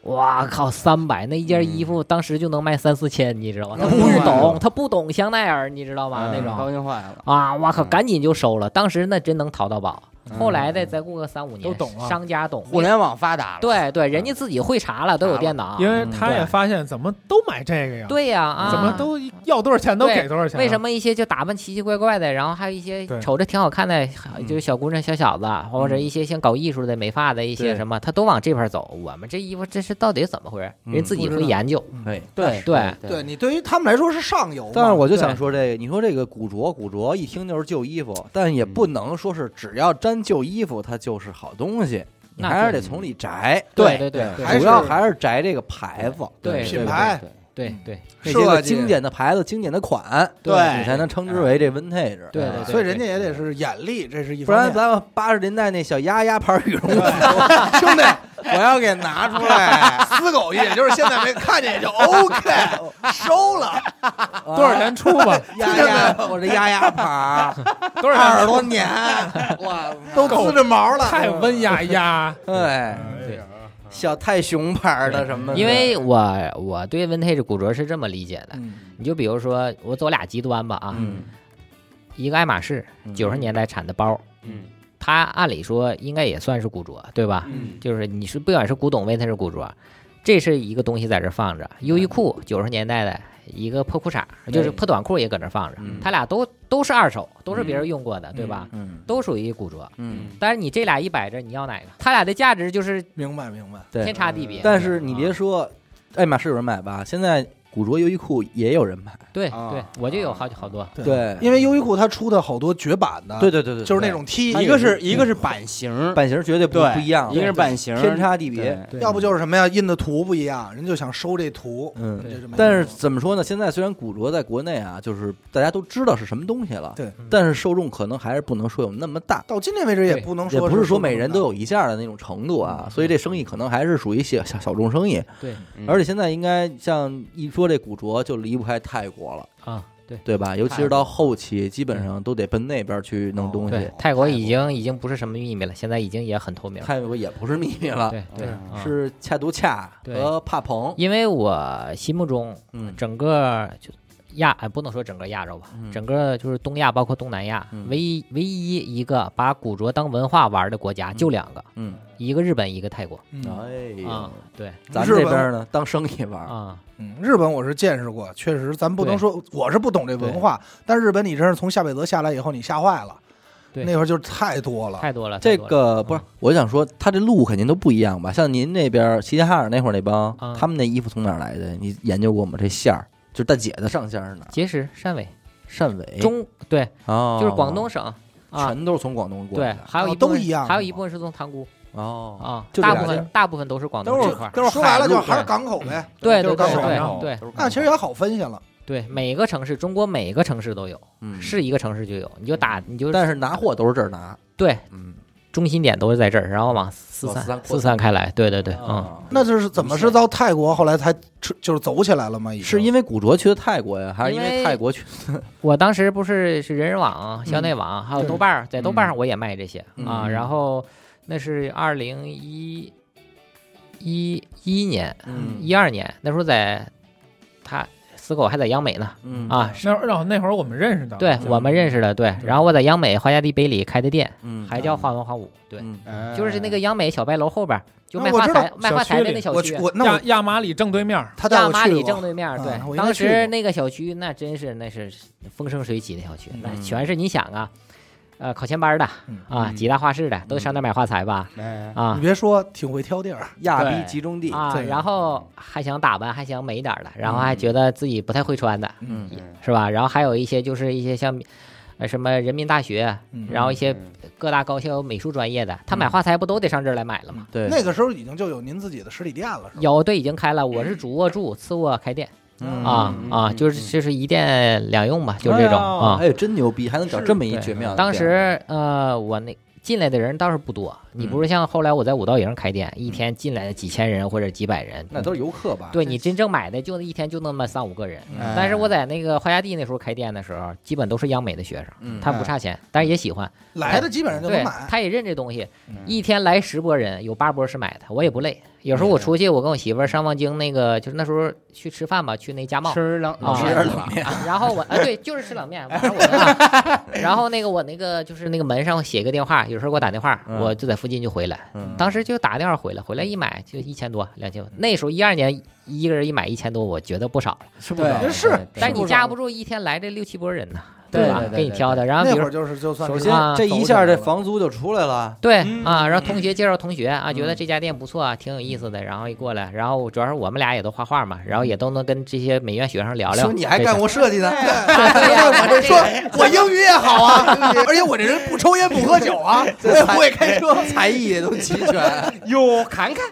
Speaker 5: 哇靠，三百那一件衣服当时就能卖三四千，你知道吗？他
Speaker 3: 嗯
Speaker 5: 不懂，
Speaker 3: 嗯
Speaker 5: 他不懂香奈儿，你知道吗？那
Speaker 3: 高
Speaker 5: 种
Speaker 3: 兴坏了，
Speaker 5: 啊，哇靠，
Speaker 3: 嗯
Speaker 5: 赶紧就收了。当时那真能淘到宝，
Speaker 3: 嗯
Speaker 5: 后来再再过个三五年，
Speaker 2: 都懂了
Speaker 5: 商家懂，
Speaker 3: 互联网发达了，
Speaker 5: 对对，人家自己会查了，都有电脑。
Speaker 2: 因为他也
Speaker 5: 啊嗯对
Speaker 2: 发现怎么都买这个呀，
Speaker 5: 对呀啊，
Speaker 2: 怎么都要多少钱都
Speaker 5: 对
Speaker 2: 给多少钱啊，
Speaker 5: 为什么一些就打扮奇奇怪怪的，然后还有一些
Speaker 2: 对
Speaker 5: 瞅着挺好看的，
Speaker 1: 嗯
Speaker 5: 就是小姑娘、小小子，啊或者一些像搞艺术的、美发的一些
Speaker 1: 对
Speaker 5: 什么，他都往这边走。我们这衣服这是到底怎么回事？
Speaker 1: 嗯
Speaker 5: 人自己
Speaker 4: 不知
Speaker 5: 会
Speaker 4: 道
Speaker 5: 研究。
Speaker 1: 哎。
Speaker 5: 对对
Speaker 4: 对你对于他们来说是上游嘛，
Speaker 1: 但是我就想
Speaker 5: 对
Speaker 1: 说这个，你说这个古着，古着一听就是旧衣服，但也不能说是只要沾旧衣服它就是好东西，你
Speaker 5: 那
Speaker 1: 还是得
Speaker 5: 对
Speaker 1: 从里摘。
Speaker 5: 对对对
Speaker 4: 还
Speaker 5: 对
Speaker 1: 主
Speaker 4: 是
Speaker 1: 要还是摘这个牌子，
Speaker 5: 对
Speaker 4: 品牌
Speaker 5: 对对
Speaker 1: 那些个
Speaker 4: 设计
Speaker 1: 经典的牌子、经典的款，
Speaker 3: 对
Speaker 1: 你才能称之为这 vintage。
Speaker 5: 对对
Speaker 1: 啊
Speaker 5: 对
Speaker 4: 所以人家也得是眼力，这是一
Speaker 1: 不
Speaker 4: 方
Speaker 1: 然
Speaker 4: 面。
Speaker 1: 咱们八十年代那小鸭鸭牌羽绒服，
Speaker 4: 兄弟，我要给拿出来，死狗也就是现在没看见也就 OK，收了，
Speaker 1: 多
Speaker 2: 多少？钱出 吧？
Speaker 1: 鸭鸭，我这鸭鸭牌，
Speaker 2: 多少
Speaker 4: 二
Speaker 2: 钱
Speaker 4: 十
Speaker 2: 出？
Speaker 4: 多年，哇，都滋着毛了，
Speaker 5: 嗯
Speaker 2: 太温雅 呀！啊
Speaker 1: 哎，
Speaker 2: 对，
Speaker 1: 小太熊牌的什么的？
Speaker 5: 因为我我对 vintage 古着是这么理解的，
Speaker 1: 嗯
Speaker 5: 你就比如说我走俩极端吧啊，
Speaker 1: 嗯
Speaker 5: 一个爱马仕嗯九十年代产的包，
Speaker 3: 嗯
Speaker 5: 它按理说应该也算是古着，对吧？
Speaker 3: 嗯
Speaker 5: 就是你是不管是古董 vintage 古着，这是一个东西在这放着。优
Speaker 1: 嗯
Speaker 5: 衣库九十年代的一个破裤衩，就是破短裤也搁这放着
Speaker 1: 嗯，
Speaker 5: 它俩都都是二手，都是别人用过的，对吧？
Speaker 1: 嗯
Speaker 5: 都属于古着。
Speaker 1: 嗯，
Speaker 5: 但是你这俩一摆着，你要哪个？它俩的价值就是
Speaker 4: 明白明白。
Speaker 1: 对嗯
Speaker 5: 天。差地别。
Speaker 1: 但是你
Speaker 5: 啊
Speaker 1: 别说，爱马仕有人买吧，现在古着优衣库也有人买。
Speaker 5: 对
Speaker 3: 啊
Speaker 5: 对，我就有好好多。
Speaker 1: 对
Speaker 4: 因为优衣库它出的好多绝版的，
Speaker 1: 对对对对，
Speaker 4: 嗯就是那种 T，
Speaker 3: 一个是一个是嗯版型，
Speaker 1: 版型绝对不
Speaker 3: 对
Speaker 1: 不一样，
Speaker 3: 一个是版型，
Speaker 1: 天差地别。
Speaker 3: 对
Speaker 4: 对要不就是什么呀，印的图不一样，人就想收这图。
Speaker 1: 嗯
Speaker 4: 这没办法
Speaker 1: 但是怎么说呢？现在虽然古着在国内啊，就是大家都知道是什么东西了，
Speaker 4: 对，
Speaker 1: 但是受众可能还是不能说有那么大，
Speaker 4: 到今天为止也
Speaker 5: 对
Speaker 4: 不能
Speaker 1: 也
Speaker 4: 说
Speaker 1: 不是说每
Speaker 4: 什么
Speaker 1: 人都有一件儿的那种程度啊，所以这生意可能还是属于小小小众生意。
Speaker 5: 对
Speaker 3: 嗯
Speaker 1: 而且现在应该像一说这古着就离不开泰国了，
Speaker 5: 啊，对
Speaker 1: 对吧？尤其是到后期，基本上都得奔那边去弄东
Speaker 5: 哦对
Speaker 1: 西。，
Speaker 5: 泰国已经已经不是什么秘密了，现在已经也很透明了。
Speaker 1: 泰国也不是秘密了，
Speaker 5: 对对，啊
Speaker 1: 是恰图恰
Speaker 5: 对
Speaker 1: 和帕蓬，
Speaker 5: 因为我心目中
Speaker 1: 嗯
Speaker 5: 整个就亚，哎不能说整个亚洲吧，
Speaker 1: 嗯
Speaker 5: 整个就是东亚，包括东南亚，
Speaker 1: 嗯
Speaker 5: 唯一唯一一个把古着当文化玩的国家就两个，
Speaker 1: 嗯，
Speaker 5: 一个日本，一个泰国。
Speaker 4: 嗯
Speaker 1: 哎呀
Speaker 5: 啊，，对
Speaker 1: 咱这边呢当生意玩儿，
Speaker 5: 啊，
Speaker 4: 嗯，日本我是见识过，确实咱不能说我是不懂这文化，但日本你真是从下北泽下来以后，你吓坏了，
Speaker 5: 对
Speaker 4: 那会儿就太多了。
Speaker 5: 太多了。嗯
Speaker 1: 这
Speaker 5: 太多了
Speaker 1: 个不是，我想说，他这路肯定都不一样吧？像您那边齐齐哈尔那会儿那帮
Speaker 5: 啊，
Speaker 1: 他们那衣服从哪儿来的？你研究过吗？这线儿，就是大姐的上线是哪儿？
Speaker 5: 结石、汕尾、
Speaker 1: 汕尾，
Speaker 5: 中对，
Speaker 1: 哦，
Speaker 5: 就是广东省啊，
Speaker 1: 全都是从广东过
Speaker 5: 对
Speaker 1: 来，的。
Speaker 5: 还有
Speaker 4: 哦
Speaker 5: 一部
Speaker 4: 都
Speaker 5: 分
Speaker 4: 一样
Speaker 5: 还有
Speaker 4: 是
Speaker 5: 一
Speaker 4: 吗
Speaker 5: 部分是从塘沽
Speaker 1: 哦，
Speaker 5: 啊，
Speaker 1: 就这
Speaker 5: 大
Speaker 1: 俩
Speaker 5: 部
Speaker 1: 地
Speaker 5: 分大部分都是广
Speaker 4: 都
Speaker 5: 东
Speaker 4: 是
Speaker 5: 这块儿。
Speaker 4: 都是说白了就是还
Speaker 1: 海
Speaker 4: 是
Speaker 1: 陆
Speaker 4: 港口呗，
Speaker 5: 对
Speaker 4: 都
Speaker 5: 对对
Speaker 4: 是港口
Speaker 2: 海
Speaker 5: 对
Speaker 2: 口
Speaker 5: 对
Speaker 4: 那其实也好分析了。
Speaker 5: 对，每个城市，中国每个城市都有，
Speaker 1: 嗯，
Speaker 5: 是一个城市就有，你就打你就
Speaker 1: 但是拿货都是这儿拿，
Speaker 5: 对，
Speaker 1: 嗯，
Speaker 5: 中心点都是在这儿，然后往四
Speaker 1: 往四散
Speaker 5: 散
Speaker 1: 扩
Speaker 5: 四散开来。对对对，嗯，
Speaker 1: 啊
Speaker 4: 那就是怎么是到泰国后来才吃就是走起来了吗？已经
Speaker 1: 是因为古着去的泰国呀，还是因
Speaker 5: 因为
Speaker 1: 泰国去？
Speaker 5: 我当时不是是人人网、校内网，还有
Speaker 4: 对
Speaker 5: 豆瓣儿，在豆瓣上我也卖这些
Speaker 1: 嗯
Speaker 5: 啊。然后那是二零一一一年、
Speaker 1: 嗯
Speaker 5: 一二年，那时候在他死狗还在央美呢
Speaker 1: 嗯
Speaker 5: 啊。
Speaker 2: 那会儿哦那会儿我们认识的，
Speaker 5: 对我们认识的，对。然后我在央美花家地北里开的店，
Speaker 1: 嗯，
Speaker 5: 啊还叫花文花舞，对，
Speaker 1: 嗯
Speaker 5: 就是那个央美小白楼后边儿，就
Speaker 4: 啊
Speaker 5: 卖
Speaker 4: 我
Speaker 5: 花
Speaker 4: 知道
Speaker 5: 材卖
Speaker 2: 小
Speaker 5: 花
Speaker 2: 区
Speaker 5: 材的
Speaker 2: 里
Speaker 5: 那
Speaker 4: 我
Speaker 5: 小区。
Speaker 4: 我那
Speaker 2: 亚
Speaker 4: 我
Speaker 2: 亚麻里正对面儿，
Speaker 4: 他带
Speaker 5: 大
Speaker 4: 我
Speaker 5: 马
Speaker 4: 去
Speaker 5: 里正
Speaker 4: 过，
Speaker 5: 对面儿，
Speaker 4: 啊
Speaker 5: 对
Speaker 4: 我，应该
Speaker 5: 当
Speaker 4: 去过
Speaker 5: 时那个小区那真是那是风生水起的小区，那
Speaker 1: 嗯
Speaker 5: 全是你想啊，呃，考前班的
Speaker 4: 嗯
Speaker 5: 啊，
Speaker 3: 嗯
Speaker 5: 几大画室的都上那买画材吧，
Speaker 3: 哎
Speaker 5: 啊
Speaker 4: 你别说，挺会挑地儿。
Speaker 1: 亚
Speaker 5: 对
Speaker 1: 逼集中地，
Speaker 5: 啊，
Speaker 4: 嗯对嗯
Speaker 5: 然后还想打扮，还想美一点儿的，然后还觉得自己不太会穿的，
Speaker 1: 嗯
Speaker 5: 是吧？然后还有一些就是一些像。呃，什么人民大学，
Speaker 4: 嗯
Speaker 5: 然后一些各大高校美术专业的，他买画材不都得上这儿来买了吗？
Speaker 1: 对，
Speaker 4: 那个时候已经就有您自己的实体店了，是吧？
Speaker 5: 有，对，已经开了。我是主卧住，次卧开店
Speaker 1: 嗯
Speaker 5: 啊
Speaker 3: 嗯
Speaker 5: 啊，
Speaker 3: 嗯
Speaker 5: 就是
Speaker 3: 嗯
Speaker 5: 就是一店两用吧，就是这种啊。
Speaker 1: 哎呦，真牛逼，还能找这么一
Speaker 5: 对
Speaker 1: 绝妙的店。
Speaker 5: 当时呃，我那进来的人倒是不多，
Speaker 1: 嗯
Speaker 5: 你不是像后来我在五道营开店，一天进来几千人或者几百人，
Speaker 1: 那都是游客吧？
Speaker 5: 对你真正买的就一天就那么三五个人。
Speaker 1: 哎
Speaker 5: 但是我在那个花家地那时候开店的时候，基本都是央美的学生，
Speaker 1: 嗯，
Speaker 5: 他不差钱，但是也喜欢，
Speaker 4: 来的基本上就能
Speaker 5: 对
Speaker 1: 啊
Speaker 4: 买，。
Speaker 5: 他也认这东西。
Speaker 3: 嗯
Speaker 5: 一天来十波人，有八波是买的，我也不累。有
Speaker 1: 哎
Speaker 5: 时候我出去，我跟我媳妇儿上望京那个，就是那时候去吃饭吧，去那家贸，
Speaker 2: 吃冷
Speaker 5: 啊
Speaker 1: 吃点冷面，
Speaker 5: 然后我啊，对，就是吃冷面。晚 上我们啊然后那个我那个就是那个门上写一个电话，有时候给我打电话，
Speaker 1: 嗯
Speaker 5: 我就在附近就回来。
Speaker 1: 嗯
Speaker 5: 当时就打电话回来，回来一买就一千多、两千多。那时候一二年一个人一买一千多，我觉得不少了。
Speaker 1: 是
Speaker 3: 对
Speaker 4: 也是，
Speaker 5: 但
Speaker 4: 是
Speaker 5: 你
Speaker 4: 不
Speaker 5: 架
Speaker 4: 少
Speaker 5: 不住一天来这六七波人呢，
Speaker 1: 对
Speaker 5: 吧
Speaker 1: 对？对
Speaker 5: 给你
Speaker 1: 对
Speaker 5: 挑的。然后
Speaker 4: 那
Speaker 5: 比
Speaker 4: 会
Speaker 5: 如
Speaker 4: 儿就是就算
Speaker 1: 首
Speaker 4: 是
Speaker 1: 先
Speaker 5: 啊
Speaker 1: 这一下这房租就出来了，
Speaker 5: 对
Speaker 3: 嗯
Speaker 5: 啊，然后
Speaker 3: 嗯
Speaker 5: 同学介绍同学啊，觉得
Speaker 1: 嗯
Speaker 5: 这家店不错啊，挺有意思的，然后一过来，然后主要是我们俩也都画画嘛，然后也都能跟这些美院学生聊聊。
Speaker 1: 说你还
Speaker 5: 这
Speaker 1: 干
Speaker 5: 事
Speaker 1: 过设计呢？
Speaker 4: 我这说
Speaker 5: 对
Speaker 4: 我英语也好啊，而且我这人不抽烟不喝 酒啊，我也不会开车。
Speaker 1: 才艺也都齐 全
Speaker 3: 哟，侃侃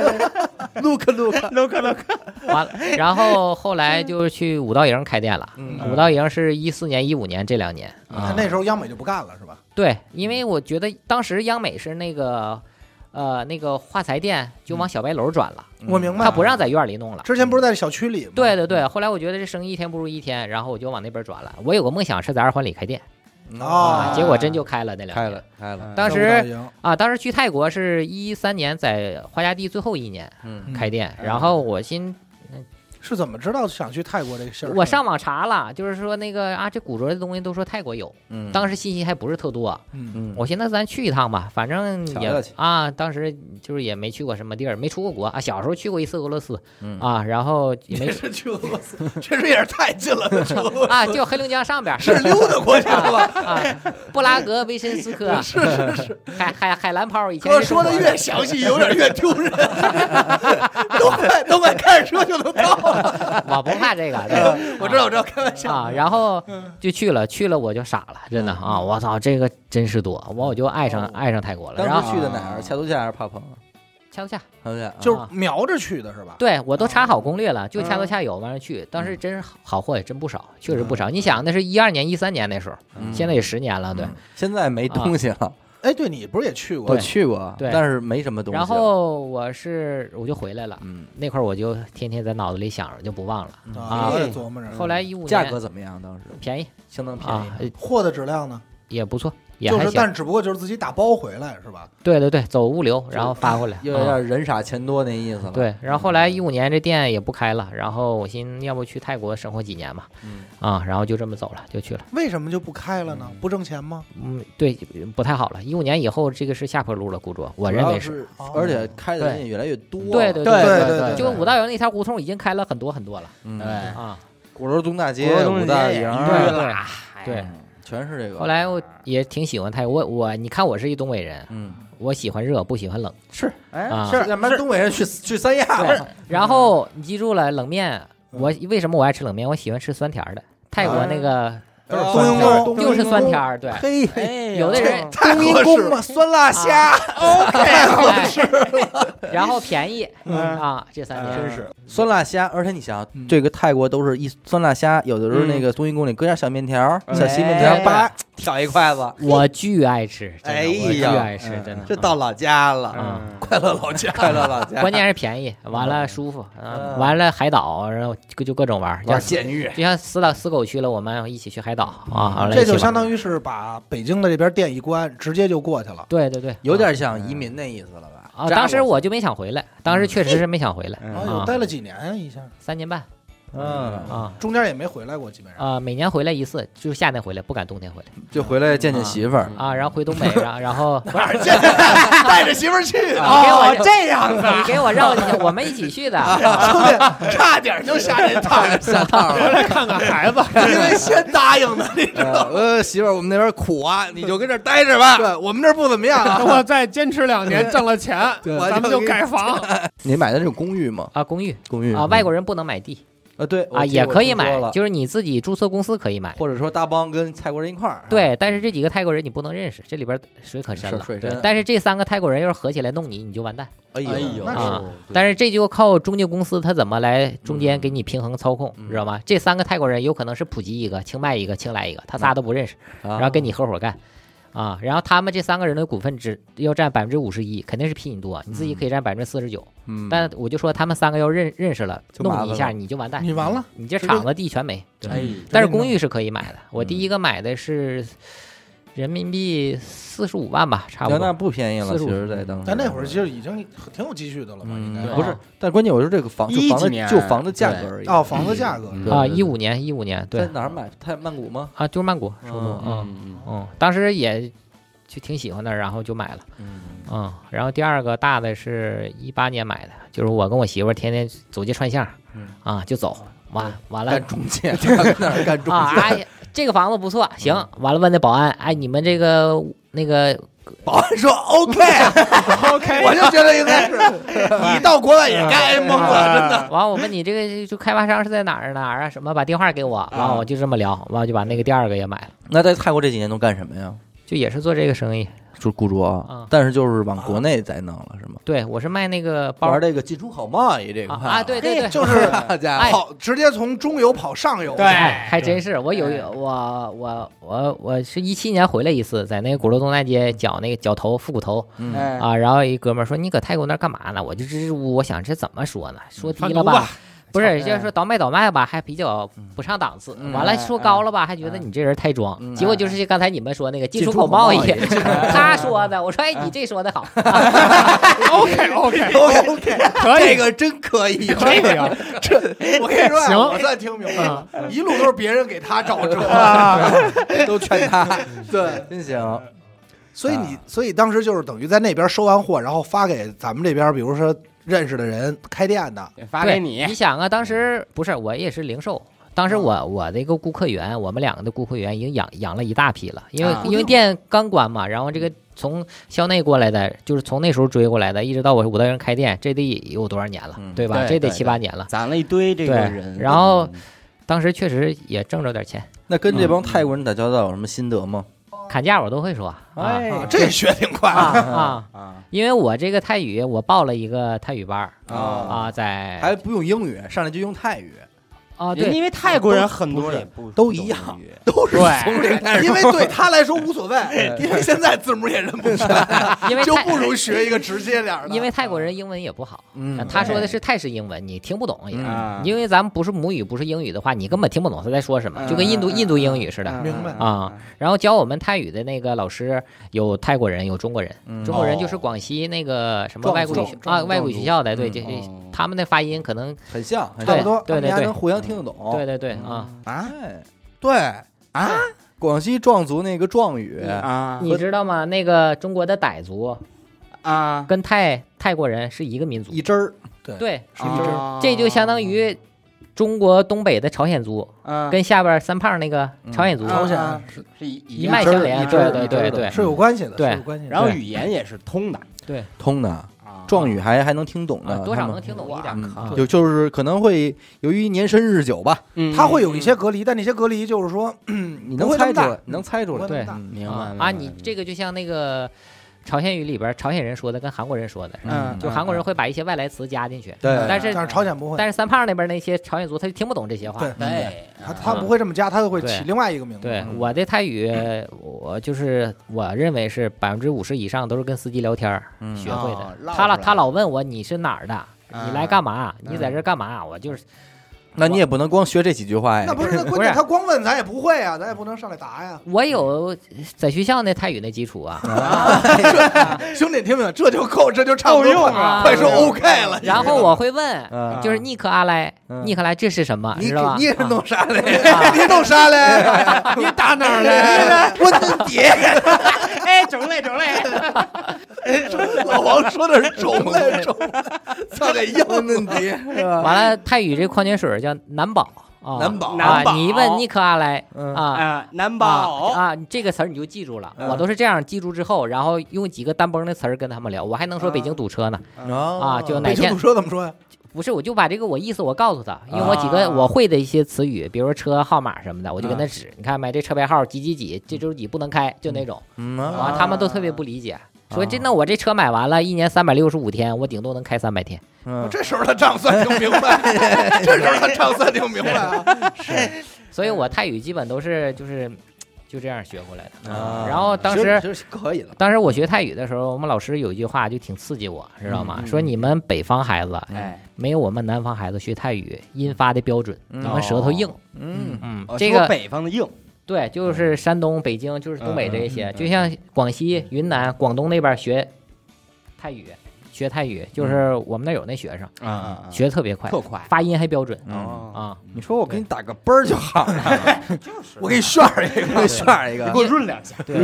Speaker 1: ，look look，
Speaker 3: ，look look，
Speaker 5: 儿完了，然后后来就是去五道营开店了。
Speaker 1: 嗯
Speaker 5: 五道营是一四年、一五年这两年啊，
Speaker 4: 那时候央美就不干了是吧？
Speaker 5: 对，因为我觉得当时央美是那个，呃，那个画材店就往小白楼转了，
Speaker 1: 嗯
Speaker 4: 我明白，
Speaker 5: 他不让在院里弄了。
Speaker 4: 之前不是在小区里吗？
Speaker 5: 对对对，后来我觉得这生意一天不如一天，然后我就往那边转了。我有个梦想是在二环里开店
Speaker 4: 啊
Speaker 5: 结果真就开了那两
Speaker 1: 哦开
Speaker 5: 年。
Speaker 1: 了开了，
Speaker 5: 当
Speaker 4: 在五道
Speaker 5: 时
Speaker 4: 营
Speaker 5: 啊，当时去泰国是一三年，在花家地最后一年
Speaker 1: 嗯
Speaker 5: 开店，
Speaker 3: 嗯
Speaker 5: 然后我心。嗯
Speaker 6: 是怎么知道想去泰国这个事儿？
Speaker 5: 我上网查了，就是说那个啊，这古着的东西都说泰国有，
Speaker 1: 嗯，
Speaker 5: 当时信息还不是特多。
Speaker 6: 嗯，
Speaker 1: 嗯，
Speaker 5: 我寻思咱去一趟吧，反正
Speaker 1: 瞧
Speaker 5: 也
Speaker 1: 瞧去
Speaker 5: 啊，当时就是也没去过什么地儿，没出过国啊。小时候去过一次俄罗斯
Speaker 1: 嗯
Speaker 5: 啊，然后也没
Speaker 4: 是去俄罗斯，确实也是太近 了，去俄罗斯
Speaker 5: 啊，就黑龙江上边儿
Speaker 4: 是溜达国家吧？
Speaker 5: 啊，布拉格维申斯 克是是是，海海海蓝泡以前
Speaker 4: 哥
Speaker 5: 是
Speaker 4: 说的
Speaker 5: 中国
Speaker 4: 越详细，有点越丢人， 都快都快开着车就能到了。
Speaker 5: 我不怕 这个，对
Speaker 4: 我知道，我知道，开玩笑。嗯
Speaker 5: 啊，然后就去了，去了我就傻了，真的啊，我操，这个真是多，我我就爱
Speaker 4: 哦
Speaker 5: 上爱上泰国了，然
Speaker 1: 当
Speaker 5: 后
Speaker 1: 时去的哪儿？恰图恰还是帕蓬啊？
Speaker 5: 恰多恰，
Speaker 1: 恰图恰啊，
Speaker 6: 就是瞄着去的是吧？
Speaker 5: 对我都查
Speaker 1: 哦
Speaker 5: 好攻略了，
Speaker 1: 嗯
Speaker 5: 就恰多恰有，完了去，当时真是好货也真不少，确实不少。你想，那是一二年、一三年那时候，
Speaker 1: 嗯
Speaker 5: 现在也十年了，对。
Speaker 1: 现在没东西了。
Speaker 6: 哎，对你不是也去过
Speaker 1: 我
Speaker 5: 对？
Speaker 1: 去过，
Speaker 5: 对
Speaker 1: 但是没什么东西。啊
Speaker 5: 然，后我是我就回来了，
Speaker 1: 嗯，
Speaker 5: 那块儿我就天天在脑子里想着，就不忘了。
Speaker 4: 嗯
Speaker 6: 啊，我也琢磨着。
Speaker 5: 后来一五年
Speaker 1: 嗯价格怎么样？当时
Speaker 5: 便宜
Speaker 1: 相当便宜
Speaker 5: 啊，，呃
Speaker 6: 货的质量呢？
Speaker 5: 也不错，也
Speaker 6: 就
Speaker 5: 还
Speaker 6: 是，
Speaker 5: 行。
Speaker 6: 但只不过就是自己打包回来是吧？
Speaker 5: 对对对，走物流，然后发过来。
Speaker 1: 又有
Speaker 5: 啊
Speaker 1: 点人傻钱多那意思了。嗯
Speaker 5: 对，然后后来一五年这店也不开了，然后我寻思要不去泰国生活几年吧，
Speaker 1: 嗯
Speaker 5: 啊，然后就这么走了，就去了。
Speaker 6: 为什么就不开了呢？不挣钱吗？
Speaker 5: 嗯，对，不太好了。一五年以后这个是下坡路了，古着，我认为是。
Speaker 1: 是，而且开的人也越来越多。
Speaker 5: 对对
Speaker 6: 对
Speaker 5: 对
Speaker 6: 对对
Speaker 5: 就五道营那条胡同已经开了很多很多了
Speaker 1: 嗯，
Speaker 3: 哎，
Speaker 5: 啊。
Speaker 1: 鼓楼东大街
Speaker 3: 鼓楼、东哎
Speaker 1: 五
Speaker 3: 大
Speaker 1: 大
Speaker 3: 街
Speaker 1: 营
Speaker 3: 也
Speaker 5: 对
Speaker 1: 儿，
Speaker 5: 对对，
Speaker 1: 嗯全是这个。
Speaker 5: 后来我也挺喜欢泰国，我我你看我是一东北人，
Speaker 1: 嗯，
Speaker 5: 我喜欢热，不喜欢冷
Speaker 1: 是
Speaker 5: 啊。
Speaker 1: 是，要不然东北人去去三亚
Speaker 5: 对
Speaker 1: 了。，
Speaker 5: 然后你记住了，冷面，我为什么我爱吃冷面？我喜欢吃酸甜儿的。泰国那个
Speaker 6: 都是
Speaker 4: 啊
Speaker 6: 冬阴
Speaker 1: 对
Speaker 6: 功，
Speaker 5: 就是酸甜儿，对，
Speaker 6: 嘿，
Speaker 3: 哎
Speaker 5: 有的
Speaker 3: 呀
Speaker 5: 人
Speaker 4: 太
Speaker 6: 冬阴
Speaker 4: 合适
Speaker 6: 功
Speaker 4: 了，
Speaker 6: 嘛，酸辣
Speaker 5: 啊
Speaker 6: 虾，
Speaker 5: 哎，然后便宜啊，这三
Speaker 4: 嗯
Speaker 5: 年
Speaker 6: 真是
Speaker 1: 酸辣虾，而且你想
Speaker 6: 嗯，
Speaker 1: 这个泰国都是一酸辣虾，有的时候
Speaker 3: 嗯
Speaker 1: 那个冬阴功里搁点小面条儿、
Speaker 3: 哎
Speaker 1: 小西面条儿，叭嗯挑一筷子，
Speaker 5: 我巨爱吃，真的
Speaker 4: 哎
Speaker 5: 我巨
Speaker 4: 呀
Speaker 5: 爱吃，真的。
Speaker 4: 这到老家了，
Speaker 5: 啊，
Speaker 4: 快乐老家，
Speaker 1: 嗯快乐 老家。
Speaker 5: 关键是便宜，完了舒服，啊完了海岛，然后就就各种玩儿，
Speaker 1: 玩
Speaker 5: 就
Speaker 1: 监狱，
Speaker 5: 就像死岛死狗去了，我们一起去海岛啊，完了
Speaker 6: 这
Speaker 5: 一起
Speaker 6: 就
Speaker 5: 玩
Speaker 6: 相当于是把北京的这边店一关，直接就过去了。
Speaker 5: 对对对，
Speaker 1: 有点像移民那意思了吧？
Speaker 5: 啊，
Speaker 1: 扎
Speaker 5: 当时
Speaker 1: 我
Speaker 5: 我就没想回来，当时确实是没想回来
Speaker 3: 嗯
Speaker 6: 哎
Speaker 5: 啊
Speaker 6: 呦，待了几年啊，一下
Speaker 5: 三年半
Speaker 1: 嗯，
Speaker 5: 啊
Speaker 6: 中间也没回来过，基本上。
Speaker 5: 啊，每年回来一次，就是夏天回来，不敢冬天回来
Speaker 1: 就回来见见媳妇儿。
Speaker 5: 啊，然后回东北，然后然后
Speaker 4: 哪儿见带着媳妇儿去的，
Speaker 5: 啊给我
Speaker 3: 这样子，
Speaker 5: 你给我绕一下，我们一起去的。啊
Speaker 4: 差点就下这套了，
Speaker 1: 下套了，
Speaker 2: 来看看孩 子，
Speaker 4: 因为先答应的，你知道吗。
Speaker 1: 呃，媳妇儿，我们那边苦啊，你就跟这儿待着吧。对我们这儿不怎么样啊。
Speaker 2: 等我再坚持两年，挣了钱，咱们就盖 房。
Speaker 1: 你买的这个公寓吗？
Speaker 5: 啊，公寓
Speaker 1: 公寓
Speaker 5: 啊，外国人不能买地
Speaker 1: 啊，对
Speaker 5: 啊，也可以买，
Speaker 1: 了，
Speaker 5: 就是你自己注册公司可以买。
Speaker 1: 或者说搭帮跟泰国人一块儿。，
Speaker 5: 对，但是这几个泰国人你不能认识，这里边水可深
Speaker 1: 是
Speaker 5: 了。
Speaker 1: 水
Speaker 5: 对
Speaker 1: 深
Speaker 5: 但是这三个泰国人要是合起来弄你，你就完蛋
Speaker 1: 哎呦，
Speaker 6: 哎呦那是
Speaker 5: 啊！但是这就靠中介公司他怎么来中间给你平衡操控，
Speaker 1: 嗯
Speaker 5: 知道吗？这三个泰国人有可能是普吉一个、清迈一个、清莱一个，他仨都不认识，
Speaker 1: 然
Speaker 5: 然后跟你合伙干。啊，然后他们这三个人的股份只要占百分之五十一，肯定是比你啊多，你自己可以占百分之四十九。
Speaker 1: 嗯，
Speaker 5: 但我就说他们三个要认认识了，
Speaker 1: 就麻
Speaker 5: 弄
Speaker 1: 烦
Speaker 5: 你一下
Speaker 1: 了
Speaker 5: 你就完蛋，
Speaker 6: 你完了，
Speaker 5: 你这
Speaker 6: 直接
Speaker 5: 厂子地全没。对
Speaker 3: 哎，
Speaker 5: 但是
Speaker 6: 直接弄
Speaker 5: 公寓是可以买的。
Speaker 1: 嗯
Speaker 5: 我第一个买的是人民币四十五万吧，差不
Speaker 1: 那那
Speaker 5: 多。啊
Speaker 1: 不便宜了，
Speaker 5: 45
Speaker 1: 其实，在当时。
Speaker 6: 但那会
Speaker 5: 嗯
Speaker 6: 儿就已经挺有积蓄的了嘛，应该
Speaker 1: 嗯，不
Speaker 5: 啊
Speaker 1: 是，但关键我说这个房
Speaker 3: 一几
Speaker 1: 就房子
Speaker 3: 年
Speaker 1: 就房子价格而已。
Speaker 6: 哦，房子价格
Speaker 1: 嗯
Speaker 6: 是
Speaker 1: 对
Speaker 5: 啊，
Speaker 1: 对对
Speaker 5: 一五年，一五年，
Speaker 1: 在
Speaker 5: 对
Speaker 1: 哪儿买？泰曼谷吗？
Speaker 5: 啊，就是曼谷首都，嗯
Speaker 3: 嗯
Speaker 5: 嗯，当时也就挺喜欢的，然后就买了，
Speaker 1: 嗯，
Speaker 5: 嗯，然后第二个大的是一八年买的，就是我跟我媳妇儿天天走街串巷
Speaker 1: 嗯，
Speaker 5: 啊，就走，完完了
Speaker 1: 干中介， 跟那儿干中
Speaker 5: 啊，
Speaker 1: 介。
Speaker 5: 哎，这个房子不错，行，
Speaker 1: 嗯
Speaker 5: 完了问那保安，哎，你们这个那个
Speaker 4: 保安 说 OK，OK，我就 觉得应该是，你到国外也该懵了，真 的。
Speaker 5: 完了，我问你这个就开发商是在哪儿哪儿啊？什么？把电话给我。完了，我就这么聊，完了就把那个第二个也买了，
Speaker 1: 那在泰国这几年都干什么呀？
Speaker 5: 就也是做这个生意。
Speaker 1: 就是雇主啊
Speaker 5: 啊，
Speaker 1: 但是就是往国内再弄了，是吗？
Speaker 5: 对我是卖那个包
Speaker 1: 玩
Speaker 5: 儿
Speaker 1: 这个进出口贸易这
Speaker 5: 啊
Speaker 1: 块
Speaker 5: 啊，对对对，
Speaker 6: 就是
Speaker 1: 大 家
Speaker 5: 哎
Speaker 6: 跑直接从中游跑上游。
Speaker 3: 对
Speaker 5: 哎，还真是。我有我我我我是一七年回来一次，在那个鼓楼东大街绞那个绞头复古头
Speaker 1: 嗯，
Speaker 5: 啊
Speaker 3: 哎，
Speaker 5: 啊，然后一哥们儿说你搁泰国那儿干嘛呢？我就支支吾吾，我想这怎么说呢？说低
Speaker 2: 贩
Speaker 5: 了
Speaker 2: 毒吧，
Speaker 5: 不是，就是说倒卖倒卖吧，还比较不上档次。
Speaker 1: 嗯
Speaker 5: 完了
Speaker 4: 哎
Speaker 5: 说高了吧，还觉得你这人太装。
Speaker 1: 嗯
Speaker 5: 结果就是像刚才你们说那个进
Speaker 1: 进
Speaker 5: 出
Speaker 1: 出口
Speaker 5: 口贸
Speaker 1: 贸易
Speaker 5: 他说的，我说哎，你这说的 好，
Speaker 2: OK OK，
Speaker 4: OK，
Speaker 5: 哎
Speaker 2: 可
Speaker 4: 这
Speaker 2: 以
Speaker 4: 个真可以，
Speaker 2: 可以啊，
Speaker 4: 我跟你说啊，
Speaker 2: 行
Speaker 4: 我算听明白
Speaker 5: 啊
Speaker 4: 了，一路都是别人给他找辙，
Speaker 1: 都劝 他，
Speaker 4: 对，
Speaker 1: 真行。
Speaker 6: 所以
Speaker 5: 啊
Speaker 6: 你，所以当时就是等于在那边收完货，然后发给咱们这边，比如说认识的人开店
Speaker 5: 啊
Speaker 6: 的，
Speaker 3: 发给你
Speaker 5: 对你想啊，当时不是我也是零售，当时我我的一个顾客源，我们两个的顾客源已经养养了一大批了，因为、
Speaker 3: 啊
Speaker 5: 因为店刚关嘛，然后这个从校内过来的，就是从那时候追过来的，一直到我五道营开店，这得有多少年了，
Speaker 1: 嗯
Speaker 5: 对吧？
Speaker 3: 对
Speaker 5: 这得
Speaker 3: 对
Speaker 5: 七八年了。
Speaker 3: 攒了一堆这个
Speaker 5: 对
Speaker 3: 人，
Speaker 5: 然后当时确实也挣着点钱，
Speaker 1: 那跟这帮泰国人打交道有什么心得吗？
Speaker 5: 砍价我都会说。啊
Speaker 1: 哎，
Speaker 6: 这学挺快
Speaker 5: 啊啊！
Speaker 3: 啊
Speaker 5: 因为我这个泰语，我报了一个泰语班儿
Speaker 1: 啊
Speaker 5: 啊，在
Speaker 1: 还不用英语，上来就用泰语，
Speaker 5: 啊，
Speaker 3: 因
Speaker 5: 对
Speaker 3: 为泰国人很多人也不
Speaker 6: 都一样
Speaker 3: 懂英语
Speaker 4: 都是
Speaker 2: 对
Speaker 4: 从零开始，因为对他来说无所谓，因为现在字母也认不全，
Speaker 5: 因为
Speaker 4: 就
Speaker 5: 泰
Speaker 4: 不如学一个直接点儿的。
Speaker 5: 因为泰国人英文也不好，
Speaker 1: 嗯
Speaker 5: 他说的是泰式英文，你听不懂也。
Speaker 3: 啊，
Speaker 5: 因为咱们不是母语，不是英语的话，你根本听不懂他在说什么，
Speaker 3: 嗯
Speaker 5: 就跟印度印度英语似的。
Speaker 6: 明白
Speaker 3: 哦
Speaker 5: 啊，然后教我们泰语的那个老师有泰国人，有中国人，
Speaker 1: 嗯
Speaker 3: 嗯
Speaker 5: 中国人就是广西那个什么
Speaker 6: 壮
Speaker 5: 外国语
Speaker 6: 壮
Speaker 5: 学
Speaker 6: 壮
Speaker 5: 啊外国语学校的，对，
Speaker 1: 嗯
Speaker 5: 这这
Speaker 3: 哦
Speaker 5: 他们的发音可能
Speaker 1: 哦很像，很
Speaker 6: 差不
Speaker 1: 像，
Speaker 6: 多。
Speaker 5: 对对
Speaker 1: 大家
Speaker 5: 对
Speaker 1: 能互相听得懂。
Speaker 3: 哦
Speaker 5: 对对对啊，
Speaker 3: 啊
Speaker 1: 哎，啊
Speaker 6: 对，
Speaker 1: 广西壮族那个壮语，
Speaker 5: 嗯
Speaker 3: 啊
Speaker 5: 你知道吗？那个中国的傣族
Speaker 3: 啊，
Speaker 5: 跟泰泰国人是一个民族，
Speaker 1: 一支儿，
Speaker 5: 对，
Speaker 3: 嗯啊
Speaker 5: 这就相当于中国东北的朝鲜族
Speaker 3: 啊
Speaker 5: 跟下边三胖那个朝鲜族
Speaker 3: 啊
Speaker 6: 朝鲜
Speaker 3: 啊是一
Speaker 5: 一脉相连，
Speaker 3: 一支儿
Speaker 5: 对
Speaker 3: 一支儿
Speaker 5: 对对对
Speaker 4: 嗯
Speaker 6: 是有关系的，
Speaker 5: 对
Speaker 6: 是有关系的。
Speaker 3: 然后语言也是通的
Speaker 1: 通的，
Speaker 3: 啊
Speaker 1: 壮语还还能听懂
Speaker 5: 啊
Speaker 1: 呢，，
Speaker 5: 多
Speaker 1: 他
Speaker 5: 少
Speaker 1: 们
Speaker 5: 能听懂一点
Speaker 1: 嗯
Speaker 5: 啊。
Speaker 1: 有就是可能会由于年深日久吧，
Speaker 3: 嗯
Speaker 4: 嗯
Speaker 6: 它会有一些隔离，但那些隔离就是说，
Speaker 1: 你
Speaker 6: 不
Speaker 1: 能
Speaker 6: 会那
Speaker 1: 猜
Speaker 6: 么
Speaker 1: 出
Speaker 6: 大
Speaker 1: 来，你能猜出来，
Speaker 6: 对
Speaker 1: 嗯
Speaker 3: 明白
Speaker 5: 啊
Speaker 3: 明
Speaker 5: 啊！
Speaker 3: 白
Speaker 5: 你这个就像那个朝鲜语里边朝鲜人说的跟韩国人说的，
Speaker 3: 嗯
Speaker 5: 就韩国人会把一些外来词加进去，
Speaker 1: 对
Speaker 5: 但是
Speaker 6: 但是朝鲜不会，
Speaker 5: 但是三胖那边那些朝鲜族他就听不懂这些话嗯
Speaker 6: 对。
Speaker 3: 对
Speaker 6: 他他不会这么加，他就会起另外一个名字。
Speaker 5: 对
Speaker 1: 嗯
Speaker 5: 我的泰语，我就是我认为是百分之五十以上都是跟司机聊天儿
Speaker 1: 嗯
Speaker 5: 学会的
Speaker 3: 哦。唠
Speaker 5: 他老
Speaker 3: 出来
Speaker 5: 他老问我你是哪儿的，
Speaker 3: 啊
Speaker 5: 你来干嘛？你在这儿干嘛？啊我就是
Speaker 1: 那你也不能光学这几句话呀，
Speaker 6: 那不是，那关
Speaker 5: 不是
Speaker 6: 键他光问咱也不会啊，咱也不能上来答呀。
Speaker 5: 我有在学校那泰语那基础啊，
Speaker 4: 兄弟，听明白，这就够，这就差不多
Speaker 3: 够用
Speaker 5: 啊
Speaker 4: 快快说 OK 了。
Speaker 5: 然后我会问，
Speaker 1: 嗯
Speaker 5: 就是尼克阿莱，
Speaker 1: 嗯
Speaker 5: 尼克莱这是什么？
Speaker 4: 你
Speaker 5: 知道吧？嗯
Speaker 4: 你也是弄啥嘞？
Speaker 5: 啊
Speaker 4: 你弄 啥嘞？
Speaker 2: 你打哪儿
Speaker 4: 你
Speaker 2: 来？
Speaker 4: 呢我弄碟。
Speaker 3: 哎，种类种 类，
Speaker 4: 老王说的是种类种类，操得硬嫩碟。
Speaker 3: 呃
Speaker 5: 完了，泰语这矿泉水叫南宝啊，
Speaker 4: 南宝
Speaker 5: 啊
Speaker 3: 南，宝
Speaker 5: 你一问尼克阿莱
Speaker 1: 嗯
Speaker 5: 啊。
Speaker 3: 啊，南
Speaker 5: 啊
Speaker 3: 宝，
Speaker 5: 啊！这个词儿你就记住了，我都是这样记住之后，然后用几个单崩的词儿跟他们聊，我还能说北京堵车呢。
Speaker 1: 啊
Speaker 5: 就哪
Speaker 6: 北京
Speaker 5: 天
Speaker 6: 堵车怎么说呀？
Speaker 5: 不是，我就把这个我意思我告诉他，因为我几个我会的一些词语，比如说车号码什么的，我就跟他指，你看没，这车牌号几几几，这周几不能开，就那种。
Speaker 1: 嗯啊
Speaker 5: 啊，他们都特别不理解，说这那我这车买完了，一年三百六十五天，我顶多能开三百天。
Speaker 1: 嗯
Speaker 4: 这时候他账算挺明白，这时候他账算挺明白啊。
Speaker 5: 所以我泰语基本都是就是就这样学过来的。
Speaker 1: 啊
Speaker 5: 然后当
Speaker 1: 其实
Speaker 5: 时
Speaker 1: 其实可以了，
Speaker 5: 当时我学泰语的时候，我们老师有一句话就挺刺激我，知道吗？
Speaker 3: 嗯嗯
Speaker 5: 说你们北方孩子
Speaker 3: 哎，
Speaker 5: 没有我们南方孩子学泰语音发的标准，
Speaker 1: 嗯
Speaker 5: 你们舌头硬。
Speaker 1: 嗯
Speaker 5: 嗯
Speaker 3: 哦，
Speaker 5: 这
Speaker 3: 说
Speaker 5: 个
Speaker 3: 北方的硬，
Speaker 5: 对，就是山东、北京，就是东北这一些，
Speaker 3: 嗯嗯嗯
Speaker 5: 就像广西、云南、广东那边学泰语，学泰语就是我们那儿有那学生、
Speaker 3: 啊
Speaker 5: 学的特别快，
Speaker 3: 特快
Speaker 5: 发音还标准
Speaker 1: 嗯，
Speaker 3: 啊，
Speaker 5: 啊。
Speaker 1: 你说我给你打个啵儿就好了，
Speaker 4: 我给你炫一个，
Speaker 1: 给你 炫一个
Speaker 3: 你给，我润两下，
Speaker 5: 对，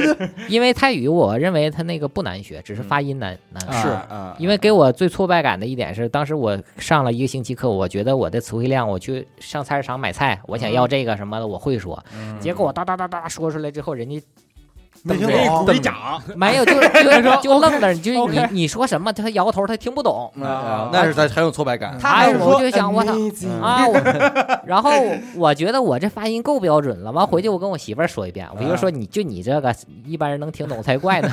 Speaker 5: 因为泰语，我认为它那个不难学，只
Speaker 3: 嗯
Speaker 5: 是发音难难学。
Speaker 1: 嗯
Speaker 3: 啊，
Speaker 5: 因为给我最挫败感的一点是，当时我上了一个星期课，我觉得我的词汇量，我去上菜市场买菜，我想
Speaker 3: 嗯
Speaker 5: 要这个什么的，我会说，结果我哒哒哒哒说出来之后，人家
Speaker 6: 没听
Speaker 3: 给
Speaker 1: 嗯
Speaker 6: 懂
Speaker 3: 鼓一掌，
Speaker 5: 没有，就就就愣那儿，就你你说什么，他摇头，他听不懂。
Speaker 1: 啊那是他很有挫败感，
Speaker 3: 嗯他还
Speaker 5: 哎
Speaker 3: 是
Speaker 5: 我
Speaker 3: 说嗯
Speaker 5: 就想我操
Speaker 3: amazing
Speaker 5: 啊，我然后我觉得我这发音够标准了，完回去我跟我媳妇儿说一遍，我媳妇儿
Speaker 3: 嗯
Speaker 5: 说你就你这个一般人能听懂才 怪呢。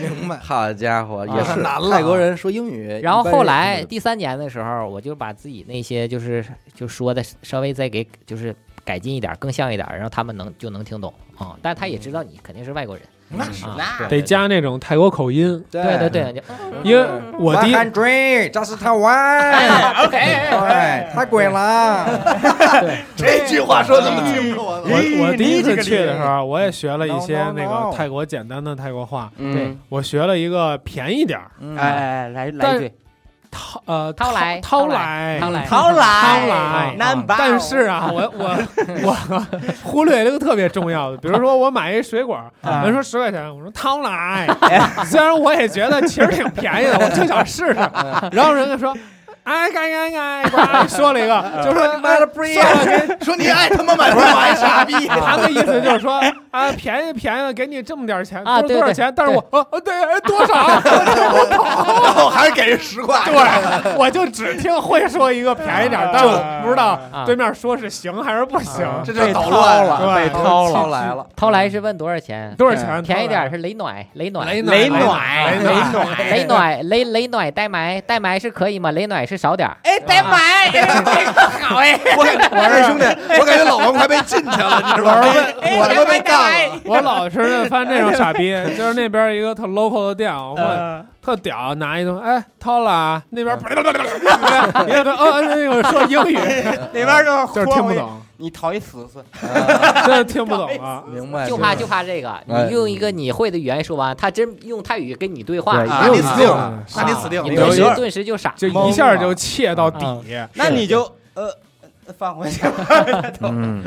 Speaker 6: 明白？
Speaker 1: 好家伙，也
Speaker 5: 啊
Speaker 1: 是
Speaker 6: 难了
Speaker 1: 泰国人说英语，
Speaker 5: 然
Speaker 1: 哎
Speaker 5: 后
Speaker 1: 一般人
Speaker 5: 后来
Speaker 1: 听
Speaker 5: 第三年的时候，我就把自己那些就是就说的稍微再给就是改进一点，更像一点，让他们能就能听懂啊、但他也知道你肯定是外国人，
Speaker 4: 那是
Speaker 3: 那
Speaker 2: 得加那种泰国口音，
Speaker 1: 对
Speaker 5: 对对对，就
Speaker 2: 因为我第一
Speaker 7: hundred，这是台湾。OK，太
Speaker 5: 哎
Speaker 7: 贵了。
Speaker 4: 这句话说怎么听着我
Speaker 3: 哎
Speaker 7: 嗯
Speaker 2: 我我第一次去的时
Speaker 7: 你这
Speaker 2: 候，我也学了一些
Speaker 7: No, no,
Speaker 2: 那
Speaker 7: no
Speaker 2: 个泰国简单的泰国话，
Speaker 3: 嗯，
Speaker 2: 我学了一个便宜点儿，
Speaker 3: 哎哎，哎
Speaker 5: 嗯
Speaker 3: 来来一句，
Speaker 2: 掏呃
Speaker 5: 掏来
Speaker 2: 掏
Speaker 5: 掏
Speaker 2: 来
Speaker 5: 掏来
Speaker 3: 好
Speaker 2: 掏
Speaker 3: 来
Speaker 2: 来，
Speaker 3: ，number，
Speaker 2: 哎但是啊，我我我 忽略了一个特别重要的，比如说我买一水果，人说十块钱，我说掏来，虽然我也觉得其实挺便宜的，我就想试试，然后人家说。哎，该该该，呱说了一个，就说
Speaker 7: 买了
Speaker 2: 哎算了，给
Speaker 4: 说你爱他妈买不买傻逼，
Speaker 2: 他的意思就是说啊，便宜便宜，给你这么点钱，
Speaker 5: 啊
Speaker 2: 多多少
Speaker 5: 对对
Speaker 2: 钱？但是我哦哦对，哎多少？
Speaker 4: 然后还是给人十块。
Speaker 2: 对，我就只听会说一个便宜点儿，但我不知道
Speaker 5: 啊
Speaker 2: 对面说是行还是不行。
Speaker 4: 这就捣乱了。
Speaker 2: 对，
Speaker 7: 掏了，来了。
Speaker 5: 掏来是问多少钱，
Speaker 2: 多少钱？
Speaker 5: 哎便宜点儿是雷暖，雷暖，
Speaker 2: 雷
Speaker 3: 雷
Speaker 2: 暖
Speaker 3: 暖，
Speaker 2: 雷暖
Speaker 3: 暖，
Speaker 5: 雷暖，雷雷暖代买，代买是可以吗？雷暖是少点儿，啊
Speaker 3: 哎，得买，好 哎，
Speaker 4: 我感我说兄弟，我感觉老王快被禁去了，你知道吗？我
Speaker 3: 哎
Speaker 4: 他妈被干了。
Speaker 2: 我老吃那饭这种傻 逼，就是那边一个特 local 的店，我特屌，拿一东西，哎，掏了啊，那边 你看他哦，那个说英语，
Speaker 3: 那边 就
Speaker 2: 就是听不，懂，
Speaker 3: 你讨一死死，
Speaker 2: 真的听不懂啊。
Speaker 1: 明白，
Speaker 5: 就怕就怕这个，
Speaker 1: 哎
Speaker 5: 你用一个你会的语言说完，他真用泰语跟你对话，
Speaker 1: 对
Speaker 4: 那你死定
Speaker 2: 啊
Speaker 4: 了，那你死定
Speaker 5: 你
Speaker 4: 了
Speaker 5: 顿。时
Speaker 3: 有点
Speaker 5: 顿时就傻，
Speaker 2: 就一下就切到底，
Speaker 5: 嗯
Speaker 3: 那你就呃呃放回去吧。
Speaker 1: 嗯，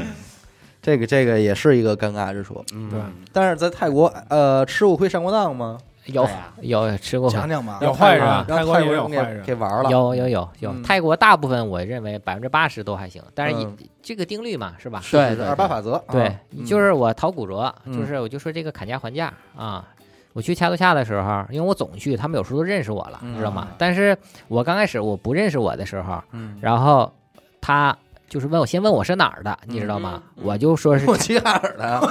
Speaker 1: 这个这个也是一个尴尬之处。
Speaker 5: 嗯
Speaker 2: 对，
Speaker 1: 但是在泰国，呃，吃过亏上过当吗？
Speaker 5: 有有吃过
Speaker 4: 讲讲吧，
Speaker 2: 有坏人，啊
Speaker 1: 让
Speaker 2: 泰
Speaker 1: 国
Speaker 2: 国也有
Speaker 1: 人
Speaker 2: 坏
Speaker 1: 给
Speaker 2: 人，
Speaker 1: 给玩了。
Speaker 5: 啊有有有有
Speaker 1: 嗯，
Speaker 5: 泰国大部分我认为百分之八十都还行，但是一
Speaker 1: 嗯
Speaker 5: 这个定律嘛，是吧？
Speaker 1: 是是是二八法则，
Speaker 5: 对
Speaker 1: 啊，嗯
Speaker 5: 就是我淘古着，
Speaker 1: 嗯
Speaker 5: 就是我就说这个砍价还价啊。我去恰多恰的时候，因为我总去，他们有时候都认识我了，
Speaker 1: 嗯
Speaker 5: 知道吗？但是我刚开始我不认识我的时候，
Speaker 1: 嗯
Speaker 5: 然后他就是问我，先问我是哪儿的，你知道吗？我就说是
Speaker 1: 嗯我齐哈尔的，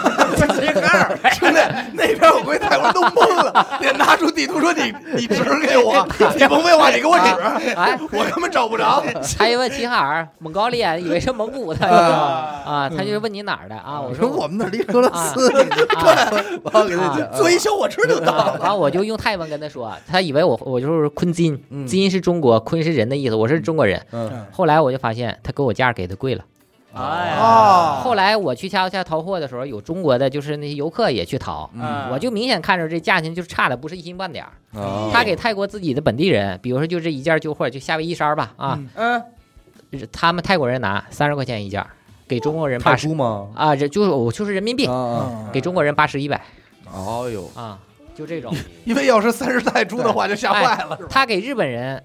Speaker 4: 兄弟，那边我估计泰国人都懵了，得拿出地图说你你指给我，你甭废话，你给我指，
Speaker 5: 哎，
Speaker 4: 我他妈找不着。
Speaker 5: 他一问齐哈尔、蒙高利安，以为是蒙古的，你知道吗啊，他就问你哪儿的啊？我
Speaker 1: 说
Speaker 5: 说
Speaker 1: 嗯我们那儿 离俄罗斯，
Speaker 5: 啊
Speaker 1: 我要给他讲，
Speaker 4: 坐一小火车就到
Speaker 5: 啊，
Speaker 4: 了。
Speaker 5: 然后我就用泰文跟他说，他以为我我就是坤金，
Speaker 1: 嗯
Speaker 5: 金是中国，坤是人的意思，我是中国人。
Speaker 1: 嗯
Speaker 5: 后来我就发现他给我价给的贵了。嗯
Speaker 3: 哎
Speaker 1: 啊
Speaker 4: 哦
Speaker 5: 后来我去恰恰淘货的时候，有中国的，就是那些游客也去淘，
Speaker 1: 嗯
Speaker 5: 我就明显看着这价钱就是差的不是一星半点儿。
Speaker 1: 哦
Speaker 5: 他给泰国自己的本地人，比如说就这一件旧货，就夏威夷衫儿吧，啊，
Speaker 3: 嗯，
Speaker 5: 他们泰国人拿三十块钱一件儿，给中国人
Speaker 1: 泰
Speaker 5: 八十
Speaker 1: 铢吗？
Speaker 5: 啊，这就是我就是人民币，
Speaker 1: 啊，
Speaker 5: 给中国人八十一百
Speaker 1: 哦呦，
Speaker 5: 啊，就这种。哎
Speaker 4: 因为要是三十泰铢的话，就 吓坏了，是吧？
Speaker 5: 他给日本人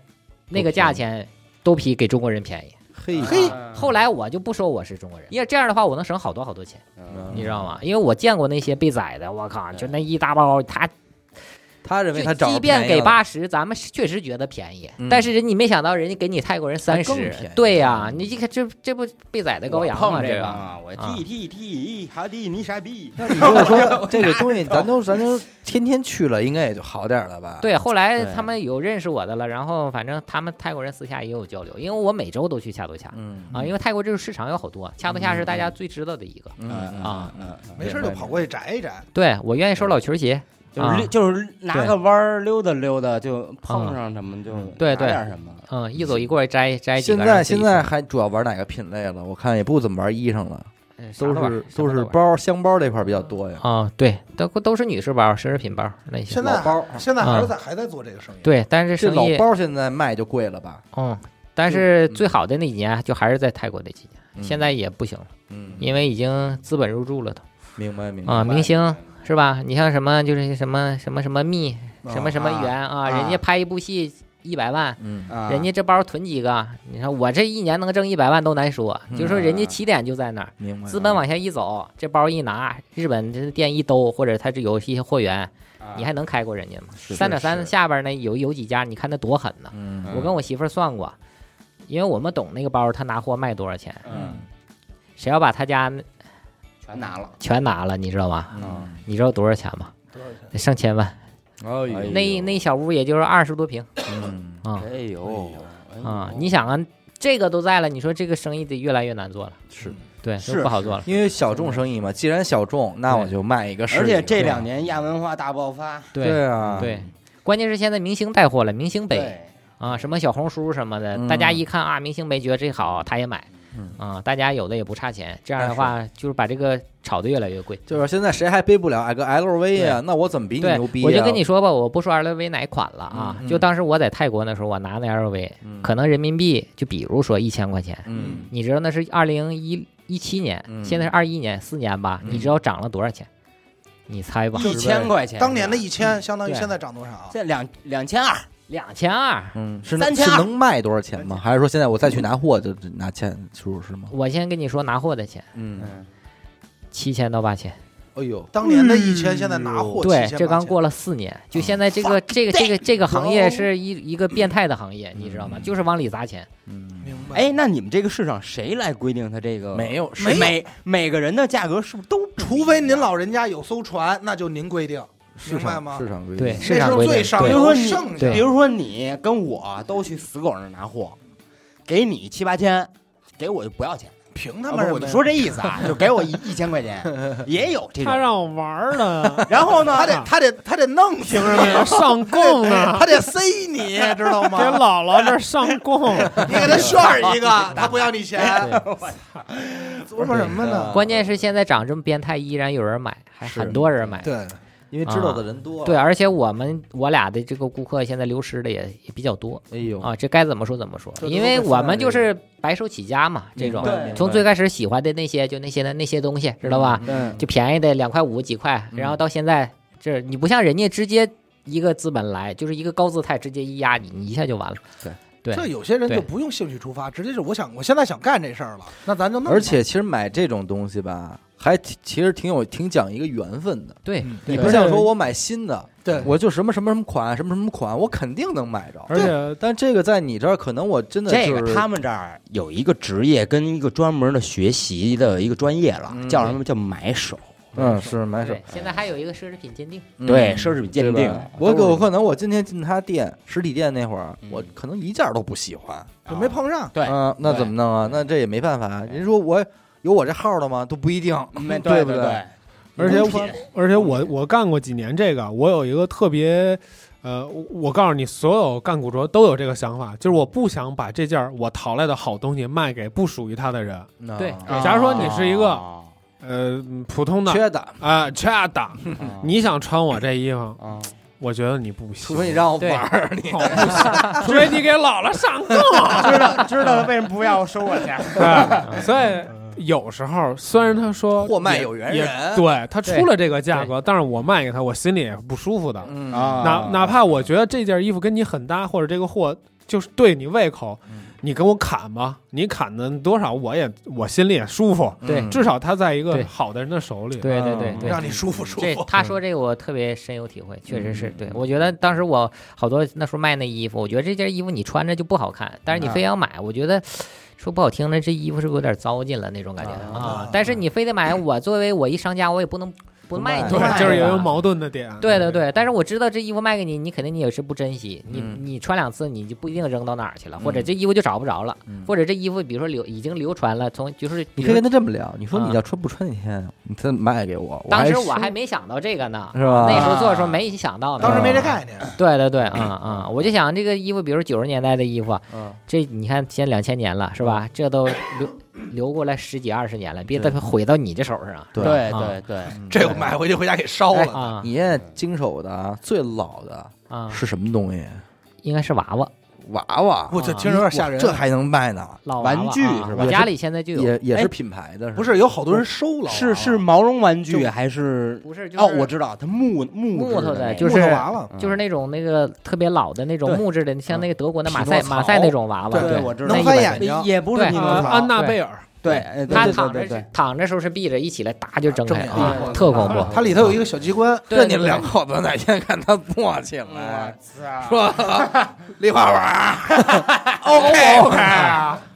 Speaker 5: 那个价钱都比给中国人便宜。
Speaker 1: 嘿
Speaker 4: 嘿
Speaker 5: 后来我就不说我是中国人，因为这样的话我能省好多好多钱，
Speaker 1: 嗯
Speaker 5: 你知道吗？因为我见过那些被宰的，我靠，就那一大包，他
Speaker 1: 他认为他
Speaker 5: 就
Speaker 1: 找着
Speaker 5: 即便
Speaker 1: 便宜
Speaker 5: 给
Speaker 1: 了，
Speaker 5: 八十，咱们确实觉得便宜
Speaker 1: 嗯，
Speaker 5: 但是人你没想到人家给你泰国人三
Speaker 1: 还更便宜嗯
Speaker 5: 十，对呀，你这个这这不被宰的羔羊吗？
Speaker 3: 这
Speaker 5: 这个
Speaker 3: 啊，我 T T T，哈迪你傻逼，
Speaker 1: 那你跟我说这个东西，咱都咱都天天去了，应该也就好点儿了吧？，
Speaker 5: 对，啊后来
Speaker 1: 对
Speaker 5: 他们有认识我的了，然后反正他们泰国人私下也有交流，因为我每周都去恰多恰
Speaker 1: 嗯
Speaker 5: 啊，因为泰国这个市场有好多，恰多恰是大家最知道的一个。
Speaker 1: 嗯
Speaker 5: 啊
Speaker 3: 嗯，嗯
Speaker 4: 没事就跑过去摘一摘，
Speaker 5: 对我愿意收老球鞋，
Speaker 3: 就是溜
Speaker 5: 啊
Speaker 3: 就是拿
Speaker 5: 对啊
Speaker 3: 个弯儿溜达溜达，就碰上什么就
Speaker 5: 对
Speaker 3: 拿
Speaker 5: 对
Speaker 3: 点什么。
Speaker 5: 嗯，一走一过摘摘几
Speaker 1: 现
Speaker 5: 个。然
Speaker 1: 在
Speaker 5: 后自己
Speaker 1: 现
Speaker 5: 吃
Speaker 1: 在还主要玩哪个品类了？我看也不怎么玩衣裳了，
Speaker 5: 嗯啥
Speaker 1: 都
Speaker 5: 玩
Speaker 1: 是
Speaker 5: 啥
Speaker 1: 都是
Speaker 5: 玩
Speaker 1: 包箱包这块儿比较多呀。
Speaker 5: 啊，对，都都是女士包、奢侈品包那些
Speaker 4: 现。在
Speaker 1: 包
Speaker 4: 现在还是在还在做这个生意。
Speaker 5: 对，但是
Speaker 1: 这
Speaker 5: 生
Speaker 1: 老
Speaker 5: 意
Speaker 1: 包现在卖就贵了吧？
Speaker 5: 嗯，但是最好的那几年就还是在泰国那几年，
Speaker 1: 嗯
Speaker 5: 现在也不行了，
Speaker 1: 嗯，
Speaker 5: 因为已经资本入驻了都
Speaker 1: 明白明白。
Speaker 5: 啊，明星。是吧？你像什么就是什么什么什么蜜什么什么
Speaker 3: 啊
Speaker 5: 元啊，
Speaker 3: 啊
Speaker 5: 人家拍一部戏一百万，
Speaker 1: 嗯，
Speaker 3: 啊
Speaker 5: 人家这包囤几个，你看我这一年能挣一百万都难说，就说人家起点就在那儿，
Speaker 1: 明白。
Speaker 5: 资本往下一走，这包一拿，日本这店一兜，或者他这有一些货源，你还能开过人家吗？
Speaker 1: 是
Speaker 5: 三点
Speaker 1: 是
Speaker 5: 三下边呢有有几家，你看那多狠呢！
Speaker 1: 嗯
Speaker 3: 嗯
Speaker 5: 我跟我媳妇儿算过，因为我们懂那个包，他拿货卖多少钱，
Speaker 3: 嗯，
Speaker 5: 谁要把他家那
Speaker 3: 全拿了。
Speaker 5: 全拿了，你知道吗？
Speaker 1: 嗯，
Speaker 5: 你知道多少钱吗？
Speaker 4: 多少钱？
Speaker 5: 得上千万，
Speaker 1: 哦
Speaker 3: 哎呦
Speaker 5: 那一那一小屋也就是二十多平
Speaker 1: 嗯
Speaker 5: 啊
Speaker 3: 哎呦，哎呦
Speaker 5: 啊！你想啊，这个都在了，你说这个生意得越来越难做了。
Speaker 1: 是
Speaker 5: 对，就是嗯不好做了。
Speaker 1: 嗯因为小众生意嘛，既然小众，那我就卖一个是一个。
Speaker 3: 而且这两年亚文化大爆发，
Speaker 1: 对啊，
Speaker 5: 对，关键是现在明星带货了，明星北
Speaker 3: 对，
Speaker 5: 啊，什么小红书什么的，
Speaker 1: 嗯
Speaker 5: 大家一看啊，明星北觉得这好，他也买，啊，大家有的也不差钱，这样的话就是把这个炒的越来越贵。
Speaker 1: 就是现在谁还背不了个 LV 呀、那我怎么比你
Speaker 5: 对
Speaker 1: 牛逼、，呀
Speaker 5: 我就跟你说吧，我不说 LV 哪款了啊，
Speaker 1: 嗯嗯
Speaker 5: 就当时我在泰国那时候，我拿那 LV，、可能人民币就比如说一千块钱，
Speaker 1: 嗯，
Speaker 5: 你知道那是二零一一七年，
Speaker 1: 嗯
Speaker 5: 现在是二一年，四年吧，你知道涨了多少钱？你猜吧，
Speaker 3: 一千块钱，
Speaker 4: 当年的一千相当于
Speaker 5: 对
Speaker 4: 现在涨多少？啊
Speaker 3: 这两两千二，
Speaker 5: 两千二。
Speaker 1: 嗯，是
Speaker 3: 三
Speaker 1: 能
Speaker 3: 千
Speaker 1: 是
Speaker 3: 二
Speaker 1: 能卖多少钱吗？还是说现在我再去拿货就就拿钱出入是吗？
Speaker 5: 我先跟你说拿货的钱，
Speaker 1: 嗯，
Speaker 5: 七千到八千。
Speaker 1: 哎呦，
Speaker 4: 当年的一千，现在拿货
Speaker 5: 对，
Speaker 4: 7000
Speaker 5: 这刚
Speaker 4: 8000
Speaker 5: 过了四年，就
Speaker 1: 嗯
Speaker 5: 现在这个这个这个这个行业是一一个变态的行业，你知道吗？就是往里砸钱。
Speaker 1: 嗯
Speaker 4: 明白？
Speaker 3: 哎，，那你们这个市场谁来规定它这个？
Speaker 1: 没有，
Speaker 3: 是每每个人的价格是不是都不一样？啊
Speaker 4: 除非您老人家有艘船，那就您规定，
Speaker 1: 市
Speaker 4: 明白
Speaker 1: 场
Speaker 4: 吗？
Speaker 1: 市场规
Speaker 5: 对，
Speaker 1: 定，
Speaker 5: 市场
Speaker 4: 那时候
Speaker 5: 规
Speaker 4: 最
Speaker 5: 定。
Speaker 4: 上
Speaker 3: 比
Speaker 5: 对
Speaker 3: 如说你
Speaker 4: 剩
Speaker 5: 下
Speaker 3: 比如说你跟我都去死狗那儿拿货，给你七八千，给我就不要钱。
Speaker 4: 凭
Speaker 3: 啊
Speaker 4: 他
Speaker 3: 不
Speaker 4: 们
Speaker 3: 是
Speaker 4: 什么呀、
Speaker 3: 我就说这意思啊，就给我一一千块钱，也有这
Speaker 2: 他
Speaker 3: 种。，
Speaker 2: 让我玩儿呢
Speaker 3: 然后呢
Speaker 4: 他，得他得他得弄凭什么呀？
Speaker 2: 上供呢，
Speaker 4: 他得塞你，知道
Speaker 2: 给
Speaker 4: 吗？
Speaker 2: 姥姥这儿上供，
Speaker 4: 你给他炫一个，他不要你钱， 琢磨什么呢？
Speaker 1: 啊
Speaker 5: 关键是现在涨这么变态，依然有人买，还
Speaker 1: 是
Speaker 5: 很多人买。
Speaker 4: 对，
Speaker 1: 因为知道的人多了。
Speaker 5: 啊对，而且我们我俩的这个顾客现在流失的也也比较多
Speaker 1: 哎呦，
Speaker 5: 啊，这该怎么说怎么说，
Speaker 1: 这都
Speaker 5: 因为
Speaker 1: 被
Speaker 5: 我
Speaker 1: 分
Speaker 5: 们
Speaker 1: 了
Speaker 5: 就
Speaker 1: 这
Speaker 5: 是白手起家嘛，这种
Speaker 1: 明白明白
Speaker 5: 从最开始喜欢的那些就那些的那些东西，知道吧？
Speaker 1: 嗯，
Speaker 5: 就便宜的两块五几块，然后到现在这你不像人家直接一个资本来，就是一个高姿态直接一压你，你一下就完了。对
Speaker 4: 这有些人
Speaker 5: 对
Speaker 4: 就不用兴趣出发，直接就我想，我现在想干这事儿了，那咱就弄吧。
Speaker 1: 而且其实买这种东西吧，还挺其实挺有挺讲一个缘分的。
Speaker 5: 对，
Speaker 1: 你不像说我买新的，
Speaker 4: 对
Speaker 1: 我就什么什么什么款，什么什么款，我肯定能买着。
Speaker 2: 而且
Speaker 1: 但这个在你这儿，可能我真的
Speaker 3: 这
Speaker 1: 就
Speaker 3: 个
Speaker 1: 是
Speaker 3: 他们这儿有一个职业跟一个专门的学习的一个专业了
Speaker 1: 嗯，
Speaker 3: 叫什么叫买手？
Speaker 1: 嗯是买手
Speaker 5: 对，现在还有一个奢侈品鉴定，
Speaker 1: 嗯
Speaker 3: 对，奢侈品鉴
Speaker 1: 对
Speaker 3: 定
Speaker 1: 吧。我我可能我今天进他店实体店那会儿，
Speaker 3: 嗯
Speaker 1: 我可能一件儿都不喜欢。
Speaker 4: 就没碰上，
Speaker 3: 对
Speaker 1: 嗯，那
Speaker 3: 对
Speaker 1: 怎么弄啊？那这也没办法。人说我有我这号的吗？都不一定，
Speaker 3: 没
Speaker 1: 嗯对
Speaker 3: 嗯对
Speaker 1: 不
Speaker 3: 对对，
Speaker 2: 而且
Speaker 3: 农
Speaker 2: 我
Speaker 3: 品
Speaker 2: 而且我我干过几年这个，我有一个特别。呃，我我告诉你，所有干古着都有这个想法，就是我不想把这件儿我淘来的好东西卖给不属于他的人。
Speaker 1: 那
Speaker 5: 对
Speaker 2: 假如说你是一个
Speaker 3: 啊
Speaker 2: 呃，普通的
Speaker 1: 缺的，
Speaker 2: 啊，缺打，你想穿我这衣服，
Speaker 3: 啊
Speaker 2: 我觉得你不行，
Speaker 1: 除非你让我
Speaker 5: 对
Speaker 1: 玩儿，你
Speaker 2: 我不行，除非你给姥姥上 供。
Speaker 3: 知道知道了，为什么不要我收我钱？
Speaker 2: 对，哎所以有时候虽然他 说
Speaker 1: 货卖
Speaker 2: 也
Speaker 1: 有缘
Speaker 2: 也
Speaker 1: 人
Speaker 2: 对他出了这个价格，但是我卖给他，我心里也是不舒服的。
Speaker 1: 嗯
Speaker 3: 啊
Speaker 2: 哪哪怕我觉得这件衣服跟你很搭，或者这个货就是对你胃口，
Speaker 3: 嗯
Speaker 2: 你给我砍吧，你砍的多少我也我心里也舒服，
Speaker 5: 对
Speaker 1: 嗯
Speaker 2: 至少他在一个
Speaker 5: 对
Speaker 2: 好的人的手里。
Speaker 5: 对对对
Speaker 1: 嗯
Speaker 5: 对
Speaker 4: 让。你舒服舒
Speaker 5: 这
Speaker 4: 服。
Speaker 5: 他说这个我特别深有体会，确实是对。我觉得当时我好多那时候卖那衣服，我觉得这件衣服你穿着就不好看，但是你非要买，我觉得说不好听的，这衣服是不是有点糟践了那种感觉啊？但是你非得买，我作为我一商家，我也不能不卖你
Speaker 1: 不
Speaker 5: 这
Speaker 1: 卖
Speaker 5: 个吧。
Speaker 2: 对，啊 就是也有嗯矛盾的点。
Speaker 5: 对对对，但是我知道这衣服卖给你，你肯定你也是不珍惜，你
Speaker 1: 嗯
Speaker 5: 你穿两次你就不一定扔到哪儿去了，或者这衣服就找不着了，或者这衣服比如说流已经流传了，从就是
Speaker 1: 你
Speaker 5: 比
Speaker 1: 可以
Speaker 5: 如
Speaker 1: 跟他这么聊，你说
Speaker 5: 啊
Speaker 1: 你要穿不穿那天，你再卖给我。
Speaker 5: 当时我
Speaker 1: 还
Speaker 5: 还没想到这个呢，
Speaker 3: 啊
Speaker 1: 是吧
Speaker 5: 那时候做的时候没想到呢，
Speaker 4: 当时没这概念，
Speaker 5: 对对对，啊啊，我就想这个衣服，比如九十年代的衣服啊
Speaker 1: 嗯，
Speaker 5: 这你看现在两千年了是吧？这都流流过来十几二十年了，别再毁到你这手上啊！
Speaker 1: 对
Speaker 3: 对对，
Speaker 4: 这我买回去回家给烧了。
Speaker 5: 啊
Speaker 1: 你现在经手的啊最老的
Speaker 5: 啊，
Speaker 1: 是什么东西？
Speaker 5: 应该是娃娃，
Speaker 1: 娃娃，
Speaker 4: 我这听着有点吓人。
Speaker 1: 这还能卖呢？
Speaker 5: 老娃娃
Speaker 3: 玩具
Speaker 5: 啊
Speaker 3: 是吧
Speaker 5: 我家里现在就有，
Speaker 1: 也也是
Speaker 3: 哎
Speaker 1: 品牌的，
Speaker 4: 不是有好多人收了，
Speaker 3: 是是毛绒玩具还是？
Speaker 5: 不是就是
Speaker 3: 哦，我知道，它木木
Speaker 5: 木头
Speaker 3: 质
Speaker 5: 的
Speaker 3: 那
Speaker 5: 就
Speaker 3: 个
Speaker 5: 是
Speaker 4: 木头娃娃，
Speaker 5: 就是那种那个特别老的那种
Speaker 3: 对嗯
Speaker 5: 木质的，像那个德国的马赛
Speaker 3: 匹诺曹
Speaker 5: 马赛那种娃娃，
Speaker 3: 对
Speaker 5: 对
Speaker 3: 我知道
Speaker 5: 那
Speaker 4: 能
Speaker 5: 一
Speaker 4: 翻
Speaker 5: 百
Speaker 4: 眼睛，
Speaker 3: 也不是
Speaker 5: 对
Speaker 3: 匹
Speaker 2: 啊
Speaker 3: 诺曹，
Speaker 2: 安娜贝尔，
Speaker 3: 对，哎
Speaker 5: 他
Speaker 3: 对
Speaker 5: 躺
Speaker 3: 对对
Speaker 5: 着
Speaker 3: 对
Speaker 5: 是，躺着时候是闭着，一起来哒就睁
Speaker 4: 睁
Speaker 5: 开
Speaker 4: 眼
Speaker 5: 啊，
Speaker 4: 睛
Speaker 5: 特恐怖。
Speaker 4: 它里头有一个小机关，
Speaker 5: 对
Speaker 1: 这
Speaker 5: 对
Speaker 1: 你们
Speaker 5: 对
Speaker 1: 两口子哪天看他磨起来，说 立花娃 哦，OK OK，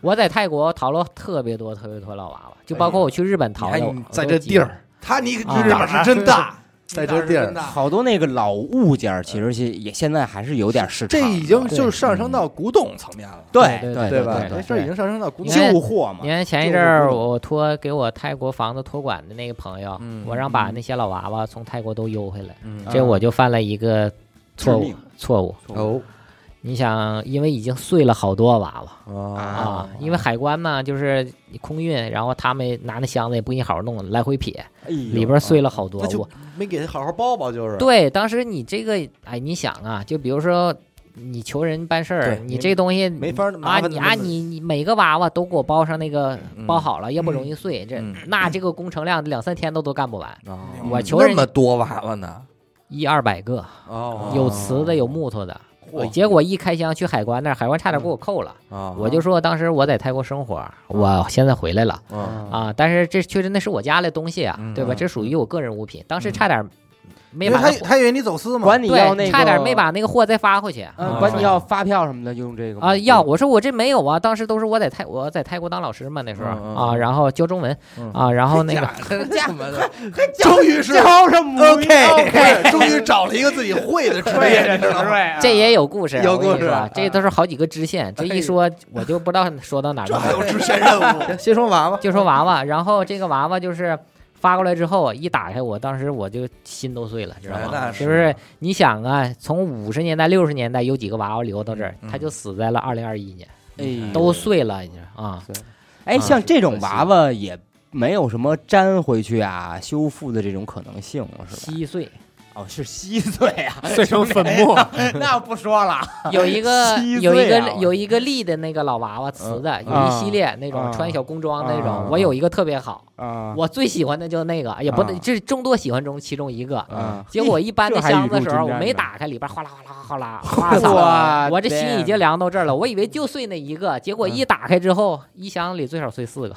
Speaker 5: 我在泰国淘了特别多特别多老娃娃，就包括我去日本淘
Speaker 1: 哎
Speaker 5: 的
Speaker 1: 你，
Speaker 5: 我
Speaker 1: 在
Speaker 5: 都
Speaker 1: 这
Speaker 5: 记
Speaker 1: 地
Speaker 5: 得
Speaker 1: 儿
Speaker 4: 他你你
Speaker 5: 啊
Speaker 4: 胆儿是真大，
Speaker 1: 在这地儿，
Speaker 3: 嗯好多那个老物件儿，其实是也现在还是有点市场
Speaker 4: 这
Speaker 3: 的。
Speaker 4: 已经就是上升到古董层面了，
Speaker 3: 啊对
Speaker 5: 对
Speaker 1: 哎
Speaker 3: 对
Speaker 5: 对
Speaker 4: 吧？
Speaker 5: 对
Speaker 4: 哎这事儿已经上升到古
Speaker 5: 对
Speaker 4: 董，
Speaker 3: 旧货嘛
Speaker 5: 你，看前一阵儿我托给我泰国房子托管的那个朋友，
Speaker 1: 嗯
Speaker 5: 我让把那些老娃娃从泰国都邮回来，
Speaker 1: 嗯
Speaker 5: 这我就犯了一个错
Speaker 3: 致
Speaker 5: 误
Speaker 3: 命
Speaker 5: 错误。
Speaker 1: 哦
Speaker 5: 你想，因为已经碎了好多娃娃
Speaker 1: 啊，
Speaker 5: 啊，因为海关嘛，就是空运，然后他们拿那箱子也不给你好好弄，来回撇，里
Speaker 3: 里
Speaker 5: 边碎了好多
Speaker 1: 哎啊那。就
Speaker 5: 我
Speaker 1: 没给他好好包包，就是
Speaker 5: 对当时你这个，哎，你想啊，就比如说。你求人办事儿，
Speaker 1: 对
Speaker 5: 你这东西
Speaker 1: 没法儿
Speaker 5: 啊，
Speaker 1: 麻烦
Speaker 5: 你
Speaker 1: 他
Speaker 5: 啊，
Speaker 1: 们
Speaker 5: 你你每个娃娃都给我包上那个
Speaker 1: 嗯
Speaker 5: 包好了，要不容易碎。这
Speaker 1: 嗯
Speaker 5: 那这个工程量两三天都都干不完，
Speaker 1: 啊
Speaker 5: 我求
Speaker 1: 那
Speaker 5: 人
Speaker 1: 么多娃娃呢，
Speaker 5: 一二百个，
Speaker 1: 哦
Speaker 5: 有瓷的有木头的。
Speaker 1: 嚯
Speaker 5: 结果一开箱去海关那儿，海关差点给我扣了。
Speaker 1: 啊，
Speaker 5: 我就说当时我在泰国生活，
Speaker 1: 哦
Speaker 5: 我现在回来了
Speaker 1: 啊
Speaker 5: 啊，但是这确实那是我家的东西啊
Speaker 1: 嗯，
Speaker 5: 对吧？
Speaker 1: 嗯
Speaker 5: 这属于我个人物品，当时差点没
Speaker 4: 因
Speaker 5: 把
Speaker 4: 为
Speaker 5: 那
Speaker 4: 他
Speaker 5: 货
Speaker 4: 他以为你走私嘛，
Speaker 3: 管你要那
Speaker 5: 对，
Speaker 3: 个，
Speaker 5: 差点没把那个货再发回去。
Speaker 3: 嗯，
Speaker 1: 啊
Speaker 3: 管你要发票什么的，就用这个吗
Speaker 5: 啊，要我说我这没有啊，当时都是我在泰我在泰国当老师嘛，那时候
Speaker 1: 嗯嗯
Speaker 5: 啊，然后教中文
Speaker 1: 嗯
Speaker 5: 啊，然后那个
Speaker 1: 家的
Speaker 4: 终 于是
Speaker 3: 交上母
Speaker 1: 哦
Speaker 4: OK，终 于找了一个自己会的职业，你知道吗？
Speaker 5: 这也有故事，
Speaker 4: 有
Speaker 5: 我跟你
Speaker 4: 故事
Speaker 5: 说
Speaker 4: 啊
Speaker 5: 这都是好几个支线，这一说我就不知道说到哪儿
Speaker 4: 这 还有
Speaker 5: 了。
Speaker 4: 支线任务，
Speaker 1: 先说娃娃，
Speaker 5: 就说娃娃，然后这个娃娃就是发过来之后，一打开我，当时我就心都碎了，知道
Speaker 1: 哎
Speaker 5: 吗？
Speaker 1: 那是
Speaker 5: 是不是？你想啊，从五十年代、六十年代有几个娃娃留到这儿，
Speaker 1: 嗯
Speaker 5: 他就死在了二零二一年，
Speaker 3: 哎
Speaker 5: 都碎了已经啊。
Speaker 3: 哎，
Speaker 5: 啊
Speaker 3: 像这种娃娃也没有什么粘回去啊、修复的这种可能性了，是吧？
Speaker 5: 稀碎，
Speaker 3: 哦，是稀碎啊，
Speaker 2: 碎成粉 末，
Speaker 4: 哎
Speaker 3: 那不说了。
Speaker 5: 有 一个
Speaker 3: 稀碎啊
Speaker 5: 有一个
Speaker 3: 我嗯
Speaker 5: 有一个立的那个老娃娃，瓷的，有一系列那种
Speaker 3: 啊
Speaker 5: 穿小工装那
Speaker 3: 啊
Speaker 5: 种，我有一个特别好，
Speaker 3: 啊
Speaker 5: 我最喜欢的就是那个，哎也不能
Speaker 3: 啊
Speaker 5: 这是众多喜欢中其中一个，
Speaker 3: 啊！
Speaker 5: 结 果一搬那箱子的时
Speaker 3: 这还
Speaker 5: 候，
Speaker 3: 雨露均沾呢
Speaker 5: 我没打开，里边哗啦哗 啦哗啦哗
Speaker 3: 哇啊嗯
Speaker 5: 啦，我这心已经凉到这儿了。我以为就碎那一个，结果一打开之后，一箱里最少碎四个。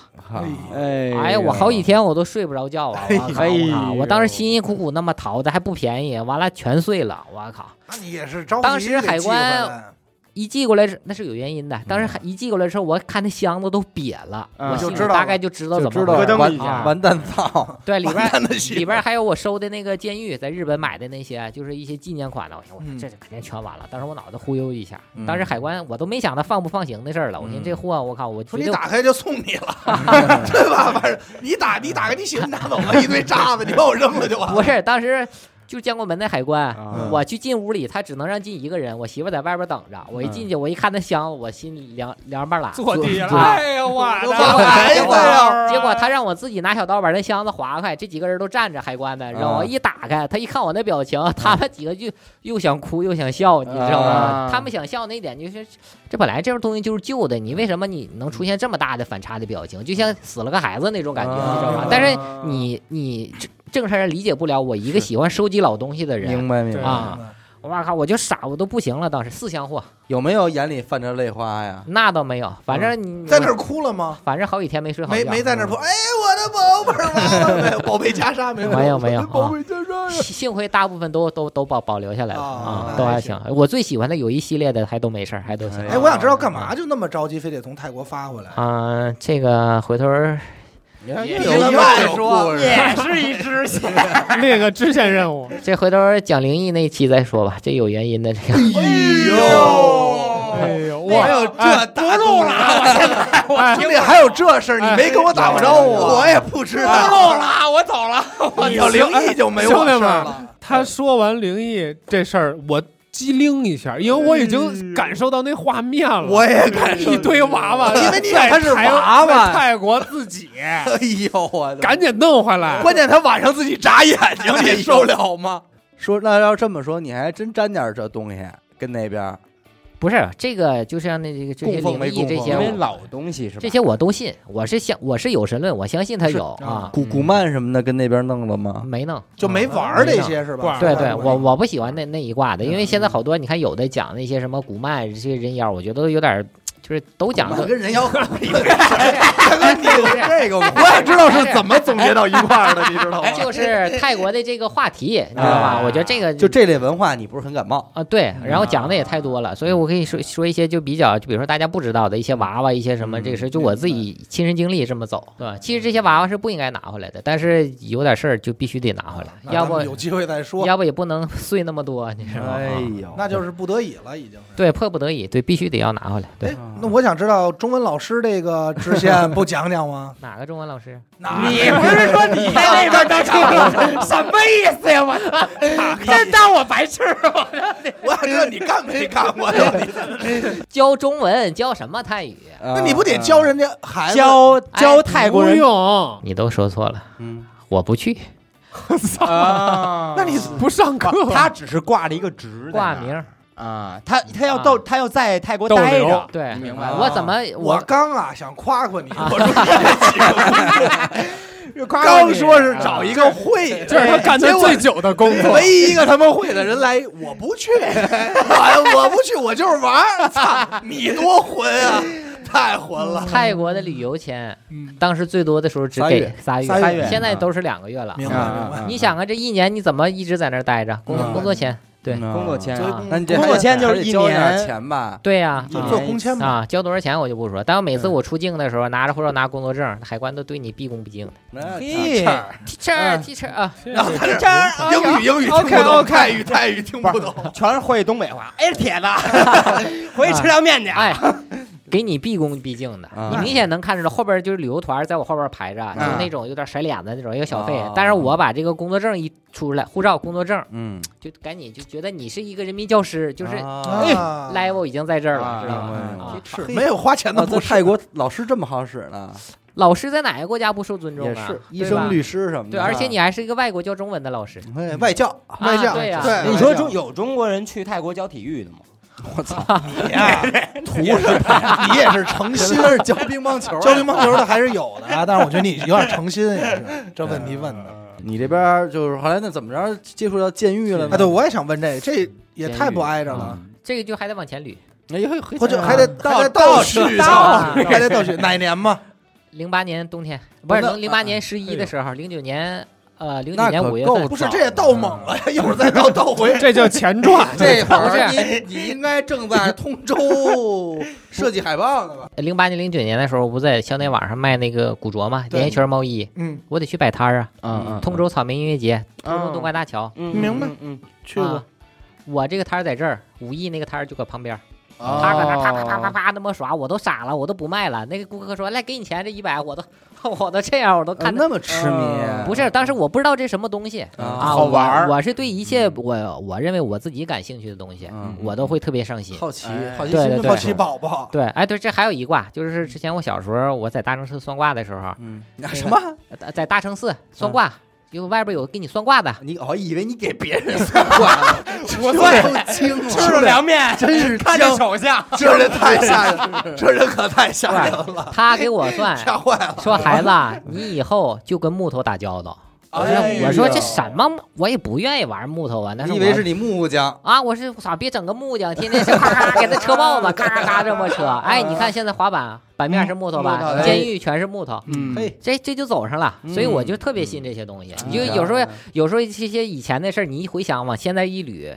Speaker 3: 哎
Speaker 5: 哎呀，我好几天我都睡不着觉啊！我靠
Speaker 3: 哎呦
Speaker 5: 我靠！我当时辛辛苦苦那么淘的，还不便宜，完了全碎了，我靠！
Speaker 4: 那你也是着急
Speaker 5: 当时海关
Speaker 4: 给寄回来
Speaker 5: 一寄过来是那是有原因
Speaker 1: 嗯
Speaker 5: 的，当时还一寄过来之后，我看那箱子都瘪了，
Speaker 3: 嗯
Speaker 5: 我心里
Speaker 4: 就知道
Speaker 5: 大
Speaker 4: 了
Speaker 5: 概就知道
Speaker 1: 就
Speaker 5: 怎
Speaker 1: 知
Speaker 5: 么
Speaker 1: 道
Speaker 5: 回
Speaker 1: 了
Speaker 5: 事
Speaker 3: 灯一
Speaker 1: 完
Speaker 3: 下
Speaker 1: 完蛋操，
Speaker 5: 对，啊里边
Speaker 4: 完蛋的戏
Speaker 5: 里边还有我收的那个监狱，在日本买的那些，啊就是一些纪念款的。我寻思，我
Speaker 1: 嗯
Speaker 5: 这肯定全完了。当时我脑子忽悠一下，
Speaker 1: 嗯
Speaker 5: 当时海关我都没想到放不放行的事儿了。我寻思
Speaker 1: 嗯
Speaker 5: 这货，我靠，我绝
Speaker 4: 说你
Speaker 5: 对
Speaker 4: 打开就送你 了，对吧？反正你打你打开，你喜欢拿走吧，一堆渣子，你把我扔了就完了
Speaker 5: 不。是当时。就见过门的海关，
Speaker 1: 嗯
Speaker 3: 啊
Speaker 5: 我去进屋里，他只能让进一个人，我媳妇在外边等着。我一
Speaker 1: 嗯
Speaker 5: 进去，我一看那箱子，我心里凉凉半拉。
Speaker 2: 坐地上。
Speaker 5: 坐
Speaker 2: 哎呀，哎我
Speaker 4: 我
Speaker 2: 的
Speaker 4: 孩
Speaker 5: 结
Speaker 4: 子
Speaker 5: 果
Speaker 4: 呀，
Speaker 5: 结
Speaker 2: 啊
Speaker 5: 果他让我自己拿小刀把那箱子划开，这几个人都站着海关的，然后
Speaker 4: 啊
Speaker 5: 我一打开，他一看我那表情，他们几个就又想哭又想笑，你知道
Speaker 3: 啊
Speaker 5: 吗？他们想笑那一点就是，这本来这种东西就是旧的，你为什么你能出现这么大的反差的表情，就像死了个孩子那种感觉，
Speaker 1: 啊
Speaker 5: 你知道吗？但是你你正正常人理解不了我一个喜欢收集老东西的人。
Speaker 1: 明白明
Speaker 2: 白
Speaker 1: 白。
Speaker 5: 啊！我靠，我就傻，我都不行了。当时四箱货，
Speaker 1: 有没有眼里泛着泪花呀？
Speaker 5: 那倒没有，反正你
Speaker 4: 啊在那儿，哭了吗？
Speaker 5: 反正好几天没睡好
Speaker 4: 没
Speaker 5: 觉嗯
Speaker 4: 没在那儿哭，哎，我的宝贝儿娃娃没有，宝贝袈裟没有，
Speaker 5: 没有没有
Speaker 4: 我的宝贝袈裟
Speaker 5: 幸
Speaker 4: 呀。
Speaker 5: 幸亏大部分都都都保保留下来了
Speaker 4: 啊
Speaker 5: 啊，
Speaker 4: 那
Speaker 5: 都
Speaker 4: 还
Speaker 5: 还行。我最喜欢的有一系列的还都没事儿，还都行
Speaker 1: 哎。
Speaker 4: 哎，我想知道干嘛就那么着急，非得从泰国发回来？
Speaker 5: 啊，这个回头儿
Speaker 2: 哎
Speaker 4: 也
Speaker 1: 有
Speaker 4: 外
Speaker 1: 说
Speaker 3: 也是一只蟹。
Speaker 2: 那个支线任务，
Speaker 5: 这回头儿讲灵异那一期再说吧，这有原因的这个。
Speaker 4: 哎
Speaker 2: 哎呦，我
Speaker 4: 还有这不录了，
Speaker 2: 哎
Speaker 4: 兄弟，还有这事儿，你没跟哎我打过招呼，啊我也不知道。不录了，我走了。你要哎灵异就 没我
Speaker 2: 兄
Speaker 4: 事
Speaker 2: 弟
Speaker 4: 儿
Speaker 2: 们
Speaker 4: 了。，嗯
Speaker 2: 他说完灵异这事儿，我机灵一下，因为我已经感受到那画面了。
Speaker 4: 哎我
Speaker 1: 哎
Speaker 4: 也感受
Speaker 2: 一堆娃娃，
Speaker 4: 因为你想
Speaker 2: 在
Speaker 4: 他是
Speaker 2: 台
Speaker 4: 娃娃
Speaker 2: 在泰国自 己
Speaker 4: 哎呦我的！
Speaker 2: 赶紧弄回来。
Speaker 4: 关键他晚上自己眨眼睛，你受了吗？
Speaker 1: 说那要这么说，你还真沾点儿这东西跟那边儿
Speaker 5: 不是这个，就像那这个这些
Speaker 1: 供奉
Speaker 5: 灵
Speaker 1: 没
Speaker 5: 异
Speaker 1: 供
Speaker 5: 这
Speaker 1: 奉
Speaker 5: 些
Speaker 3: 因为
Speaker 5: 我，
Speaker 3: 老东西是吧？
Speaker 5: 这些我都信，我是相我是有神论，我相信他
Speaker 1: 是
Speaker 5: 有
Speaker 4: 嗯
Speaker 5: 啊，
Speaker 1: 古古曼什么的跟那边弄了吗？
Speaker 5: 没弄
Speaker 4: 就没玩儿这些是
Speaker 2: 不玩
Speaker 4: 吧？
Speaker 2: 儿
Speaker 5: 对
Speaker 4: 是
Speaker 5: 对，
Speaker 4: 吧
Speaker 5: 我我不喜欢那那一挂的，因为现在好多你看有的讲那些什么古曼这些人妖，我觉得都有点儿就是都讲究
Speaker 4: 我跟人妖合一个事儿，大哥你有这个，我想知道是怎么总结到一块儿的，你知道吗？
Speaker 5: 哎
Speaker 4: 啊
Speaker 5: 就是泰国的这个话题，你知道吧？我觉得这个
Speaker 1: 就这类文化，你不是很感冒？
Speaker 5: 啊，对，然后讲的也太多了，所以我可以说说一些就比较，就比如说大家不知道的一些娃娃，一些什么
Speaker 4: 嗯
Speaker 5: 这个事，就我自己亲身经历这么走，对吧？其实这些娃娃是不应该拿回来的，但是有点事儿就必须得拿回来，要不
Speaker 4: 有机会再说，啊
Speaker 5: 要不也不能 碎那么多，你知道
Speaker 4: 哎
Speaker 5: 吗？
Speaker 1: 呦
Speaker 4: 那就是不得已了，已经是。
Speaker 5: 对，迫不得已，对，必须得要拿回来。对，
Speaker 4: 哎，那我想知道中文老师这个支 线不讲讲吗？
Speaker 5: 哪个中文老师？
Speaker 4: 你不是说你
Speaker 8: 在那边当车了，什么意思呀？我操！真当我白痴啊 吗？
Speaker 4: 我想知道你干没干过？
Speaker 5: 教中文，教什么泰语？
Speaker 4: 那你不得教人家孩子？
Speaker 3: 教教
Speaker 5: 哎
Speaker 3: 泰国人
Speaker 8: 用，
Speaker 5: 你都说错了，
Speaker 3: 嗯
Speaker 5: 我不去，
Speaker 3: 啊，那你
Speaker 8: 不上课，
Speaker 3: 他只是挂了一个职，
Speaker 5: 挂名儿。
Speaker 3: 啊，他他要到
Speaker 5: 啊
Speaker 3: 他要在泰国
Speaker 8: 逗
Speaker 3: 待
Speaker 8: 留
Speaker 3: 着，啊
Speaker 5: 对，啊
Speaker 3: 明白了
Speaker 5: 我怎么
Speaker 4: 我
Speaker 5: 我
Speaker 4: 刚啊想夸夸 你，我
Speaker 3: 刚
Speaker 4: 刚说
Speaker 1: 啊
Speaker 4: 是找一个会，
Speaker 8: 这是他干的最久的工 作。
Speaker 4: 唯一一个他妈会的人来，我不去，我我不去，我就是玩儿。操，你多混啊！太混了，
Speaker 5: 泰国的旅游签，
Speaker 2: 嗯
Speaker 5: 当时最多的时候只
Speaker 1: 仨
Speaker 5: 给
Speaker 1: 月
Speaker 5: 仨月，
Speaker 4: 仨
Speaker 3: 月
Speaker 5: 现在都是两个月了。
Speaker 4: 明
Speaker 3: 啊
Speaker 4: 白明白。
Speaker 3: 啊，
Speaker 5: 你想啊，这一年你怎么一直在那儿待着？工
Speaker 4: 嗯
Speaker 5: 工作签，对
Speaker 3: 啊工作签
Speaker 4: 所以
Speaker 3: 啊
Speaker 4: 工
Speaker 1: 那你这
Speaker 3: 工作签就是
Speaker 1: 还得
Speaker 3: 一
Speaker 1: 交点
Speaker 3: 年
Speaker 1: 钱吧？
Speaker 5: 对呀
Speaker 4: 就
Speaker 5: 啊
Speaker 4: 做工签嘛，
Speaker 5: 啊，交多少钱我就不说，但我每次我出境的时候，拿着护照拿工作证，海关都对你毕恭毕敬的。
Speaker 1: 那
Speaker 3: 嘿
Speaker 5: Teacher, teacher 啊，
Speaker 4: 然后他这
Speaker 3: 这儿啊
Speaker 4: 英语英语听不
Speaker 3: OK，OK
Speaker 4: 懂，泰语泰语听不懂。
Speaker 3: 全是会东北 话。哎，铁子，回去吃凉面去。
Speaker 5: 哎，给你毕恭毕敬的，
Speaker 1: 啊
Speaker 5: 你明显能看出来，后边就是旅游团在我后边排着，就是那种有点甩脸子那种，一个小费
Speaker 1: 啊。
Speaker 5: 但是我把这个工作证一出来，护照、工作证，
Speaker 1: 嗯，
Speaker 5: 就赶紧就觉得你是一个人民教师，就是
Speaker 1: 啊
Speaker 5: 哎
Speaker 4: 啊
Speaker 5: level 已经在这儿
Speaker 3: 啊
Speaker 5: 了，知道吗？
Speaker 1: 明白
Speaker 5: 啊
Speaker 4: 是没有花钱的
Speaker 1: 啊嗯在
Speaker 4: 不是
Speaker 1: 泰国老师这么好使呢，
Speaker 5: 老师在哪个国家不受尊重
Speaker 1: 也
Speaker 5: 啊？
Speaker 1: 是医
Speaker 5: 对
Speaker 1: 生、啊
Speaker 5: 吧
Speaker 1: 律师什么的。
Speaker 5: 对，而且你还是一个外国教中文的老师，啊
Speaker 1: 哎
Speaker 4: 外教外教，
Speaker 5: 对呀
Speaker 4: 对，
Speaker 3: 你说中有中国人去泰国教体育的吗？
Speaker 1: 我操，
Speaker 4: 你呀，图什么？ 你也是诚
Speaker 1: 真
Speaker 4: 心
Speaker 1: 的是教乒乓球。啊
Speaker 4: 教乒乓球的还是有的啊，但是我觉得你有点诚心 也是，这问题问的。
Speaker 1: 你这边就是后来那怎么着接触到监狱了
Speaker 4: 啊，
Speaker 1: 呢？
Speaker 4: 对，我也想问这个，这也太不挨着
Speaker 3: 啊
Speaker 4: 了，
Speaker 5: 这个就还得往前捋。
Speaker 1: 哎呦，嘿
Speaker 4: 或者还得还得啊倒叙，啊
Speaker 5: 倒叙
Speaker 4: 还得倒叙，哪年嘛？
Speaker 5: 零八年冬天不是
Speaker 4: 那
Speaker 5: 零零八年十一的时候，零九年呃零九
Speaker 1: 那
Speaker 5: 年
Speaker 1: 可
Speaker 5: 五月
Speaker 1: 够
Speaker 5: 份
Speaker 4: 不是，这也倒猛了，一会儿再倒倒回。
Speaker 8: 这叫前 传，
Speaker 4: 这会
Speaker 5: 不
Speaker 4: 儿
Speaker 5: 是
Speaker 4: 你你应该正在通州设计海报呢吧？
Speaker 5: 零八年零九年的时候，我不在校内网上卖那个古着嘛，
Speaker 4: 对
Speaker 5: 连衣裙、毛衣，
Speaker 4: 嗯，
Speaker 5: 我得去摆摊儿啊。
Speaker 3: 嗯嗯
Speaker 5: 通州草莓音乐节，通州东
Speaker 3: 关，
Speaker 5: 关大桥，
Speaker 3: 嗯
Speaker 4: 明白
Speaker 3: 嗯，
Speaker 4: 去过
Speaker 5: 啊。我这个摊儿在这儿，武艺那个摊儿就搁旁边儿，
Speaker 3: 哦
Speaker 5: 他搁那啪啪啪啪啪那么耍，我都傻了，我都不卖了。那个顾客说：“来，给你钱，这一百，我都 我都这样，我都
Speaker 1: 啊
Speaker 5: 看着
Speaker 1: 那么痴迷，啊
Speaker 3: 嗯
Speaker 5: 不是，当时我不知道这什么东西啊，
Speaker 3: 好玩儿
Speaker 5: 我我是对一切我我认为我自己感兴趣的东西，
Speaker 1: 嗯
Speaker 5: 我都会特别上心。
Speaker 1: 好奇
Speaker 3: 哎
Speaker 1: 好奇
Speaker 5: 对
Speaker 1: 心
Speaker 5: 对对
Speaker 4: 好奇宝宝，
Speaker 5: 对，哎，对，这还有一卦，就是之前我小时候我在大城市算卦的时候，
Speaker 1: 嗯，
Speaker 5: 那个
Speaker 1: 什么？
Speaker 5: 呃在大城市算卦，有外边有给你算卦的，
Speaker 1: 你我以为你给别人算卦，我 都惊了，
Speaker 3: 吃了凉面，
Speaker 1: 真是
Speaker 3: 看见
Speaker 1: 姜
Speaker 3: 手相，
Speaker 4: 这人太吓人，这人可太吓人了，
Speaker 5: 他给我算
Speaker 4: 吓坏了。
Speaker 5: 说孩子啊，你以后就跟木头打交道。 我说
Speaker 4: 哎
Speaker 5: 我说
Speaker 4: 呦
Speaker 5: 这什么，我也不愿意玩木头啊，那
Speaker 1: 你
Speaker 5: 是
Speaker 1: 以为
Speaker 5: 我
Speaker 1: 是你木木姜，
Speaker 5: 啊，我是操，别整个木匠，天天是咔咔给他车爆子，咔咔咔这么车。哎，你看现在滑板板面是木头
Speaker 4: 木头嗯
Speaker 5: 吧，
Speaker 4: 哎
Speaker 5: 监狱全是木头，
Speaker 3: 嗯
Speaker 1: 嘿
Speaker 5: 这这就走上了。所以我就特别信这些东西。
Speaker 4: 嗯
Speaker 5: 你就有时候有时候这些以前的事儿，你一回想往现在一捋，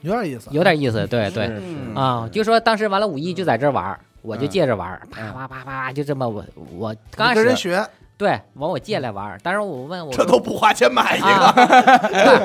Speaker 4: 有点意思，啊
Speaker 5: 有点意思。对对
Speaker 1: 嗯
Speaker 5: 啊，就说当时完了五一就在这儿玩儿。我
Speaker 4: 嗯
Speaker 5: 就借着玩儿，啪啪啪啪，就这么我我刚开
Speaker 4: 你跟人
Speaker 5: 始
Speaker 4: 学，
Speaker 5: 对往我借来玩儿，但是我问我
Speaker 4: 这都不花钱买一个，
Speaker 5: 啊，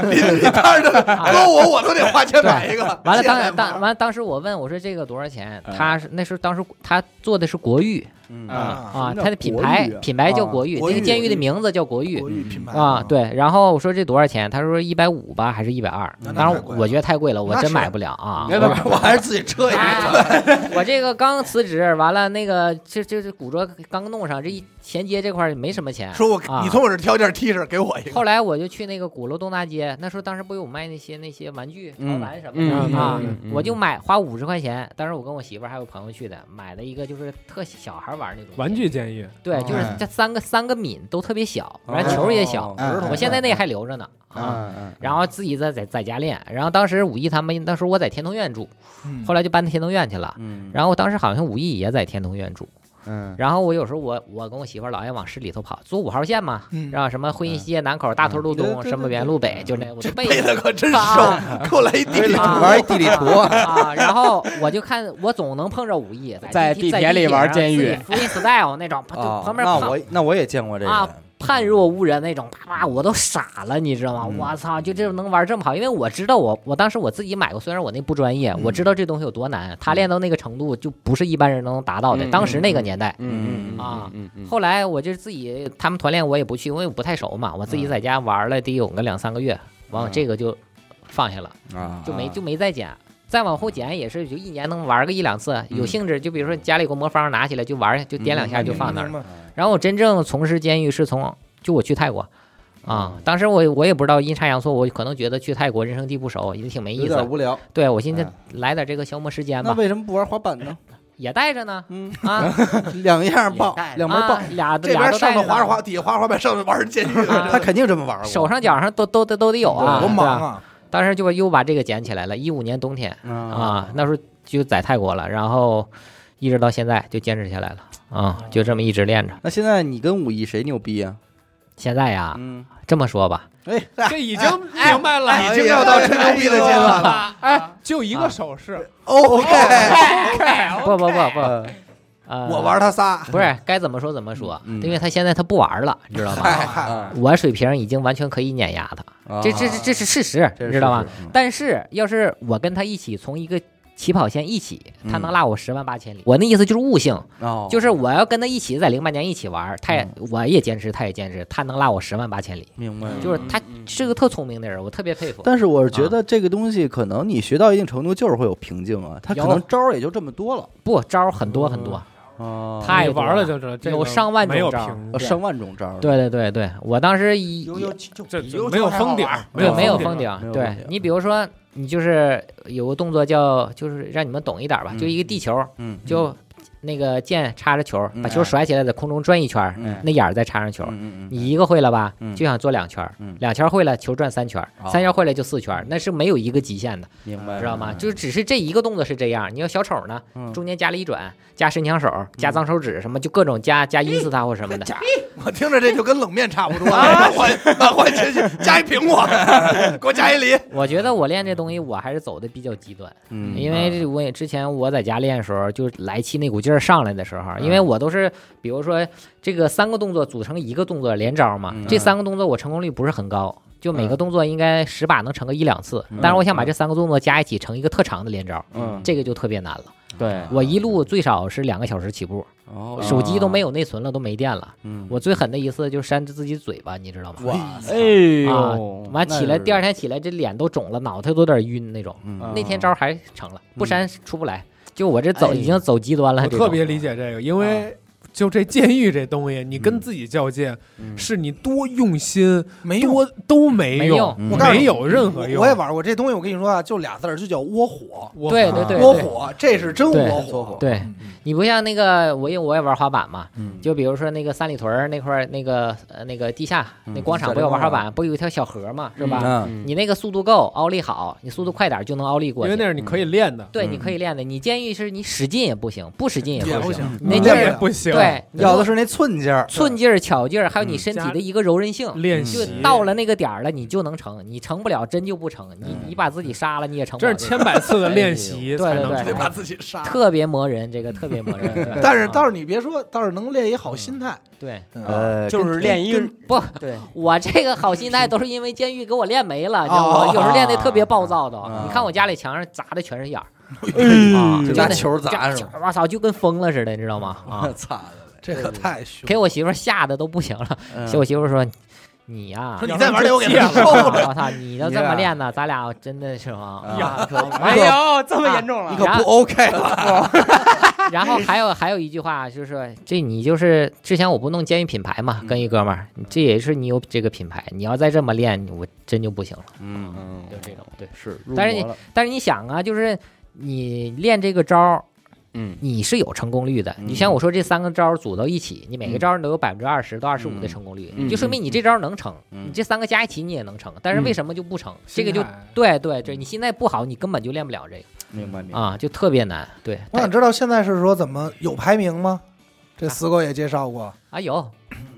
Speaker 4: 你你摊着搁我我都得花钱买一个。
Speaker 5: 完了，
Speaker 4: 现
Speaker 5: 当
Speaker 4: 在
Speaker 5: 当
Speaker 4: 嘛
Speaker 5: 完了，当时我问我说这个多少钱？他是那时候当时他做的是国誉啊，他的品牌品牌叫国誉，
Speaker 4: 国誉啊
Speaker 5: 那个监狱的名字叫国誉
Speaker 4: 国誉品牌
Speaker 5: 啊，对。然后我说这多少钱？他说一百五吧，还是一百二
Speaker 4: 那？
Speaker 5: 当
Speaker 4: 太
Speaker 5: 然
Speaker 4: 贵了
Speaker 5: 我觉得太贵了，我
Speaker 4: 那
Speaker 5: 真
Speaker 4: 是
Speaker 5: 买不了啊。
Speaker 3: 没
Speaker 5: 我
Speaker 3: 办 法，
Speaker 5: 说
Speaker 4: 我还是自己车一个。
Speaker 5: 哎我这个刚辞职，完了那个这这这古着刚弄上，这一衔接这块儿没什么钱。
Speaker 4: 说我
Speaker 5: 啊
Speaker 4: 你从我这挑件 T 恤给我一个，
Speaker 5: 后来我就去那个鼓楼东大街，那时候当时不有卖那些那些玩具、
Speaker 1: 嗯
Speaker 5: 潮玩什么
Speaker 3: 嗯
Speaker 5: 的啊
Speaker 3: 嗯嗯，
Speaker 5: 我就买花五十块钱，当时我跟我媳妇儿还有朋友去的，买了一个就是特小孩孩玩那种
Speaker 8: 玩具监狱，
Speaker 5: 对，就是
Speaker 3: 哎
Speaker 5: 这三个三个敏都特别小，
Speaker 1: 哦
Speaker 5: 然后球也小，
Speaker 3: 哎
Speaker 5: 我现在那还留着呢啊。
Speaker 3: 嗯嗯
Speaker 5: 然后自己在在在家练，然后当时武艺他们那时候我在天通苑住，
Speaker 4: 嗯
Speaker 5: 后来就搬天通苑去
Speaker 1: 哦
Speaker 5: 了。
Speaker 3: 嗯
Speaker 5: 然后当时好像武艺也在天通苑住，
Speaker 3: 嗯
Speaker 5: 然后我有时候我我跟我媳妇儿老爱往市里头跑，坐五号线嘛，
Speaker 4: 嗯
Speaker 5: 然后什么婚姻街南口、大
Speaker 3: 嗯
Speaker 5: 屯路东、什么园路北，就那我就背
Speaker 4: 背的
Speaker 5: 着
Speaker 4: 可真熟，
Speaker 5: 啊
Speaker 4: 给我来一地理
Speaker 5: 啊
Speaker 4: 图。
Speaker 3: 玩一地理图
Speaker 5: 啊啊，然后我就看我总能碰着武艺
Speaker 3: 在
Speaker 5: 地
Speaker 3: 地铁里玩监狱
Speaker 5: ，freestyle 哦 那种，就
Speaker 3: 哦
Speaker 1: 啊
Speaker 5: 旁，边
Speaker 1: 那
Speaker 5: 跑
Speaker 1: 我那我也见过这
Speaker 5: 啊
Speaker 1: 个，
Speaker 5: 判若无人那种，啪啪，我都傻了，你知道
Speaker 3: 嗯
Speaker 5: 吗？我操，就这能玩这么好，因为我知道我我当时我自己买过，虽然我那不专业，
Speaker 3: 嗯
Speaker 5: 我知道这东西有多难，他练到那个程度就不是一般人能达到的，
Speaker 3: 嗯
Speaker 5: 当时那个年代。
Speaker 3: 嗯嗯
Speaker 5: 啊
Speaker 3: 嗯嗯
Speaker 5: 后来我就自己，他们团练我也不去，因为我不太熟嘛，我自己在家玩了得有个两三个月，完我这个就放下了，
Speaker 3: 啊
Speaker 5: 就没就没再捡。再往后捡也是，就一年能玩个一两次，有兴致就比如说家里有个魔方，拿起来就玩，就点两下就放
Speaker 2: 嗯
Speaker 5: 那儿了。
Speaker 4: 嗯
Speaker 5: 然后我真正从事监狱是从就我去泰国，啊，当时我我也不知道阴差阳错，我可能觉得去泰国人生地不熟，也挺没
Speaker 1: 有
Speaker 5: 意
Speaker 1: 点
Speaker 5: 思。
Speaker 1: 无聊。
Speaker 5: 对我寻思
Speaker 3: 哎
Speaker 5: 来点这个消磨时间
Speaker 1: 那
Speaker 5: 吧，
Speaker 1: 为什么不玩滑板呢？
Speaker 5: 也带着呢，
Speaker 1: 嗯
Speaker 5: 啊，
Speaker 1: 两样棒，两门棒
Speaker 5: 啊，俩
Speaker 4: 这
Speaker 5: 俩
Speaker 4: 边
Speaker 5: 都
Speaker 4: 上
Speaker 5: 带
Speaker 4: 头
Speaker 5: 着
Speaker 4: 滑着
Speaker 5: 呢，
Speaker 4: 滑，底下滑着滑板，上头玩人监狱了，
Speaker 5: 啊
Speaker 4: 真
Speaker 1: 他
Speaker 4: 的
Speaker 1: 肯定这么玩过。
Speaker 5: 手上脚上都都都都得有啊，
Speaker 4: 多
Speaker 5: 对
Speaker 4: 忙
Speaker 5: 吧？
Speaker 4: 啊！
Speaker 5: 当时就又把这个捡起来了，一五年冬天啊，那时候就在泰国了，然后一直到现在就坚持下来了啊，就这么一直练着。
Speaker 1: 那现在你跟武艺谁牛逼啊？
Speaker 5: 现在呀，
Speaker 1: 嗯，
Speaker 5: 这么说吧，
Speaker 1: 哎，
Speaker 8: 这已 经明白了。
Speaker 4: 已经要到吹牛逼的阶段了。
Speaker 8: 哎，就一个手势，
Speaker 4: 哦 OK，
Speaker 3: 哎
Speaker 5: 不不不不，呃，
Speaker 4: 我玩他仨，
Speaker 5: 不是该怎么说怎么说，
Speaker 1: 嗯
Speaker 5: 因为他现在他不玩了，你知道吗？
Speaker 4: 嗨嗨，
Speaker 5: 我水平已经完全可以碾压他，这这这这是事实，
Speaker 1: 啊这
Speaker 5: 你知道吗？
Speaker 1: 是？
Speaker 5: 但是要是我跟他一起从一个起跑线一起，他
Speaker 1: 嗯
Speaker 5: 能拉我十万八千里。我那意思就是悟性，
Speaker 1: 哦，嗯
Speaker 5: 就是我要跟他一起在零八年一起玩，他也我也坚持，他也坚持，他能拉我十万八千里，
Speaker 1: 明白了。
Speaker 5: 就是他
Speaker 1: 嗯
Speaker 5: 是个特聪明的人，我特别佩服。
Speaker 1: 但是我是觉得这个东西，可能你学到一定程度，就是会有瓶颈啊。他可
Speaker 5: 有
Speaker 1: 能招儿也就这么多了。
Speaker 5: 不招儿很多很多，
Speaker 1: 哦
Speaker 5: 太
Speaker 8: 你
Speaker 5: 多
Speaker 8: 玩
Speaker 5: 了
Speaker 8: 就
Speaker 2: 啊
Speaker 8: 知道，这
Speaker 5: 有
Speaker 8: 个
Speaker 5: 上万
Speaker 8: 没有
Speaker 5: 种招
Speaker 8: 屏
Speaker 1: 呃上万种招儿。
Speaker 5: 对对对对，我当时一
Speaker 4: 有有就
Speaker 8: 这
Speaker 4: 比
Speaker 8: 这
Speaker 4: 游
Speaker 8: 没有
Speaker 4: 球还好
Speaker 8: 封顶
Speaker 4: 玩，
Speaker 5: 对，没有
Speaker 8: 顶。
Speaker 5: 封
Speaker 1: 没
Speaker 5: 顶
Speaker 1: 有。封
Speaker 5: 对
Speaker 1: 顶啊
Speaker 5: 你比如说，你就是有个动作叫，就是让你们懂一点吧，就一个地球，
Speaker 1: 嗯，
Speaker 5: 就那个箭插着球，
Speaker 1: 嗯
Speaker 5: 把球甩起来，在空中转一圈，
Speaker 1: 嗯
Speaker 5: 那眼儿再插上球。
Speaker 1: 嗯嗯嗯，
Speaker 5: 你一个会了吧，
Speaker 1: 嗯
Speaker 5: 就想做两圈儿，
Speaker 1: 嗯
Speaker 5: 两圈儿会了，球转三圈儿，
Speaker 1: 哦
Speaker 5: 三圈儿会了就四圈儿，那是没有一个极限的，
Speaker 1: 明白了，
Speaker 5: 知道吗？就只是这一个动作是这样。你要小丑呢，
Speaker 1: 嗯
Speaker 5: 中间加了一转，加伸枪手，加脏手指，什么就各种加 加 ins 他或什么的。
Speaker 4: 我听着这就跟冷面差不多， 满怀满怀谦虚，加一苹 果，给我加一梨，
Speaker 5: 我觉得我练这东西，我还是走的比较极端。
Speaker 1: 嗯，
Speaker 5: 因为这我也之前我在家练的时候，就是来气那股劲儿上来的时
Speaker 1: 嗯
Speaker 5: 候，因为我都是比如说这个三个动作组成一个动作连招嘛，
Speaker 1: 嗯
Speaker 5: 这三个动作我成功率不是很高，就每个动作应该十把能成个一两次，但是我想把这三个动作加一起成一个特长的连招，
Speaker 1: 嗯
Speaker 5: 这个就特别难了。
Speaker 3: 对
Speaker 5: 我一路最少是两个小时起步，
Speaker 1: 哦
Speaker 5: 手机都没有内存了，都没电了。
Speaker 1: 嗯
Speaker 5: 我最狠的一次就是扇着自己嘴巴，你知道吗？
Speaker 1: 哇
Speaker 3: 哎呦
Speaker 5: 啊，完
Speaker 1: 那
Speaker 5: 起来
Speaker 1: 就是
Speaker 5: 第二天起来这脸都肿了，脑袋都有点晕那种。
Speaker 1: 嗯
Speaker 5: 那天招儿还成了，不删出不来。就我这走
Speaker 3: 哎
Speaker 5: 已经走极端了，
Speaker 8: 我
Speaker 5: 啊这
Speaker 8: 特
Speaker 5: 种
Speaker 8: 别理解这个，因为就这监狱这东西，你跟
Speaker 1: 嗯
Speaker 8: 自己较劲，
Speaker 1: 嗯
Speaker 8: 是你多用心，
Speaker 4: 没用。
Speaker 8: 多都没
Speaker 5: 没
Speaker 8: 用，
Speaker 1: 嗯
Speaker 4: 我告诉你
Speaker 8: 没有任何用。
Speaker 4: 我也玩过这东西，我跟你说啊，就俩字儿，就叫窝火。
Speaker 8: 我，
Speaker 5: 对对对
Speaker 4: 窝
Speaker 5: 对
Speaker 4: 火，这是真窝
Speaker 1: 对
Speaker 4: 火。
Speaker 5: 对，你不像那个我，因为我也玩滑板嘛，
Speaker 1: 嗯
Speaker 5: 就比如说那个三里屯儿那块儿那个呃那个地下那
Speaker 1: 嗯
Speaker 5: 广场
Speaker 1: 小
Speaker 5: 不有
Speaker 1: 流
Speaker 5: 玩滑
Speaker 1: 氓
Speaker 5: 板，不有一条小河嘛，是吧？
Speaker 1: 嗯
Speaker 5: 你那个速度够，奥利好，你速度快点儿就能奥利过
Speaker 8: 因为
Speaker 5: 去
Speaker 8: 那。是你可以练的，
Speaker 5: 对，你可以练的。你建议是你使劲也不行，不使劲
Speaker 4: 也
Speaker 5: 不
Speaker 4: 不行
Speaker 5: 你那劲
Speaker 8: 练也
Speaker 5: 儿，
Speaker 8: 不行。嗯
Speaker 5: 对，你
Speaker 1: 要
Speaker 5: 说
Speaker 1: 的是那寸劲儿，
Speaker 5: 寸劲儿、巧劲儿，还有你身体
Speaker 8: 加
Speaker 5: 的一个柔韧性。
Speaker 8: 练
Speaker 1: 嗯
Speaker 5: 就
Speaker 8: 习
Speaker 5: 到了那个点儿了，你就能成，你成不了真就不成，你你把自己杀了你也成不
Speaker 8: 嗯这
Speaker 5: 了
Speaker 8: 是
Speaker 5: 个。
Speaker 8: 千百次的练习
Speaker 5: 对对
Speaker 8: 才能
Speaker 5: 对
Speaker 8: 成
Speaker 4: 得把自己杀了。
Speaker 5: 特别磨人，这个特别磨 人。对
Speaker 4: 但是
Speaker 5: 啊
Speaker 4: 倒是你别说，倒是能练一好心态。
Speaker 5: 对
Speaker 3: 嗯啊
Speaker 5: 啊
Speaker 1: 呃，
Speaker 3: 就是练一个
Speaker 5: 不，
Speaker 3: 对
Speaker 5: 我这个好心态都是因为监狱给我练没了，就
Speaker 4: 哦
Speaker 5: 我有时候练的特别暴躁都。
Speaker 8: 哦
Speaker 1: 啊
Speaker 5: 你看我家里墙上砸的全是眼儿，哎
Speaker 1: 啊，就
Speaker 5: 就
Speaker 1: 拿
Speaker 5: 那
Speaker 1: 球砸
Speaker 5: 这
Speaker 1: 是吧？
Speaker 5: 我操，就跟疯了似的，你知道吗？ 啊，
Speaker 1: 操，
Speaker 4: 这可太凶
Speaker 5: 给我媳妇儿吓得都不行了。
Speaker 8: 嗯
Speaker 5: 给我媳妇儿说：“你呀、
Speaker 4: 说你再玩这，我 给
Speaker 8: 戒
Speaker 4: 他
Speaker 8: 了
Speaker 4: 收了。
Speaker 5: 我操！你都这么练呢，咱俩真的是吗？ 啊
Speaker 1: 啊
Speaker 8: 哎
Speaker 3: 没有这么严重啊了
Speaker 1: 你可不 OK 了，
Speaker 5: 然后还有还有一句话，就是说这你就是之前我不弄监狱品牌嘛，
Speaker 3: 嗯
Speaker 5: 跟一哥们儿，这也是你有这个品牌，你要再这么练，我真就不行了，
Speaker 1: 嗯，
Speaker 5: 就这种。对，
Speaker 1: 是，
Speaker 5: 但是你但是你想啊，就是你练这个招儿，
Speaker 3: 嗯
Speaker 5: 你是有成功率的。你像我说这三个招儿组到一起，你每个招儿你都有百分之二十到二十五的成功率，
Speaker 3: 嗯
Speaker 5: 你就说明你这招儿能成，
Speaker 3: 嗯
Speaker 5: 你这三个加一起你也能成。但是为什么就不成？这个就
Speaker 2: 心态
Speaker 5: 对对对，你心态不好，你根本就练不了这个
Speaker 3: 明白明白。
Speaker 5: 啊，就特别难。对，
Speaker 4: 我想知道现在是说怎么有排名吗？这死狗也介绍过，
Speaker 5: 啊有，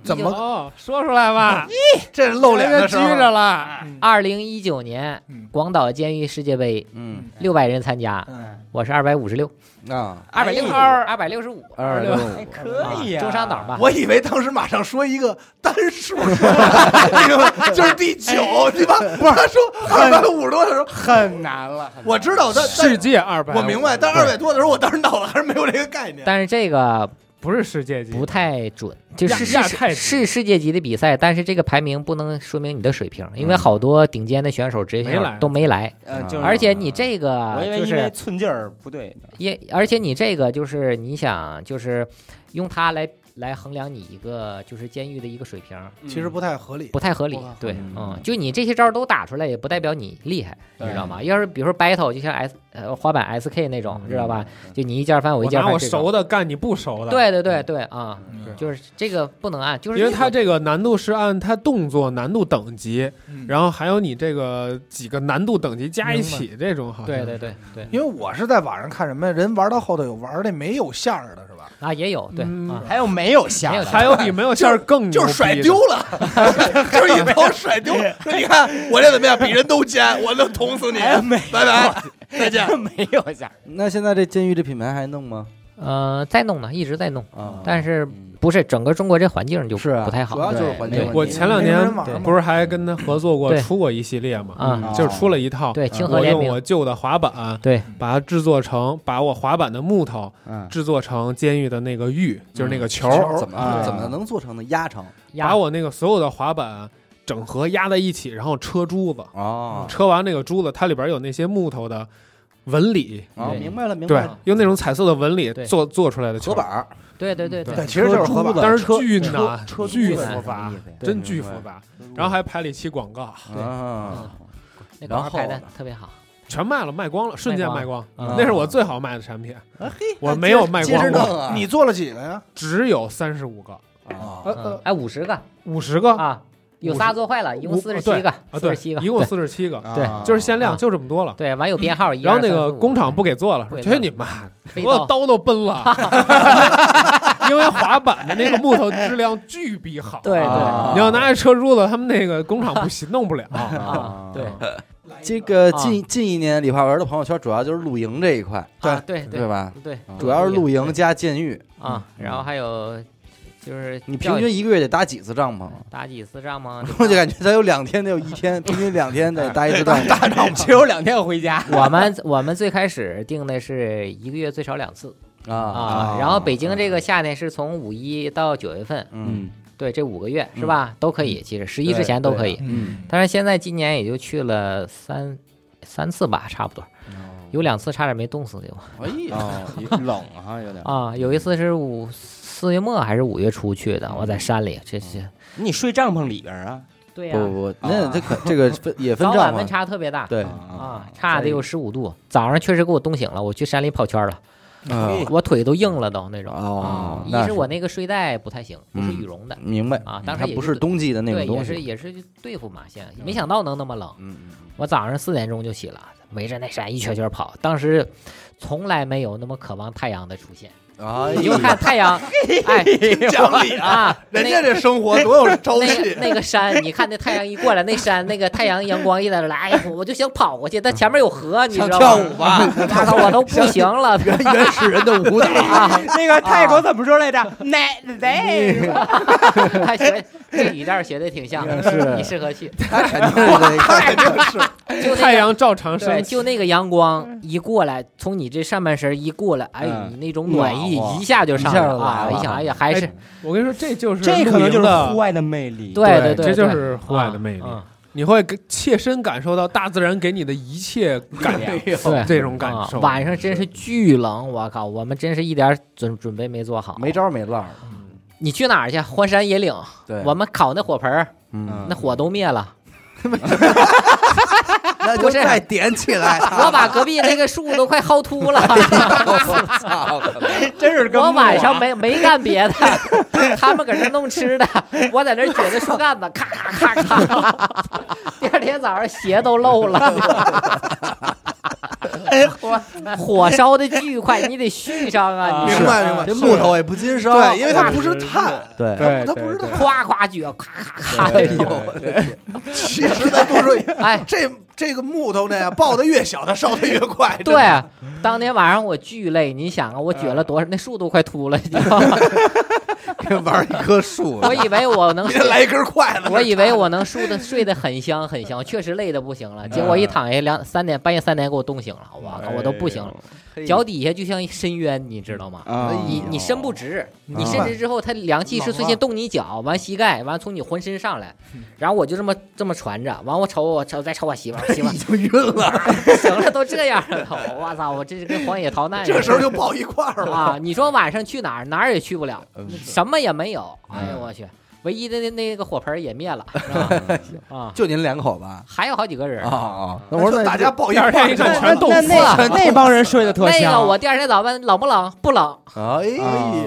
Speaker 4: 怎么
Speaker 2: 哦，说出来吧，
Speaker 4: 这是露脸的时
Speaker 2: 拘
Speaker 4: 候，
Speaker 2: 着了，
Speaker 5: 二零一九年
Speaker 4: 嗯
Speaker 5: 广岛监狱世界杯
Speaker 3: 嗯
Speaker 4: 哎
Speaker 5: 六百人参加，
Speaker 4: 嗯，
Speaker 5: 我是二百五十六，
Speaker 1: 嗯
Speaker 3: 啊，
Speaker 5: 二百六十二二百六十五，
Speaker 3: 二六
Speaker 8: 嗯
Speaker 5: 可
Speaker 2: 哎
Speaker 5: 以啊
Speaker 8: 啊
Speaker 5: 中山岛吧？
Speaker 4: 我以为当时马上说一个单数，你知道吗就是第九，对吧？不是他说二百五十多的时候，
Speaker 3: 很难了。很难
Speaker 4: 我知道，但但
Speaker 2: 世界二百，
Speaker 4: 我明白，但二百多的时候，我当时脑子还是没有这个概念。
Speaker 5: 但是这个
Speaker 2: 不是世界级，
Speaker 5: 不太准，就
Speaker 2: 亚
Speaker 5: 是
Speaker 2: 亚
Speaker 5: 是
Speaker 2: 太
Speaker 5: 是
Speaker 2: 级
Speaker 5: 是世界级的比赛，但是这个排名不能说明你的水平，因为好多顶尖的选手职业选
Speaker 2: 没
Speaker 5: 手
Speaker 2: 来
Speaker 5: 都没来，
Speaker 3: 呃，就是啊
Speaker 5: 而且你这
Speaker 3: 我
Speaker 5: 个
Speaker 3: 以为
Speaker 5: 就
Speaker 3: 因为
Speaker 5: 是
Speaker 3: 寸劲儿不对呢，
Speaker 5: 也，而且你这个就是你想就是用它来来衡量你一个就是监狱的一个水平，
Speaker 4: 其 实不太合理，
Speaker 5: 不太合理
Speaker 4: 不太合理。
Speaker 5: 对，
Speaker 3: 嗯
Speaker 5: 嗯，就你这些招儿都打出来，也不代表你厉害，你知道吗？要是比如说 battle，就像 S 呃滑板 SK 那种，知道吧？就你一件儿翻我一
Speaker 2: 我
Speaker 5: 件儿
Speaker 2: 拿
Speaker 5: 翻
Speaker 2: 我
Speaker 5: 这种，
Speaker 2: 熟的干你不熟的，，
Speaker 5: 对对对对啊，
Speaker 4: 嗯
Speaker 5: 就是这个不能按，就是
Speaker 2: 因为它
Speaker 5: 个
Speaker 2: 这个难度是按它动作难度等级，
Speaker 4: 嗯
Speaker 2: 然后还有你这个几个难度等级加一起这种好像，
Speaker 5: 对对对对
Speaker 4: 因为我是在网上看什么呀，人玩到后头有玩的没有馅儿的是吧？
Speaker 5: 啊也有对
Speaker 2: 嗯
Speaker 5: 啊，
Speaker 3: 还有没有下
Speaker 5: 没有
Speaker 3: 的
Speaker 2: 还有比没有馅儿更
Speaker 4: 就是甩
Speaker 2: 牛逼的
Speaker 4: 丢了，就是一刀甩丢。说你看我这怎么样，比人都尖，我能捅死你。
Speaker 3: 哎没
Speaker 4: 拜拜， 再见。
Speaker 3: 没有下
Speaker 1: 那现在这监狱这品牌还弄吗？
Speaker 5: 呃在弄呢，一直在弄，
Speaker 3: 啊
Speaker 5: 但是
Speaker 3: 嗯
Speaker 5: 不是整个中国这环境就是
Speaker 1: 啊
Speaker 5: 不太好，
Speaker 1: 主要哦就是
Speaker 5: 对
Speaker 1: 环
Speaker 5: 对
Speaker 1: 境问题。
Speaker 2: 我前两
Speaker 4: 没人
Speaker 2: 年
Speaker 4: 玩嘛
Speaker 2: 不是还跟他合作过，
Speaker 5: 对
Speaker 2: 出过一系列嘛，
Speaker 1: 嗯
Speaker 5: 啊
Speaker 2: 就是出了一套，
Speaker 5: 对清河
Speaker 2: 我
Speaker 5: 联
Speaker 2: 用
Speaker 5: 名
Speaker 2: 我旧的滑板，
Speaker 5: 对，
Speaker 2: 把它制作成，把我滑板的木头
Speaker 3: 嗯
Speaker 2: 制作成监狱的那个狱，就是那个球，
Speaker 1: 怎么
Speaker 3: 啊
Speaker 1: 怎么能做成呢？压成
Speaker 5: 压
Speaker 2: 把我那个所有的滑板整合压在一起，然后车珠子，
Speaker 3: 哦
Speaker 2: 车完那个珠子，它里边有那些木头的纹理，
Speaker 3: 哦，
Speaker 5: 对
Speaker 3: 明白了明白
Speaker 2: 对
Speaker 3: 了，，
Speaker 2: 用那种彩色的纹理
Speaker 5: 对
Speaker 2: 做做出来的球
Speaker 3: 合，板儿
Speaker 5: 对对对
Speaker 4: 对，其实就是合板。
Speaker 2: 但是巨难，
Speaker 3: 车
Speaker 2: 巨
Speaker 5: 珠子
Speaker 2: 复杂
Speaker 3: 什么意思呀，对
Speaker 2: 真巨
Speaker 3: 明
Speaker 2: 复
Speaker 3: 白
Speaker 2: 杂，然后还拍了一期广告。
Speaker 3: 啊，
Speaker 5: 那广告
Speaker 1: 然后
Speaker 5: 拍的特别好，
Speaker 2: 全卖了，卖光了，瞬间卖光，
Speaker 3: 啊嗯
Speaker 5: 光
Speaker 2: 那是我最好卖的产品。我没有卖
Speaker 1: 接着
Speaker 2: 光
Speaker 1: 弄
Speaker 2: 过，
Speaker 1: 啊！
Speaker 4: 你做了几个呀？
Speaker 2: 只有三十五个，
Speaker 1: 啊
Speaker 2: 呃
Speaker 5: 嗯
Speaker 2: 呃，
Speaker 5: 哎五十个
Speaker 2: 五十个
Speaker 5: 啊，有仨做坏了，一共
Speaker 2: 五
Speaker 5: 四十
Speaker 2: 对
Speaker 5: 七个，
Speaker 2: 啊，
Speaker 5: 四
Speaker 2: 对
Speaker 5: 十七，
Speaker 2: 一
Speaker 5: 个，
Speaker 2: 共四十七个，
Speaker 5: 对
Speaker 3: 啊
Speaker 2: 就是限量，
Speaker 5: 啊
Speaker 2: 就这么多了。
Speaker 5: 对，完有编号
Speaker 2: 嗯
Speaker 5: 一，
Speaker 2: 然后那
Speaker 5: 二
Speaker 2: 个工厂不，给做了
Speaker 5: 不，给做
Speaker 2: 去
Speaker 5: 了
Speaker 2: 你妈的，
Speaker 5: 飞
Speaker 2: 我
Speaker 5: 刀
Speaker 2: 的刀都崩 了，因为滑板的那个木头质量巨逼好。
Speaker 5: 三四五对
Speaker 3: 啊
Speaker 5: 对
Speaker 2: 你要拿着车珠子，他们那个工厂不行，弄不了。
Speaker 5: 啊对
Speaker 1: 这个近近一年李化文的朋友圈主要就是露营这一块，
Speaker 5: 啊对对
Speaker 1: 对吧？嗯
Speaker 5: 对，
Speaker 1: 主要是露营
Speaker 5: 对
Speaker 1: 加监狱。
Speaker 5: 啊，然后还有就是
Speaker 1: 你
Speaker 5: 钓啊
Speaker 1: 平均一个月得打几次帐篷？
Speaker 5: 打几次仗吗？
Speaker 1: 我就感觉咱有两天得有一天，平均两天得搭一次帐 篷。
Speaker 3: 大丈夫只有两天回家
Speaker 5: 我们我们最开始定的是一个月最少两次啊，然后北京这个夏天是从五一到九月份，
Speaker 1: 嗯
Speaker 5: 对，这五个月是吧？都可以，其实十一之前都可以。
Speaker 1: 嗯，
Speaker 5: 但是现在今年也就去了三三次吧，差不多，
Speaker 1: 哦
Speaker 5: 有两次差点没冻死给我
Speaker 3: 哎呀，冷啊
Speaker 1: 嗯
Speaker 3: 有点。
Speaker 5: 啊！有一次是五四月末还是五月初去的，我在山里，这是
Speaker 3: 你睡帐篷里边儿啊？
Speaker 5: 对呀
Speaker 1: 嗯
Speaker 5: 啊
Speaker 1: 不，不，不，那这可这个分也分
Speaker 5: 早
Speaker 1: 账
Speaker 5: 晚
Speaker 1: 嘛
Speaker 5: 温，差特别大。
Speaker 1: 对，嗯
Speaker 5: 啊，差得有十五度。早上确实给我冻醒了，我去山里跑圈了，
Speaker 1: 嗯
Speaker 5: 我腿都硬了都那种。
Speaker 1: 哦
Speaker 5: 哎啊，一
Speaker 1: 那
Speaker 5: 是
Speaker 1: 是
Speaker 5: 我那个睡袋不太行，不是羽绒的，
Speaker 1: 明白
Speaker 5: 啊当时
Speaker 1: 它
Speaker 5: 也
Speaker 1: 不
Speaker 5: 就是
Speaker 1: 冬季的那种
Speaker 5: 对，也
Speaker 1: 东
Speaker 5: 是
Speaker 1: 西，
Speaker 5: 也是对付马线，没想到能那么冷。
Speaker 1: 嗯，
Speaker 5: 我早上四点钟就起了，围着那山一圈圈跑，当时从来没有那么渴望太阳的出 现。
Speaker 1: 啊，
Speaker 5: 你就看太 阳，哎
Speaker 4: 讲理啊！
Speaker 5: 啊，
Speaker 4: 人
Speaker 5: 那
Speaker 4: 家这生活多有朝
Speaker 5: 那
Speaker 4: 气啊
Speaker 5: 个。那个山，你看那太阳一过来，那山那个太阳阳光一在那来，哎呀，我就想跑过去，但前面有河，你知道吗？
Speaker 1: 跳舞吧，
Speaker 5: 我操我都不行了。
Speaker 1: 原 原始人的 舞蹈，
Speaker 4: 啊
Speaker 3: 那个泰国怎么说来着？奶
Speaker 4: 嗯
Speaker 3: 奶，
Speaker 5: 他哎学这语调学的挺像的，你适合 去。
Speaker 1: 他肯定是他肯定是
Speaker 5: 就那
Speaker 2: 太
Speaker 5: 个
Speaker 2: 阳照 常
Speaker 5: 对，
Speaker 2: 升
Speaker 5: 就那个阳光一过来，从你这上半身一过来，哎，
Speaker 3: 嗯
Speaker 5: 你那种暖意
Speaker 3: 暖和
Speaker 5: 一下就上来
Speaker 1: 一下
Speaker 5: 了
Speaker 1: 就
Speaker 5: 啊！
Speaker 1: 来了
Speaker 5: 一想，哎呀，还是
Speaker 2: 哎我跟你说，这
Speaker 4: 嗯
Speaker 2: 就是
Speaker 3: 这可能
Speaker 2: 露营
Speaker 3: 就是
Speaker 2: 的
Speaker 3: 户外的魅力。
Speaker 5: 对对
Speaker 2: 这
Speaker 5: 对，
Speaker 2: 就是户外的魅力。
Speaker 5: 嗯
Speaker 2: 你会给切身感受到大自然给你的一切感
Speaker 5: 对
Speaker 2: 这种感
Speaker 5: 啊
Speaker 2: 受。
Speaker 5: 晚上真是巨冷，我靠，我们真是一点儿准准备没做好。
Speaker 1: 没招没落，
Speaker 5: 你去哪儿去？荒山野岭，
Speaker 1: 对，
Speaker 5: 我们烤那火盆儿，
Speaker 1: 嗯
Speaker 5: 那火都灭了。
Speaker 4: 那就
Speaker 5: 不 是
Speaker 4: 再点起来。
Speaker 5: 我把隔壁那个树都快薅秃了，
Speaker 4: 我操！
Speaker 3: 真是跟
Speaker 5: 我
Speaker 3: 木
Speaker 5: 晚
Speaker 3: 啊
Speaker 5: 上没没干别的， 他们搁这弄吃的，我在那儿撅着树干子，咔咔咔咔。 第二天早上鞋都漏了， 火火烧的巨快，你得续上啊！你
Speaker 4: 明白明白，
Speaker 1: 这木头也不禁
Speaker 5: 哦
Speaker 1: 烧，
Speaker 4: 对，因为它不是碳，
Speaker 1: 对
Speaker 8: 对，
Speaker 4: 它不是
Speaker 8: 对
Speaker 4: 碳。
Speaker 5: 夸夸撅，咔咔咔。
Speaker 1: 哎
Speaker 4: 哎呦
Speaker 1: 呦，
Speaker 4: 我的天其实咱多说一句，
Speaker 5: 哎，
Speaker 4: 这这个木头呢，爆的越小，它烧的越快。真的
Speaker 5: 对，啊当天晚上我巨累，你想啊，我撅了多少，那树都快秃了，你知道吗？
Speaker 4: 跟 玩一棵树，
Speaker 5: 我以为我能
Speaker 4: 你得来一根筷 子。
Speaker 5: 我以为我能睡得睡得很香很 香，确实累得不行
Speaker 4: 嗯
Speaker 5: 了。结果一躺下两三点，半夜三点给我冻醒了，我
Speaker 4: 哎
Speaker 5: 靠，我都不行了，脚底下就像一深渊，你知道吗？
Speaker 3: 啊
Speaker 5: 你你伸不
Speaker 4: 啊
Speaker 5: 直，你伸直之后，它凉气是
Speaker 4: 冷
Speaker 5: 最
Speaker 4: 了
Speaker 5: 先动你
Speaker 4: 啊
Speaker 5: 脚，完膝盖，完从你浑身上来，
Speaker 4: 嗯
Speaker 5: 然后我就这么这么传着，完我瞅我瞅再瞅我媳妇儿，我媳 妇儿
Speaker 4: 已经晕了，
Speaker 5: 行了，都这样了都，我操，我这是跟荒野逃难似的。
Speaker 4: 这时候就抱一块 儿了。
Speaker 5: 啊，你说晚上去哪儿？哪儿也去不了，
Speaker 1: 嗯
Speaker 5: 什么也没有。哎呦我去，唯一的那那个火盆儿也灭了，是吧？啊，
Speaker 1: 就您两口吧。
Speaker 5: 还有好几个人
Speaker 1: 啊。啊！那
Speaker 4: 那
Speaker 1: 我说
Speaker 4: 就
Speaker 1: 那
Speaker 4: 大家抱一
Speaker 8: 第二天
Speaker 4: 块儿
Speaker 8: 一看
Speaker 4: 了
Speaker 8: 全冻
Speaker 9: 那
Speaker 8: 死了。
Speaker 9: 那那帮人睡得特
Speaker 3: 啊
Speaker 5: 那个
Speaker 9: 香，
Speaker 5: 我第二天早问冷不冷？不冷。
Speaker 1: 哎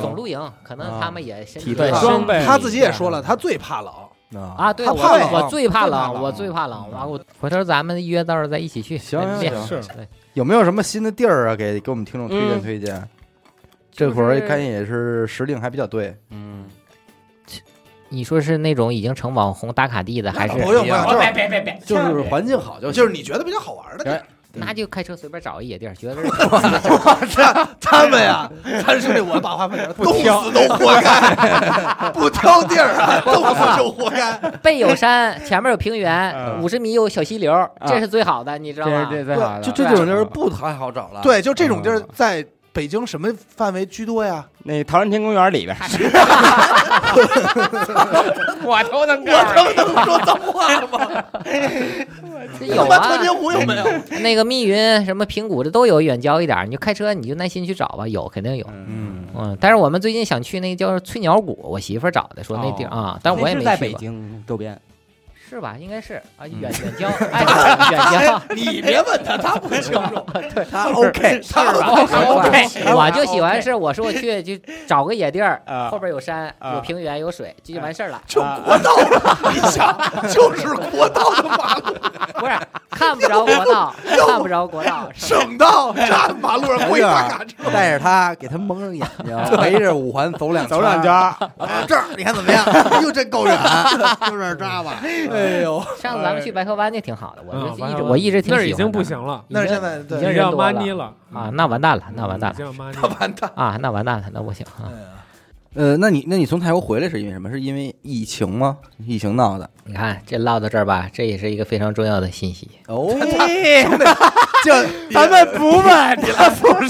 Speaker 5: 总
Speaker 1: 呦
Speaker 5: 露营，可能他们也身
Speaker 1: 体
Speaker 5: 体
Speaker 1: 对
Speaker 8: 对装备
Speaker 2: 啊
Speaker 4: 他自己也说了，他最怕冷。
Speaker 1: 啊！
Speaker 5: 啊，对
Speaker 4: 他
Speaker 5: 我
Speaker 4: 怕冷
Speaker 5: 我最怕
Speaker 4: 最怕
Speaker 5: 冷，
Speaker 4: 冷
Speaker 5: 我最怕冷。完我回头咱们约到时候再一起去。
Speaker 1: 行
Speaker 5: 再
Speaker 1: 行
Speaker 5: 练
Speaker 8: 行
Speaker 5: 对
Speaker 1: 有没有什么新的地儿啊？给给我们听众推荐
Speaker 3: 嗯
Speaker 1: 推荐。这会儿一看也是时令还比较对，
Speaker 3: 嗯，
Speaker 5: 你说是那种已经成网红打卡地的，还是
Speaker 4: 哎不用不用，啊就是
Speaker 5: 别别别，
Speaker 1: 就是环境好就
Speaker 4: 就是是你觉得比较好玩的地儿，
Speaker 5: 那就开车随便找一野地儿，觉得
Speaker 4: 他们呀，三兄弟，我把话费 冻死都活该，不挑地儿啊，冻死就活该。
Speaker 5: 背有山，前面有平原，
Speaker 8: 嗯
Speaker 5: 五十米有小溪流，这是最好的，你知道
Speaker 9: 这
Speaker 5: 吗？
Speaker 9: 这最好了。
Speaker 1: 就这种地儿不太好找了。，
Speaker 4: 对，就这种地儿在北京什么范围居多呀？
Speaker 3: 那陶然亭公园里边，
Speaker 9: 我头能
Speaker 4: 我他妈能说脏话吗？
Speaker 5: 这
Speaker 4: 他
Speaker 5: 有
Speaker 4: 妈
Speaker 5: 啊
Speaker 4: 团，结湖有没有？
Speaker 5: 那个密云、啊什么平谷，这都有远郊一点儿，你就开车，你就耐心去找吧，有肯定有。
Speaker 3: 嗯，
Speaker 5: 嗯，但是我们最近想去那个叫翠鸟谷，我媳妇儿找的，说那地儿啊，但我也没
Speaker 3: 哦那是
Speaker 5: 去过
Speaker 3: 在北京嗯周边，
Speaker 5: 是吧？应该是啊，远远 郊，哎，远郊。
Speaker 4: 你别问他，他不清楚。对，他 OK，他
Speaker 3: 哦
Speaker 5: 我就喜欢是，我说我去就找个野地儿，后边有山、
Speaker 3: 啊
Speaker 5: 有平原、有水，这就完事 儿了。
Speaker 4: 就国道了。你想，就是国道的马路，
Speaker 5: 不是看不着国 道，看不着国道，是吧
Speaker 4: 省道，站 马路上跪大哎卡车。
Speaker 1: 哎带着他给他蒙上眼 睛，围着五环走两
Speaker 3: 走两
Speaker 1: 圈。哎
Speaker 3: 家，
Speaker 4: 啊，这儿你看怎么样？哟，这 够远，就这儿扎吧。哎呦，
Speaker 1: 嗯
Speaker 5: 上次咱们去白河湾就挺好的，我
Speaker 8: 嗯
Speaker 5: 就
Speaker 8: 白
Speaker 5: 一
Speaker 8: 河
Speaker 5: 直
Speaker 8: 湾
Speaker 5: 我一直挺喜
Speaker 8: 那
Speaker 5: 欢
Speaker 8: 儿已经
Speaker 5: 的
Speaker 8: 不行了，
Speaker 4: 那
Speaker 5: 已经
Speaker 4: 现在
Speaker 5: 已
Speaker 4: 对
Speaker 5: 经
Speaker 8: 你
Speaker 5: 人
Speaker 8: 让
Speaker 5: 多
Speaker 8: 妈
Speaker 5: 了
Speaker 8: 妮了，
Speaker 5: 啊，那完蛋了，那完蛋
Speaker 8: 你
Speaker 5: 了
Speaker 8: 让妈妮
Speaker 4: 他完蛋。
Speaker 5: 啊，那完蛋了，那不行啊。
Speaker 1: 呃，那你那你从泰国回来是因为什么？是因为疫情吗？疫情闹的。
Speaker 5: 你看这唠到这儿吧，这也是一个非常重要的信息。
Speaker 1: 哦，
Speaker 4: 就
Speaker 9: 咱们不问，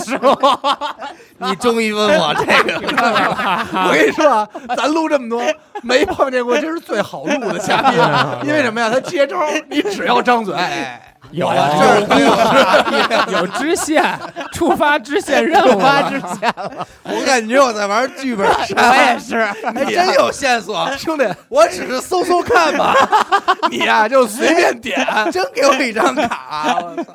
Speaker 4: 你终于问我这个， 我跟你说啊，咱录这么多，没碰见过这是最好录的嘉
Speaker 1: 啊
Speaker 4: 宾，因为什么呀？他接招，你只要张嘴，哎
Speaker 8: 有
Speaker 5: 啊
Speaker 4: 我
Speaker 2: 啊
Speaker 4: 这
Speaker 1: 哦
Speaker 4: 儿
Speaker 8: 有支线，触发支线任务了，
Speaker 4: 我感觉我在玩剧本 杀，我也是，还真有线索，兄弟，我只是搜搜 看吧，你呀、就随便点，真给我一张卡，我操！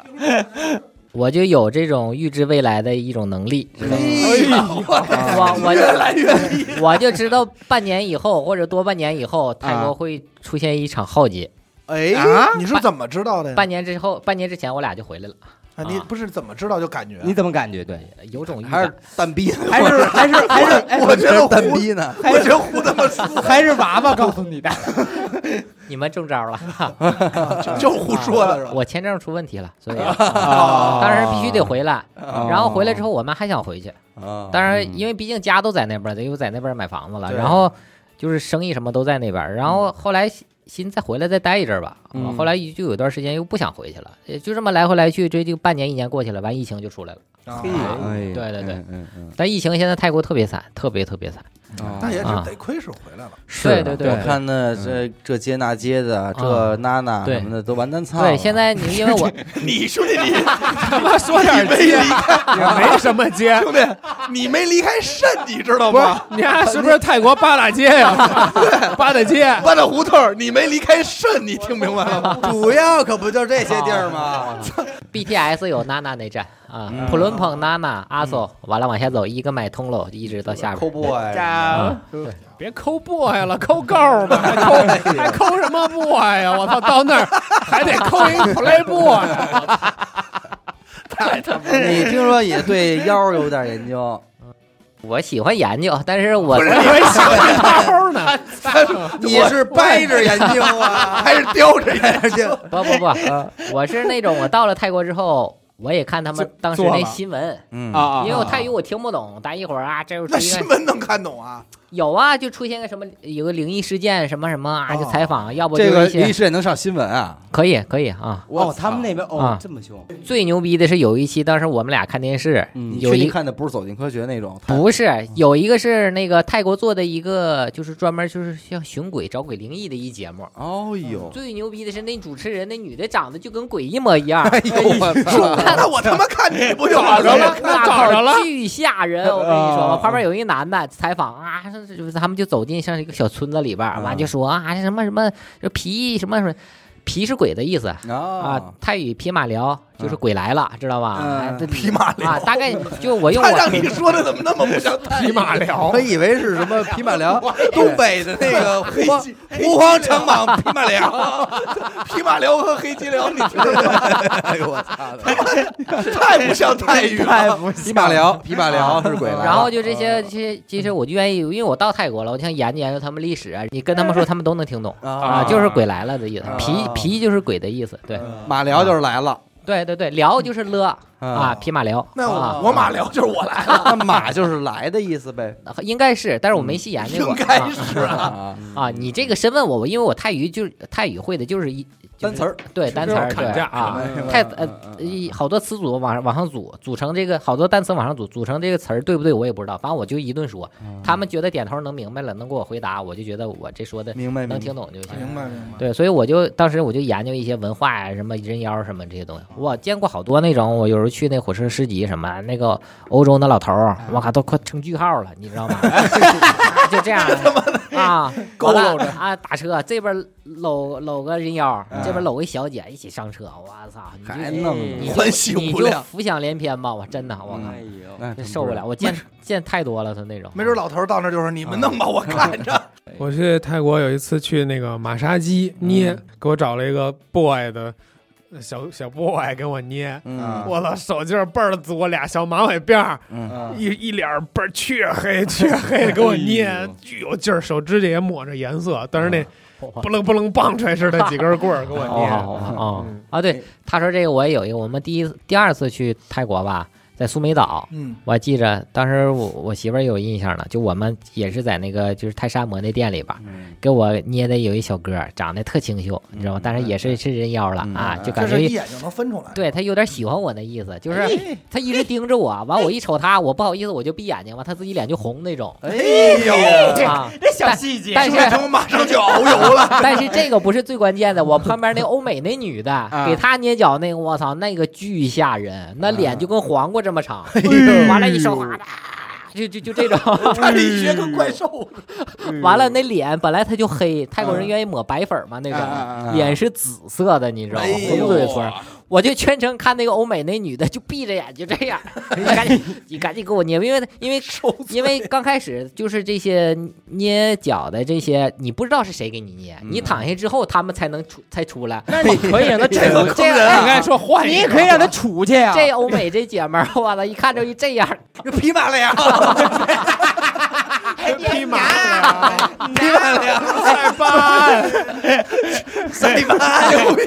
Speaker 5: 我就有这种预知未来的一种能力，知道吗？
Speaker 4: 我
Speaker 5: 我我就
Speaker 4: 越来越厉
Speaker 5: 哎我就知道半年以后或者多半年以后，泰国会出现一场浩劫。
Speaker 4: 哎，你是怎么知道的呀？
Speaker 5: 半年之后，半年之前我俩就回来了，
Speaker 4: 啊你不是怎么知道就感觉？啊
Speaker 3: 你怎么感觉？对，
Speaker 5: 有种预
Speaker 1: 还
Speaker 5: 感
Speaker 1: 是。蛋逼呢？
Speaker 9: 还是还是还是哎
Speaker 4: 我觉得
Speaker 1: 蛋
Speaker 4: 胡，
Speaker 1: 逼呢？
Speaker 4: 我觉得胡他妈说
Speaker 9: 还是娃娃告诉你的，
Speaker 5: 你们中招了，
Speaker 4: 就胡说的是吧？
Speaker 5: 我签证出问题了，所以当时必须得回来。
Speaker 1: 哦
Speaker 5: 哎然后回来之后，我妈还想回去，
Speaker 1: 啊，
Speaker 5: 当然因为毕竟家都在那边儿，又在那边儿买房子了，
Speaker 1: 对
Speaker 5: 然后就是生意什么都在那边儿。然后后来寻思再回来再待一阵儿吧，
Speaker 1: 嗯
Speaker 5: 啊后来就有一段时间又不想回去了，也就这么来回来去，这就半年一年过去了，
Speaker 1: 哦哎
Speaker 5: 完疫情就出来了。
Speaker 4: 啊
Speaker 5: 对对对
Speaker 3: 嗯嗯嗯，
Speaker 5: 但疫情现在泰国特别惨，特别特别惨。
Speaker 4: 但也
Speaker 5: 啊
Speaker 4: 是得亏是回来了，
Speaker 1: 嗯是的
Speaker 5: 对对对
Speaker 1: 我
Speaker 5: 对
Speaker 1: 看那这这接那接的，这
Speaker 5: 啊
Speaker 1: 娜娜
Speaker 5: 对
Speaker 1: 什么的都完蛋操了。
Speaker 5: 对，现在你因为我
Speaker 4: 你兄弟你，
Speaker 2: 他妈说点接，也没什么接
Speaker 4: 兄弟你没离开肾，你知道
Speaker 2: 不是
Speaker 4: 吗？
Speaker 2: 你看是不是泰国八大街呀？ 八大街，
Speaker 4: 八大胡同，你没离开肾，你听明白了吗？
Speaker 10: 主要可不就这些地儿吗？
Speaker 5: BTS 有娜娜那站啊，
Speaker 1: 嗯
Speaker 5: 普伦蓬娜娜阿索，完了往下走，一个买通了，一直到
Speaker 1: 哦
Speaker 5: 下
Speaker 10: 抠
Speaker 5: 边。
Speaker 10: 不呀？
Speaker 2: 啊别抠 boy 了，抠 girl 吧，还
Speaker 9: 哎
Speaker 2: 抠还抠什么 boy 呀？我操，到那儿还得抠一 play boy，
Speaker 1: 你听说也对腰有点研究，
Speaker 5: 我喜欢研究，但是我
Speaker 2: 我以为小 抠呢。
Speaker 10: 你是掰着研究啊，还是叼着研 究？
Speaker 5: 不不不，我是那种我到了泰国之后。我也看他们当时
Speaker 2: 做
Speaker 5: 那
Speaker 2: 了
Speaker 5: 新闻，
Speaker 1: 嗯
Speaker 2: 啊，啊
Speaker 5: 因为
Speaker 3: 哦
Speaker 5: 我泰语我听不懂。待一会儿啊，这又出
Speaker 4: 那
Speaker 5: 一
Speaker 4: 新
Speaker 5: 个
Speaker 4: 闻能看懂啊？
Speaker 5: 有啊，就出现个什么有个灵异事件什么什么啊，就采访，要不就
Speaker 1: 这
Speaker 5: 是
Speaker 1: 个
Speaker 5: 一
Speaker 1: 历
Speaker 5: 些
Speaker 1: 史也能上新闻啊？
Speaker 5: 可以可以啊。
Speaker 11: 哦，他们那边哦
Speaker 5: 啊
Speaker 11: 这么凶，
Speaker 5: 最牛逼的是有一期，当时我们俩看电视，
Speaker 1: 嗯你
Speaker 5: 嗯有
Speaker 1: 确
Speaker 5: 一
Speaker 1: 定看的不是《走进科学》那种？
Speaker 5: 不是，有一个是那个泰国做的一个，就是专门就是像寻鬼、找鬼、灵异的一节目。
Speaker 1: 哦 呦，
Speaker 5: 最牛逼的是那主持人，那女的长得就跟鬼一模一样，
Speaker 1: 哎呦我操！
Speaker 4: 那我他妈看你不就
Speaker 5: 找
Speaker 4: 完
Speaker 5: 着
Speaker 4: 了吗？
Speaker 5: 了，
Speaker 4: 呃
Speaker 5: 那找着了，巨吓人！我跟你说，旁边有一男的采访啊，就是他们就走进像一个小村子里边儿，
Speaker 4: 嗯
Speaker 5: 完就说啊这什么什么这皮什么什么，皮是鬼的意思啊
Speaker 4: 哦
Speaker 1: 啊，，
Speaker 5: 泰语皮马聊就是鬼来了，知道吧？啊这
Speaker 4: 匹嗯马聊
Speaker 5: 啊，大概就我用
Speaker 4: 他
Speaker 5: 我
Speaker 4: 让你说的怎么那么不像
Speaker 2: 匹马
Speaker 5: 啊
Speaker 2: 聊
Speaker 1: 我，以为是什么匹马良，
Speaker 10: 东北的那个胡黄胡黄长蟒匹马良，
Speaker 4: 匹马聊和黑吉聊？你听着
Speaker 10: 哎呦我操的！
Speaker 4: 太不像泰 语
Speaker 3: 太
Speaker 4: 了。
Speaker 3: 不像
Speaker 1: 匹马良，匹马良是鬼来了。
Speaker 5: 啊
Speaker 4: 啊
Speaker 5: 然后就这些这些，其实我就愿意，因为我到泰国了，我就想研究研究他们历史啊。你跟他们说，他们都能听 懂
Speaker 1: 啊
Speaker 5: 啊，就是鬼来了的意思
Speaker 1: 啊，
Speaker 5: 皮皮就是鬼的意思，对
Speaker 4: 嗯
Speaker 1: 马良就是来了
Speaker 5: 对对对，聊就是了啊，匹马聊
Speaker 4: 那
Speaker 5: 啊
Speaker 4: 我我马聊就是我来了，
Speaker 1: 那马就是来的意思呗。
Speaker 5: 啊应该是，但是我没细研究过
Speaker 4: 应该是啊。
Speaker 1: 啊，
Speaker 5: 啊。你这个身问我，我因为我泰语就是泰语会的就是一
Speaker 1: 单词，儿
Speaker 5: 就是对单词
Speaker 2: 就是
Speaker 5: 儿
Speaker 2: 砍
Speaker 5: 对
Speaker 2: 价
Speaker 5: 啊，太呃一好多词组往上往上组，组成这个好多单词往上组，组成这个词儿对不对？我也不知道，反正我就一顿说，
Speaker 1: 嗯
Speaker 5: 他们觉得点头能明白了，能给我回答，我就觉得我这说的
Speaker 1: 明白
Speaker 5: 能
Speaker 1: 明白
Speaker 5: 听。懂就行。
Speaker 4: 明白明白。
Speaker 5: 对，所以我就当时我就研究一些文化呀、什么人妖什么这些东西。我见过好多那种，我有时候去那火车市集什么，那个欧洲那老头儿，
Speaker 4: 嗯
Speaker 5: 我靠，都快成句号了，你知 道吗？ 就这样啊，
Speaker 1: 佝偻
Speaker 5: 完了啊，打车这边搂搂个人妖，
Speaker 4: 嗯
Speaker 5: 这边搂个小姐，一起上车，我操，你就哎
Speaker 1: 还弄
Speaker 5: 你就
Speaker 4: 欢喜
Speaker 5: 你
Speaker 4: 无
Speaker 5: 就
Speaker 4: 量
Speaker 5: 浮想联翩吧，我真的，我靠，
Speaker 11: 呦，
Speaker 1: 哎
Speaker 5: 真受不了，。我见见太多了，他那种，
Speaker 4: 没准老头儿到那儿就说：“你们弄吧，我看着。
Speaker 2: 我去泰国有一次去那个马杀鸡捏，给我找了一个 boy 的小小 boy 跟我捏。
Speaker 3: 啊
Speaker 5: 啊
Speaker 1: 嗯
Speaker 2: 我操，手劲儿倍儿足，俩小马尾辫儿，
Speaker 1: 嗯，
Speaker 3: 啊
Speaker 2: 一一脸儿倍儿黢黑黢 黑，给
Speaker 3: 哎
Speaker 2: 我捏，巨有劲儿，手指甲也抹着颜色，但是那
Speaker 3: 啊
Speaker 5: 啊
Speaker 2: 不楞不楞棒槌 似的几根棍儿给我
Speaker 5: 哦
Speaker 2: 捏。
Speaker 5: 好好好啊！对，他说这个我也有一个，我们第一次第二次去泰国吧，在苏梅岛，
Speaker 4: 嗯，
Speaker 5: 我还记着当时我我媳妇儿也有印象了，就我们也是在那个就是泰山摩那店里边儿。
Speaker 1: 嗯
Speaker 5: 给我捏的有一小哥，长得特清秀，你知道吗？但是也是是人妖了啊，就
Speaker 4: 这
Speaker 5: 感
Speaker 4: 是一
Speaker 5: 觉
Speaker 4: 眼就能分出来。
Speaker 5: 对他有点喜欢我那意思，就是他一直盯着我，完我一瞅他，我不好意思我就闭眼睛，完他自己脸就红那种
Speaker 1: 哎
Speaker 4: 哎
Speaker 1: 呦，
Speaker 5: 啊。
Speaker 3: 这小细节，
Speaker 5: 但是
Speaker 4: 这他妈马上就遨游了。
Speaker 5: 但是这个不是最关键的，我旁边那欧美那女的给她捏脚那个，我操，那个巨吓人，那脸就跟黄瓜这么长，完了，一手啊，就就就这种，
Speaker 4: 他这一学跟怪兽似
Speaker 5: 完了那脸本来她就黑，泰国人愿意抹白粉嘛那
Speaker 3: 啊
Speaker 5: 种，脸是紫色的，你知道
Speaker 3: 哎
Speaker 5: 吗？红嘴唇，我就全程看那个欧美那女的就闭着眼就这 样，
Speaker 3: 哎
Speaker 5: 你赶紧你赶紧给我捏，因为因为因为刚开始就是这些捏脚的这些，你不知道是谁给你捏，你躺下之后他们才能出才出来。
Speaker 3: 嗯那你可以 让他
Speaker 4: 这个
Speaker 3: 处，
Speaker 4: 坑人
Speaker 2: 应该说
Speaker 5: 啊
Speaker 2: 换
Speaker 3: 啊你
Speaker 2: 一
Speaker 3: 也
Speaker 2: 个，
Speaker 3: 可以让他处去啊呀。
Speaker 5: 这欧美这姐们儿， 我操，一看就一这样，
Speaker 4: 的，匹马了呀！
Speaker 2: 匹马。
Speaker 4: 一万两，
Speaker 2: 太 棒！
Speaker 4: 塞
Speaker 3: 哎
Speaker 4: 巴牛逼！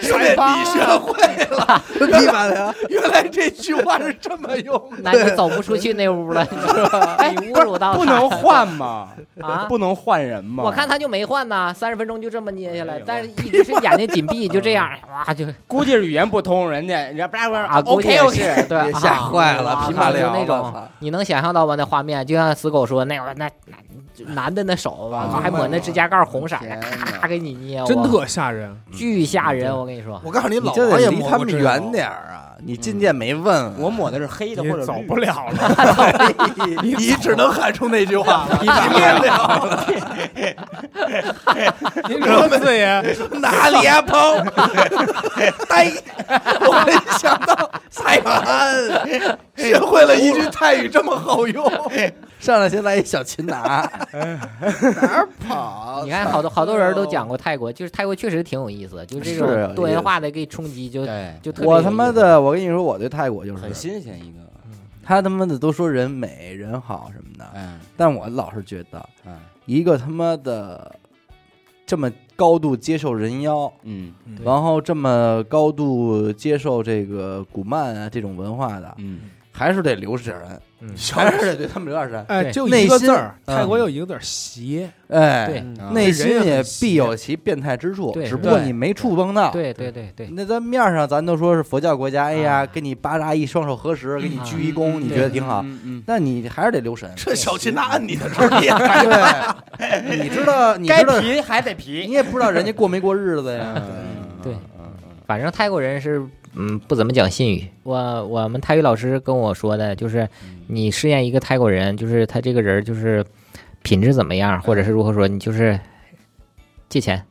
Speaker 4: 兄弟，你学会了，一万两。 原来这句话是这么用的。
Speaker 5: 那你走不出去那屋了，你知道吗
Speaker 3: 哎
Speaker 5: 你侮辱到他
Speaker 3: 不能换吗？
Speaker 5: 啊！
Speaker 3: 不能换人吗？
Speaker 5: 我看他就没换呐，三十分钟就这么捏下来，但是一直是眼睛紧闭，就 这样，哇就
Speaker 3: 估计是语言不通，人家人家叭叭
Speaker 5: 啊，估计
Speaker 3: OK
Speaker 5: 也
Speaker 3: OK，
Speaker 5: 是对
Speaker 4: 别，吓
Speaker 5: 啊
Speaker 4: 坏了
Speaker 5: 啊
Speaker 4: 匹马
Speaker 5: 就
Speaker 4: 良
Speaker 5: 那
Speaker 4: 我
Speaker 5: 种
Speaker 4: 操，
Speaker 5: 你能想象到吗？那画面就像死狗说那会儿那那男的那手吧，
Speaker 4: 啊
Speaker 5: 还抹那指甲盖红色的，咔给你捏，
Speaker 12: 真
Speaker 3: 哦
Speaker 5: 我
Speaker 12: 特吓人。
Speaker 5: 巨吓人，我跟你说。
Speaker 4: 嗯我告诉你，
Speaker 1: 你
Speaker 4: 老
Speaker 1: 就
Speaker 4: 王
Speaker 1: 得
Speaker 4: 也
Speaker 1: 离
Speaker 4: 摸
Speaker 1: 他
Speaker 4: 过
Speaker 1: 们
Speaker 4: 这
Speaker 1: 远
Speaker 4: 种
Speaker 1: 点儿啊！你进店没问啊
Speaker 3: 我抹的是黑的
Speaker 12: 你
Speaker 3: 或者
Speaker 12: 走
Speaker 3: 绿
Speaker 12: 不
Speaker 3: 的。
Speaker 12: 了 了，
Speaker 4: 你你只能喊出那句话，你
Speaker 12: 你知道四爷
Speaker 4: 哪里啊，鹏？哎，我没想到塞班学会了一句泰语这么好用，
Speaker 1: 上来先来一小擒拿，
Speaker 4: 跑
Speaker 5: 你看，好多好多人都讲过泰国，就是泰国确实挺有意思，就这
Speaker 1: 是有
Speaker 5: 种多
Speaker 1: 意
Speaker 5: 元
Speaker 1: 思
Speaker 5: 化的给你冲击，就
Speaker 3: 对，
Speaker 5: 就特别有
Speaker 1: 我
Speaker 5: 意
Speaker 1: 他妈
Speaker 5: 思
Speaker 1: 的，我跟你说，我对泰国就
Speaker 3: 很
Speaker 1: 是，
Speaker 3: 新鲜一个。
Speaker 1: 他他妈的都说人美人好什么的，
Speaker 3: 哎，
Speaker 1: 但我老是觉得
Speaker 3: 嗯，
Speaker 1: 一个他妈的这么高度接受人妖，
Speaker 3: 嗯
Speaker 1: 然后这么高度接受这个古曼啊这种文化的，
Speaker 3: 嗯，
Speaker 1: 还是得留着点人，
Speaker 5: 嗯
Speaker 1: 还是得对他们留点人。
Speaker 12: 哎，
Speaker 5: 对
Speaker 12: 就一个字儿，
Speaker 1: 内心
Speaker 12: 泰国有一个字儿邪，
Speaker 1: 哎
Speaker 5: 对，
Speaker 3: 嗯
Speaker 2: 嗯
Speaker 3: 啊
Speaker 1: 内心
Speaker 12: 人也
Speaker 1: 也
Speaker 12: 很邪
Speaker 1: 必有其变态之处，
Speaker 5: 对
Speaker 1: 只不过
Speaker 3: 对
Speaker 1: 你没触碰到。
Speaker 5: 对对对对，
Speaker 1: 那咱面儿上咱都说是佛教国家，哎呀，
Speaker 5: 啊嗯
Speaker 1: 给你巴扎一双手合十，给你鞠一躬，你觉得挺好，
Speaker 3: 嗯嗯，
Speaker 1: 但你还是得留神。
Speaker 4: 这小擒拿按你的这 儿也
Speaker 1: 对，你知道， 你
Speaker 3: 该
Speaker 1: 知道，
Speaker 3: 皮还得
Speaker 1: 你
Speaker 3: 皮。
Speaker 1: 也不知道人家过没过日子
Speaker 5: 嗯
Speaker 1: 呀。
Speaker 5: 对反正泰国人是嗯不怎么讲信语。嗯我我们泰语老师跟我说的就是，你试验一个泰国人，就是他这个人就是品质怎么样，或者是如何说，你就是借钱。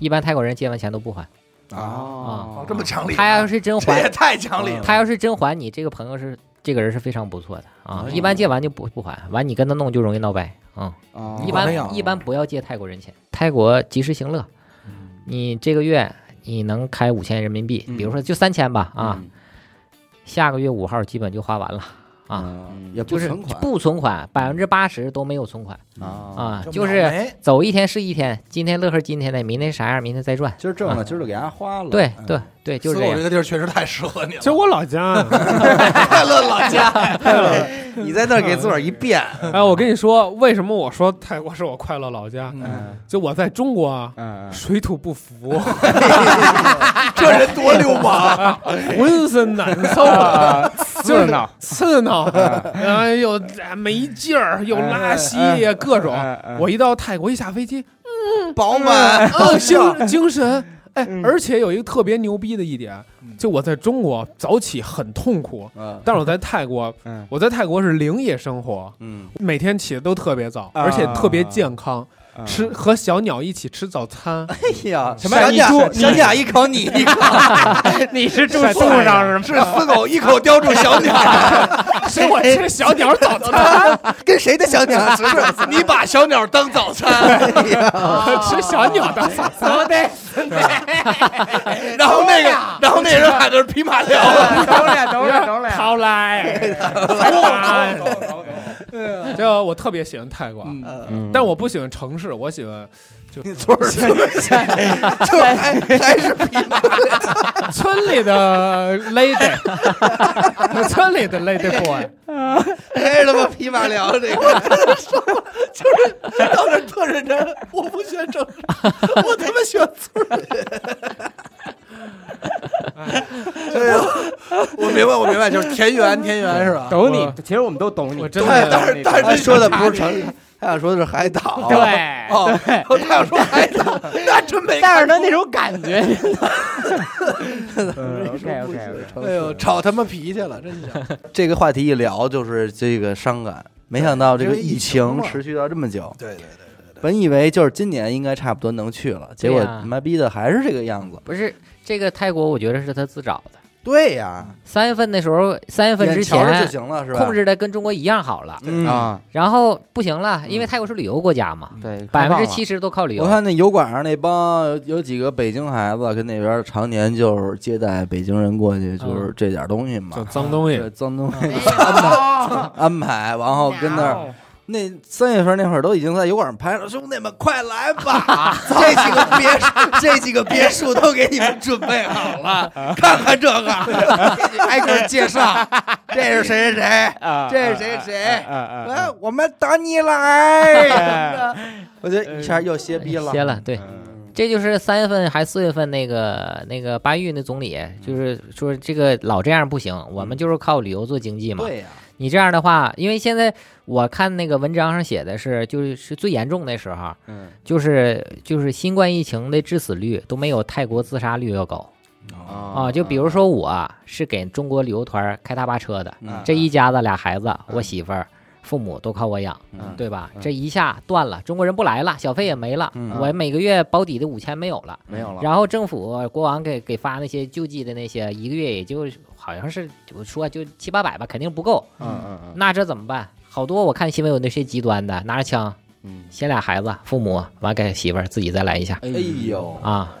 Speaker 5: 一般泰国人借完钱都不还，啊
Speaker 1: 啊
Speaker 3: 哦
Speaker 4: 啊这么讲理，
Speaker 5: 他要是真
Speaker 4: 这也
Speaker 5: 还，
Speaker 4: 太讲理了。
Speaker 5: 他要是真还你，这个朋友是这个人是非常不错的啊。一般借完就不不还，完你跟他弄就容易闹掰啊。一般一般不要借泰国人钱，泰国及时行乐。
Speaker 1: 嗯
Speaker 5: 你这个月你能开五千人民币，比如说就三千吧啊，
Speaker 1: 嗯
Speaker 5: 下个月五号基本就花完了
Speaker 1: 嗯
Speaker 5: 啊，
Speaker 1: 也不
Speaker 5: 就是
Speaker 1: 存款
Speaker 5: 不存款，百分之八十都没有存款
Speaker 3: 啊
Speaker 5: 啊，就是走一天是一天，今天乐呵今天的，明天啥样，明天再赚。
Speaker 1: 今儿挣了，
Speaker 5: 啊
Speaker 1: 今儿就给家花了。
Speaker 5: 对
Speaker 1: 嗯
Speaker 5: 对对，就是这
Speaker 4: 我
Speaker 5: 样
Speaker 4: 这。个地儿确实太适合你了，
Speaker 2: 这我老家。啊
Speaker 4: 快乐老 家。
Speaker 1: 哎你在那儿给自个儿一变，
Speaker 2: 哎，我跟你说，为什么我说泰国是我快乐老家？
Speaker 3: 嗯
Speaker 2: 就我在中国啊，
Speaker 3: 嗯
Speaker 2: 水土不服，
Speaker 4: 这人多啊流氓！
Speaker 2: 浑身难受，啊
Speaker 3: 就是呢，
Speaker 2: 刺挠，啊然后又哎没劲儿，又拉稀呀，各种。我一到泰国一下飞机，
Speaker 1: 嗯
Speaker 4: 饱满，
Speaker 2: 哎哦，精精神。哎，而且有一个特别牛逼的一点，就我在中国早起很痛苦，但是我在泰国
Speaker 3: 嗯，
Speaker 2: 我在泰国是零夜生活，
Speaker 4: 嗯，
Speaker 2: 每天起的都特别早，而且特别健康，吃和小鸟一起吃早餐，
Speaker 1: 哎呀，
Speaker 3: 什么小鸟
Speaker 1: 猪，小鸟一口你一口，
Speaker 2: 你是住
Speaker 3: 树上
Speaker 2: 是吗？
Speaker 4: 是死 狗一口叼住小鸟，
Speaker 2: 是我吃小鸟早餐，
Speaker 1: 跟谁的小 鸟？
Speaker 4: 你把小鸟当早餐，
Speaker 2: 吃小鸟的早餐。
Speaker 4: 然后那个，然后那人喊的是匹马良，
Speaker 3: 等会儿等会 儿等会儿，
Speaker 2: 好来，这我特别喜欢泰国，嗯但我不喜欢城市，我喜欢
Speaker 4: 村儿村儿，这还还是匹马
Speaker 2: 村里的 lady，村里的 lady boy。
Speaker 4: 还是他妈匹马良这个，就是到这特认真，我不喜欢政治，我他妈喜欢村 儿。对哎呀，我明白，我明白，就是田园，田园是吧？
Speaker 3: 懂
Speaker 2: 我
Speaker 3: 你。其实我们都懂你，
Speaker 2: 我真
Speaker 4: 但
Speaker 2: 的
Speaker 4: 但是但
Speaker 1: 他
Speaker 4: 是
Speaker 1: 说的不是城市，他想说的是海岛。
Speaker 3: 对，
Speaker 4: 哦，他要说海 岛，那真没
Speaker 3: 但是
Speaker 4: 看
Speaker 3: 他
Speaker 4: 出
Speaker 3: 那种感觉，真的。OK
Speaker 1: 不
Speaker 3: OK
Speaker 1: 是
Speaker 3: OK，
Speaker 1: 城市
Speaker 4: 哎呦，吵他妈脾气了，真的。
Speaker 1: 这个话题一聊就是这个伤感，没想到这个疫情持续到这么久。
Speaker 4: 对对
Speaker 1: 本以为就是今年应该差不多能去了，结果
Speaker 5: 对呀
Speaker 1: 他妈逼的还是这个样子。
Speaker 5: 不是这个泰国，我觉得是他自找的。
Speaker 1: 对呀，
Speaker 5: 三月份的时候，三月份
Speaker 1: 眼
Speaker 5: 之
Speaker 1: 瞧着
Speaker 5: 前
Speaker 1: 就行了，是吧？
Speaker 5: 控制的跟中国一样好了，
Speaker 1: 嗯，
Speaker 3: 啊，
Speaker 5: 然后不行了，因为泰国是旅游国家嘛，
Speaker 3: 对，
Speaker 5: 百分之七十都靠旅游
Speaker 1: 我。看那油管上那帮有有几个北京孩子跟那边常年就是接待北京人过去，就是
Speaker 5: 嗯
Speaker 1: 这点东西嘛
Speaker 2: 就，脏东 西
Speaker 1: 这，脏东西
Speaker 5: 哎呀哦
Speaker 1: 安排，然后跟那儿那三月份那会儿都已经在油管上拍了，兄弟们快来吧！这几个别墅，这几个别墅都给你们准备好了，看看这个，给你挨个介绍，这是谁谁谁，
Speaker 2: 啊，
Speaker 1: 这是谁谁，
Speaker 2: 啊啊
Speaker 1: 来，我们等你 来。我觉得一下又歇逼了，嗯
Speaker 5: 歇了，对。这就是三月份还四月份那个那个巴育那总理，
Speaker 1: 嗯
Speaker 5: 就是说这个老这样不行，我们就是靠旅游做经济嘛。
Speaker 1: 对呀、
Speaker 5: 你这样的话，因为现在我看那个文章上写的是，就是是最严重的时候，
Speaker 1: 嗯，
Speaker 5: 就是就是新冠疫情的致死率都没有泰国自杀率要高
Speaker 1: 哦
Speaker 5: 啊。就比如说我是给中国旅游团开大巴车的，
Speaker 1: 嗯
Speaker 5: 这一家子俩孩子，我媳妇儿、父母都靠我养，
Speaker 1: 嗯嗯
Speaker 5: 对吧？这一下断了，中国人不来了，小费也没了，我每个月保底的五千没有了。
Speaker 1: 没有了，
Speaker 5: 然后政府国王给给发那些救济的那些，一个月也就好像是我说就七八百吧，肯定不够。
Speaker 1: 嗯嗯嗯，
Speaker 5: 那这怎么办？好多我看新闻有那些极端的，拿着枪，
Speaker 1: 嗯
Speaker 5: 先俩孩子，父母完给媳妇儿，自己再来一下
Speaker 1: 哎呦，
Speaker 5: 啊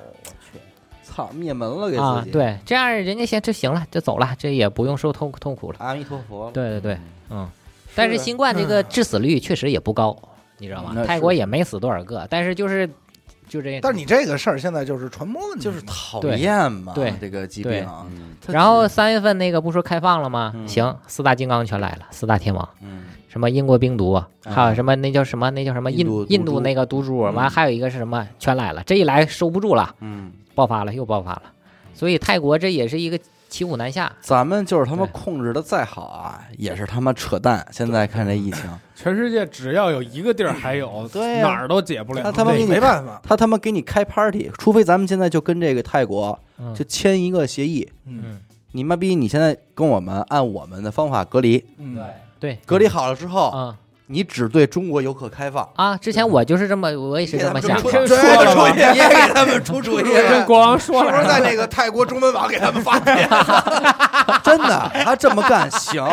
Speaker 1: 操，灭门了给
Speaker 5: 啊
Speaker 1: 自！己，，
Speaker 5: 对，这样人家先这行了，这走了，这也不用受痛痛苦了。
Speaker 1: 阿弥陀佛，
Speaker 5: 对对对，嗯。但是新冠这个致死率确实也不高，你知道
Speaker 1: 那
Speaker 5: 吗？
Speaker 1: 是
Speaker 5: 泰国也没死多少个，但是就是就这。
Speaker 4: 但是你这个事儿现在就是传播问题，
Speaker 1: 就是讨厌嘛，
Speaker 5: 对嗯
Speaker 1: 这个疾病啊，它
Speaker 5: 然后三月份那个不说开放了吗？
Speaker 1: 嗯
Speaker 5: 行，四大金刚全来了，四大天王，
Speaker 1: 嗯
Speaker 5: 什么英国冰毒，啊还有什么那叫什么那叫什么
Speaker 1: 印
Speaker 5: 印
Speaker 1: 度毒
Speaker 5: 印
Speaker 1: 株
Speaker 5: 度那个毒株，啊完还有一个是什么全来了，这一来收不住了，
Speaker 1: 嗯，
Speaker 5: 爆发了又爆发了，所以泰国这也是一个骑虎难下。
Speaker 1: 咱们就是他妈
Speaker 5: 对
Speaker 1: 控制的再好啊，也是他妈扯淡。现在看这疫情，
Speaker 2: 全世界只要有一个地儿还有，
Speaker 1: 嗯对呀
Speaker 2: 哪儿都解不
Speaker 1: 他
Speaker 2: 了。
Speaker 1: 他妈给
Speaker 4: 没
Speaker 1: 你
Speaker 4: 办法，
Speaker 1: 他他妈给你开 party，除非咱们现在就跟这个泰国
Speaker 5: 嗯
Speaker 1: 就签一个协议，
Speaker 4: 嗯
Speaker 1: 你妈逼你现在跟我们按我们的方法隔离，
Speaker 4: 嗯，
Speaker 5: 对，
Speaker 1: 隔离好了之后，
Speaker 5: 啊
Speaker 1: 你只对中国游客开放。
Speaker 5: 啊！之前我就是这么，我也是这么想
Speaker 4: 你
Speaker 5: 的。
Speaker 4: 听说了吗？
Speaker 1: 也给他们出 主意，
Speaker 8: 跟国王说
Speaker 4: 是不是
Speaker 8: 了，
Speaker 2: 啊
Speaker 4: 在那个泰国中文网给他们发帖？
Speaker 1: 真的，他这么干行。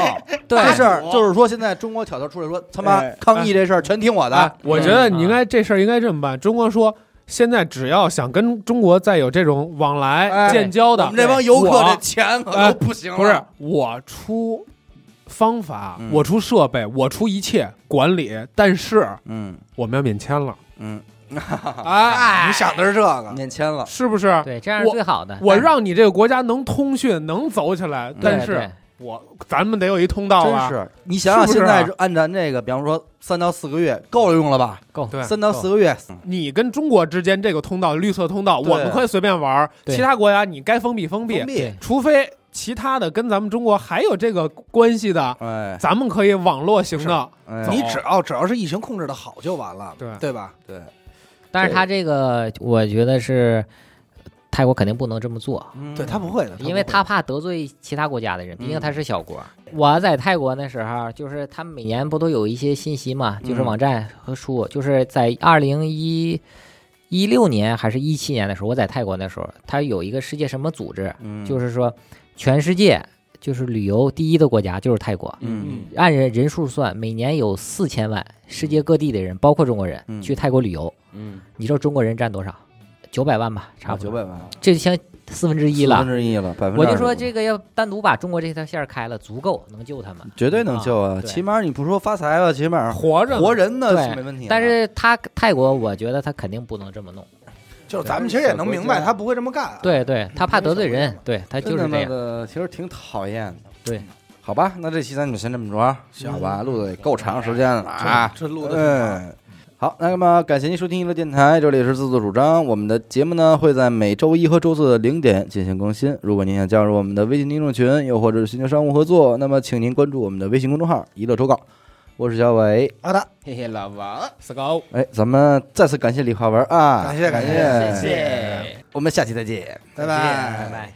Speaker 5: 对
Speaker 1: 这事儿就是说，现在中国挑头出来说，他妈
Speaker 2: 哎
Speaker 1: 抗议这事儿全听我
Speaker 2: 哎
Speaker 1: 的。
Speaker 2: 我
Speaker 8: 我觉得你应
Speaker 5: 嗯
Speaker 8: 该这事儿应该这么办。中国说，现在只要想跟中国再有这种往
Speaker 1: 哎
Speaker 2: 来建交
Speaker 1: 我
Speaker 2: 的，
Speaker 1: 们这帮游客
Speaker 2: 我哎
Speaker 1: 这钱可都不行了。
Speaker 2: 不是我出方法
Speaker 1: 嗯，
Speaker 2: 我出设备，我出一切管理，但是
Speaker 1: 嗯
Speaker 2: 我们要免签了。
Speaker 1: 嗯，
Speaker 2: 哎，
Speaker 4: 你想的是这个，
Speaker 1: 免签了，
Speaker 2: 是不是？
Speaker 5: 对，这样是最好的。
Speaker 2: 我让你这个国家能通讯，能走起来，
Speaker 5: 对
Speaker 2: 但
Speaker 5: 对
Speaker 2: 是我咱们得有一通道
Speaker 1: 嗯真
Speaker 2: 啊。
Speaker 1: 是。你想想，
Speaker 2: 是不
Speaker 1: 现
Speaker 2: 是啊
Speaker 1: 在按咱这个，比方说三到四个月够了用了吧？
Speaker 5: 够
Speaker 2: 对
Speaker 1: 三到四个月，
Speaker 2: 你跟中国之间这个通道，绿色通道，
Speaker 1: 对
Speaker 2: 我们可以随便玩儿，
Speaker 5: 对
Speaker 2: 其他国家你该封闭封闭
Speaker 1: 封，闭
Speaker 5: 对。
Speaker 2: 除非其他的跟咱们中国还有这个关系的，
Speaker 1: 哎，
Speaker 2: 咱们可以网络型的。
Speaker 1: 哎
Speaker 4: 你只要只要是疫情控制的好就完了，
Speaker 2: 对
Speaker 4: 对吧？
Speaker 1: 对，
Speaker 5: 但是他这个，我觉得是泰国肯定不能这么做，
Speaker 1: 嗯
Speaker 4: 对他不会的，
Speaker 5: 因为
Speaker 4: 不会
Speaker 5: 他怕得罪其他国家的人，毕竟他是小国。
Speaker 1: 嗯
Speaker 5: 我在泰国那时候，就是他每年不都有一些信息
Speaker 1: 嗯
Speaker 5: 嘛，就是网站和书，就是在二零一一六年还是一七年的时候，我在泰国那时候，他有一个世界什么组织，
Speaker 1: 嗯
Speaker 5: 就是说全世界就是旅游第一的国家就是泰国，
Speaker 1: 嗯
Speaker 5: 按人人数算，每年有四千万世界各地的人，包括中国人
Speaker 1: 嗯
Speaker 5: 去泰国旅游。
Speaker 1: 嗯，
Speaker 5: 你知道中国人占多少？九百万吧，差不
Speaker 1: 啊九
Speaker 5: 多，
Speaker 1: 百万
Speaker 5: 这就相四分之一
Speaker 1: 四
Speaker 5: 了
Speaker 1: 分。之一了，百分之
Speaker 5: 我就
Speaker 1: 25
Speaker 5: 说这个要单独把中国这条线儿开了，足够能救他们。
Speaker 1: 绝对能救啊！
Speaker 5: 对
Speaker 1: 起码你不说发财吧，起码
Speaker 2: 活着呢
Speaker 1: 活人呢
Speaker 5: 对
Speaker 1: 是没问题的。啊
Speaker 5: 但是他泰国，我觉得他肯定不能这么弄。
Speaker 4: 就是咱们其实也能明白他不会这么
Speaker 1: 啊
Speaker 4: 干，，啊
Speaker 5: 对对，他怕得罪人，对他
Speaker 1: 真
Speaker 5: 哎就
Speaker 1: 的
Speaker 5: 是这
Speaker 1: 那
Speaker 5: 样。
Speaker 1: 个其实挺讨厌的。
Speaker 5: 对，
Speaker 1: 好吧，那这期咱们就先这么着，啊行吧？录的也够长时间了啊，
Speaker 4: 这路的
Speaker 1: 嗯。好，那么感谢您收听娱乐电台，这里是自作主张。我们的节目呢会在每周一和周四的零点进行更新。如果您想加入我们的微信听众群，又或者是寻求商务合作，那么请您关注我们的微信公众号“娱乐周告。我是小伟，
Speaker 4: 好的，
Speaker 3: 嘿嘿，老王，
Speaker 2: 死狗，
Speaker 1: 哎，咱们再次感谢李化文啊，
Speaker 4: 感谢感谢
Speaker 1: 感谢，
Speaker 3: 谢谢，
Speaker 1: 我们下期再见。
Speaker 4: 拜拜。
Speaker 3: 拜。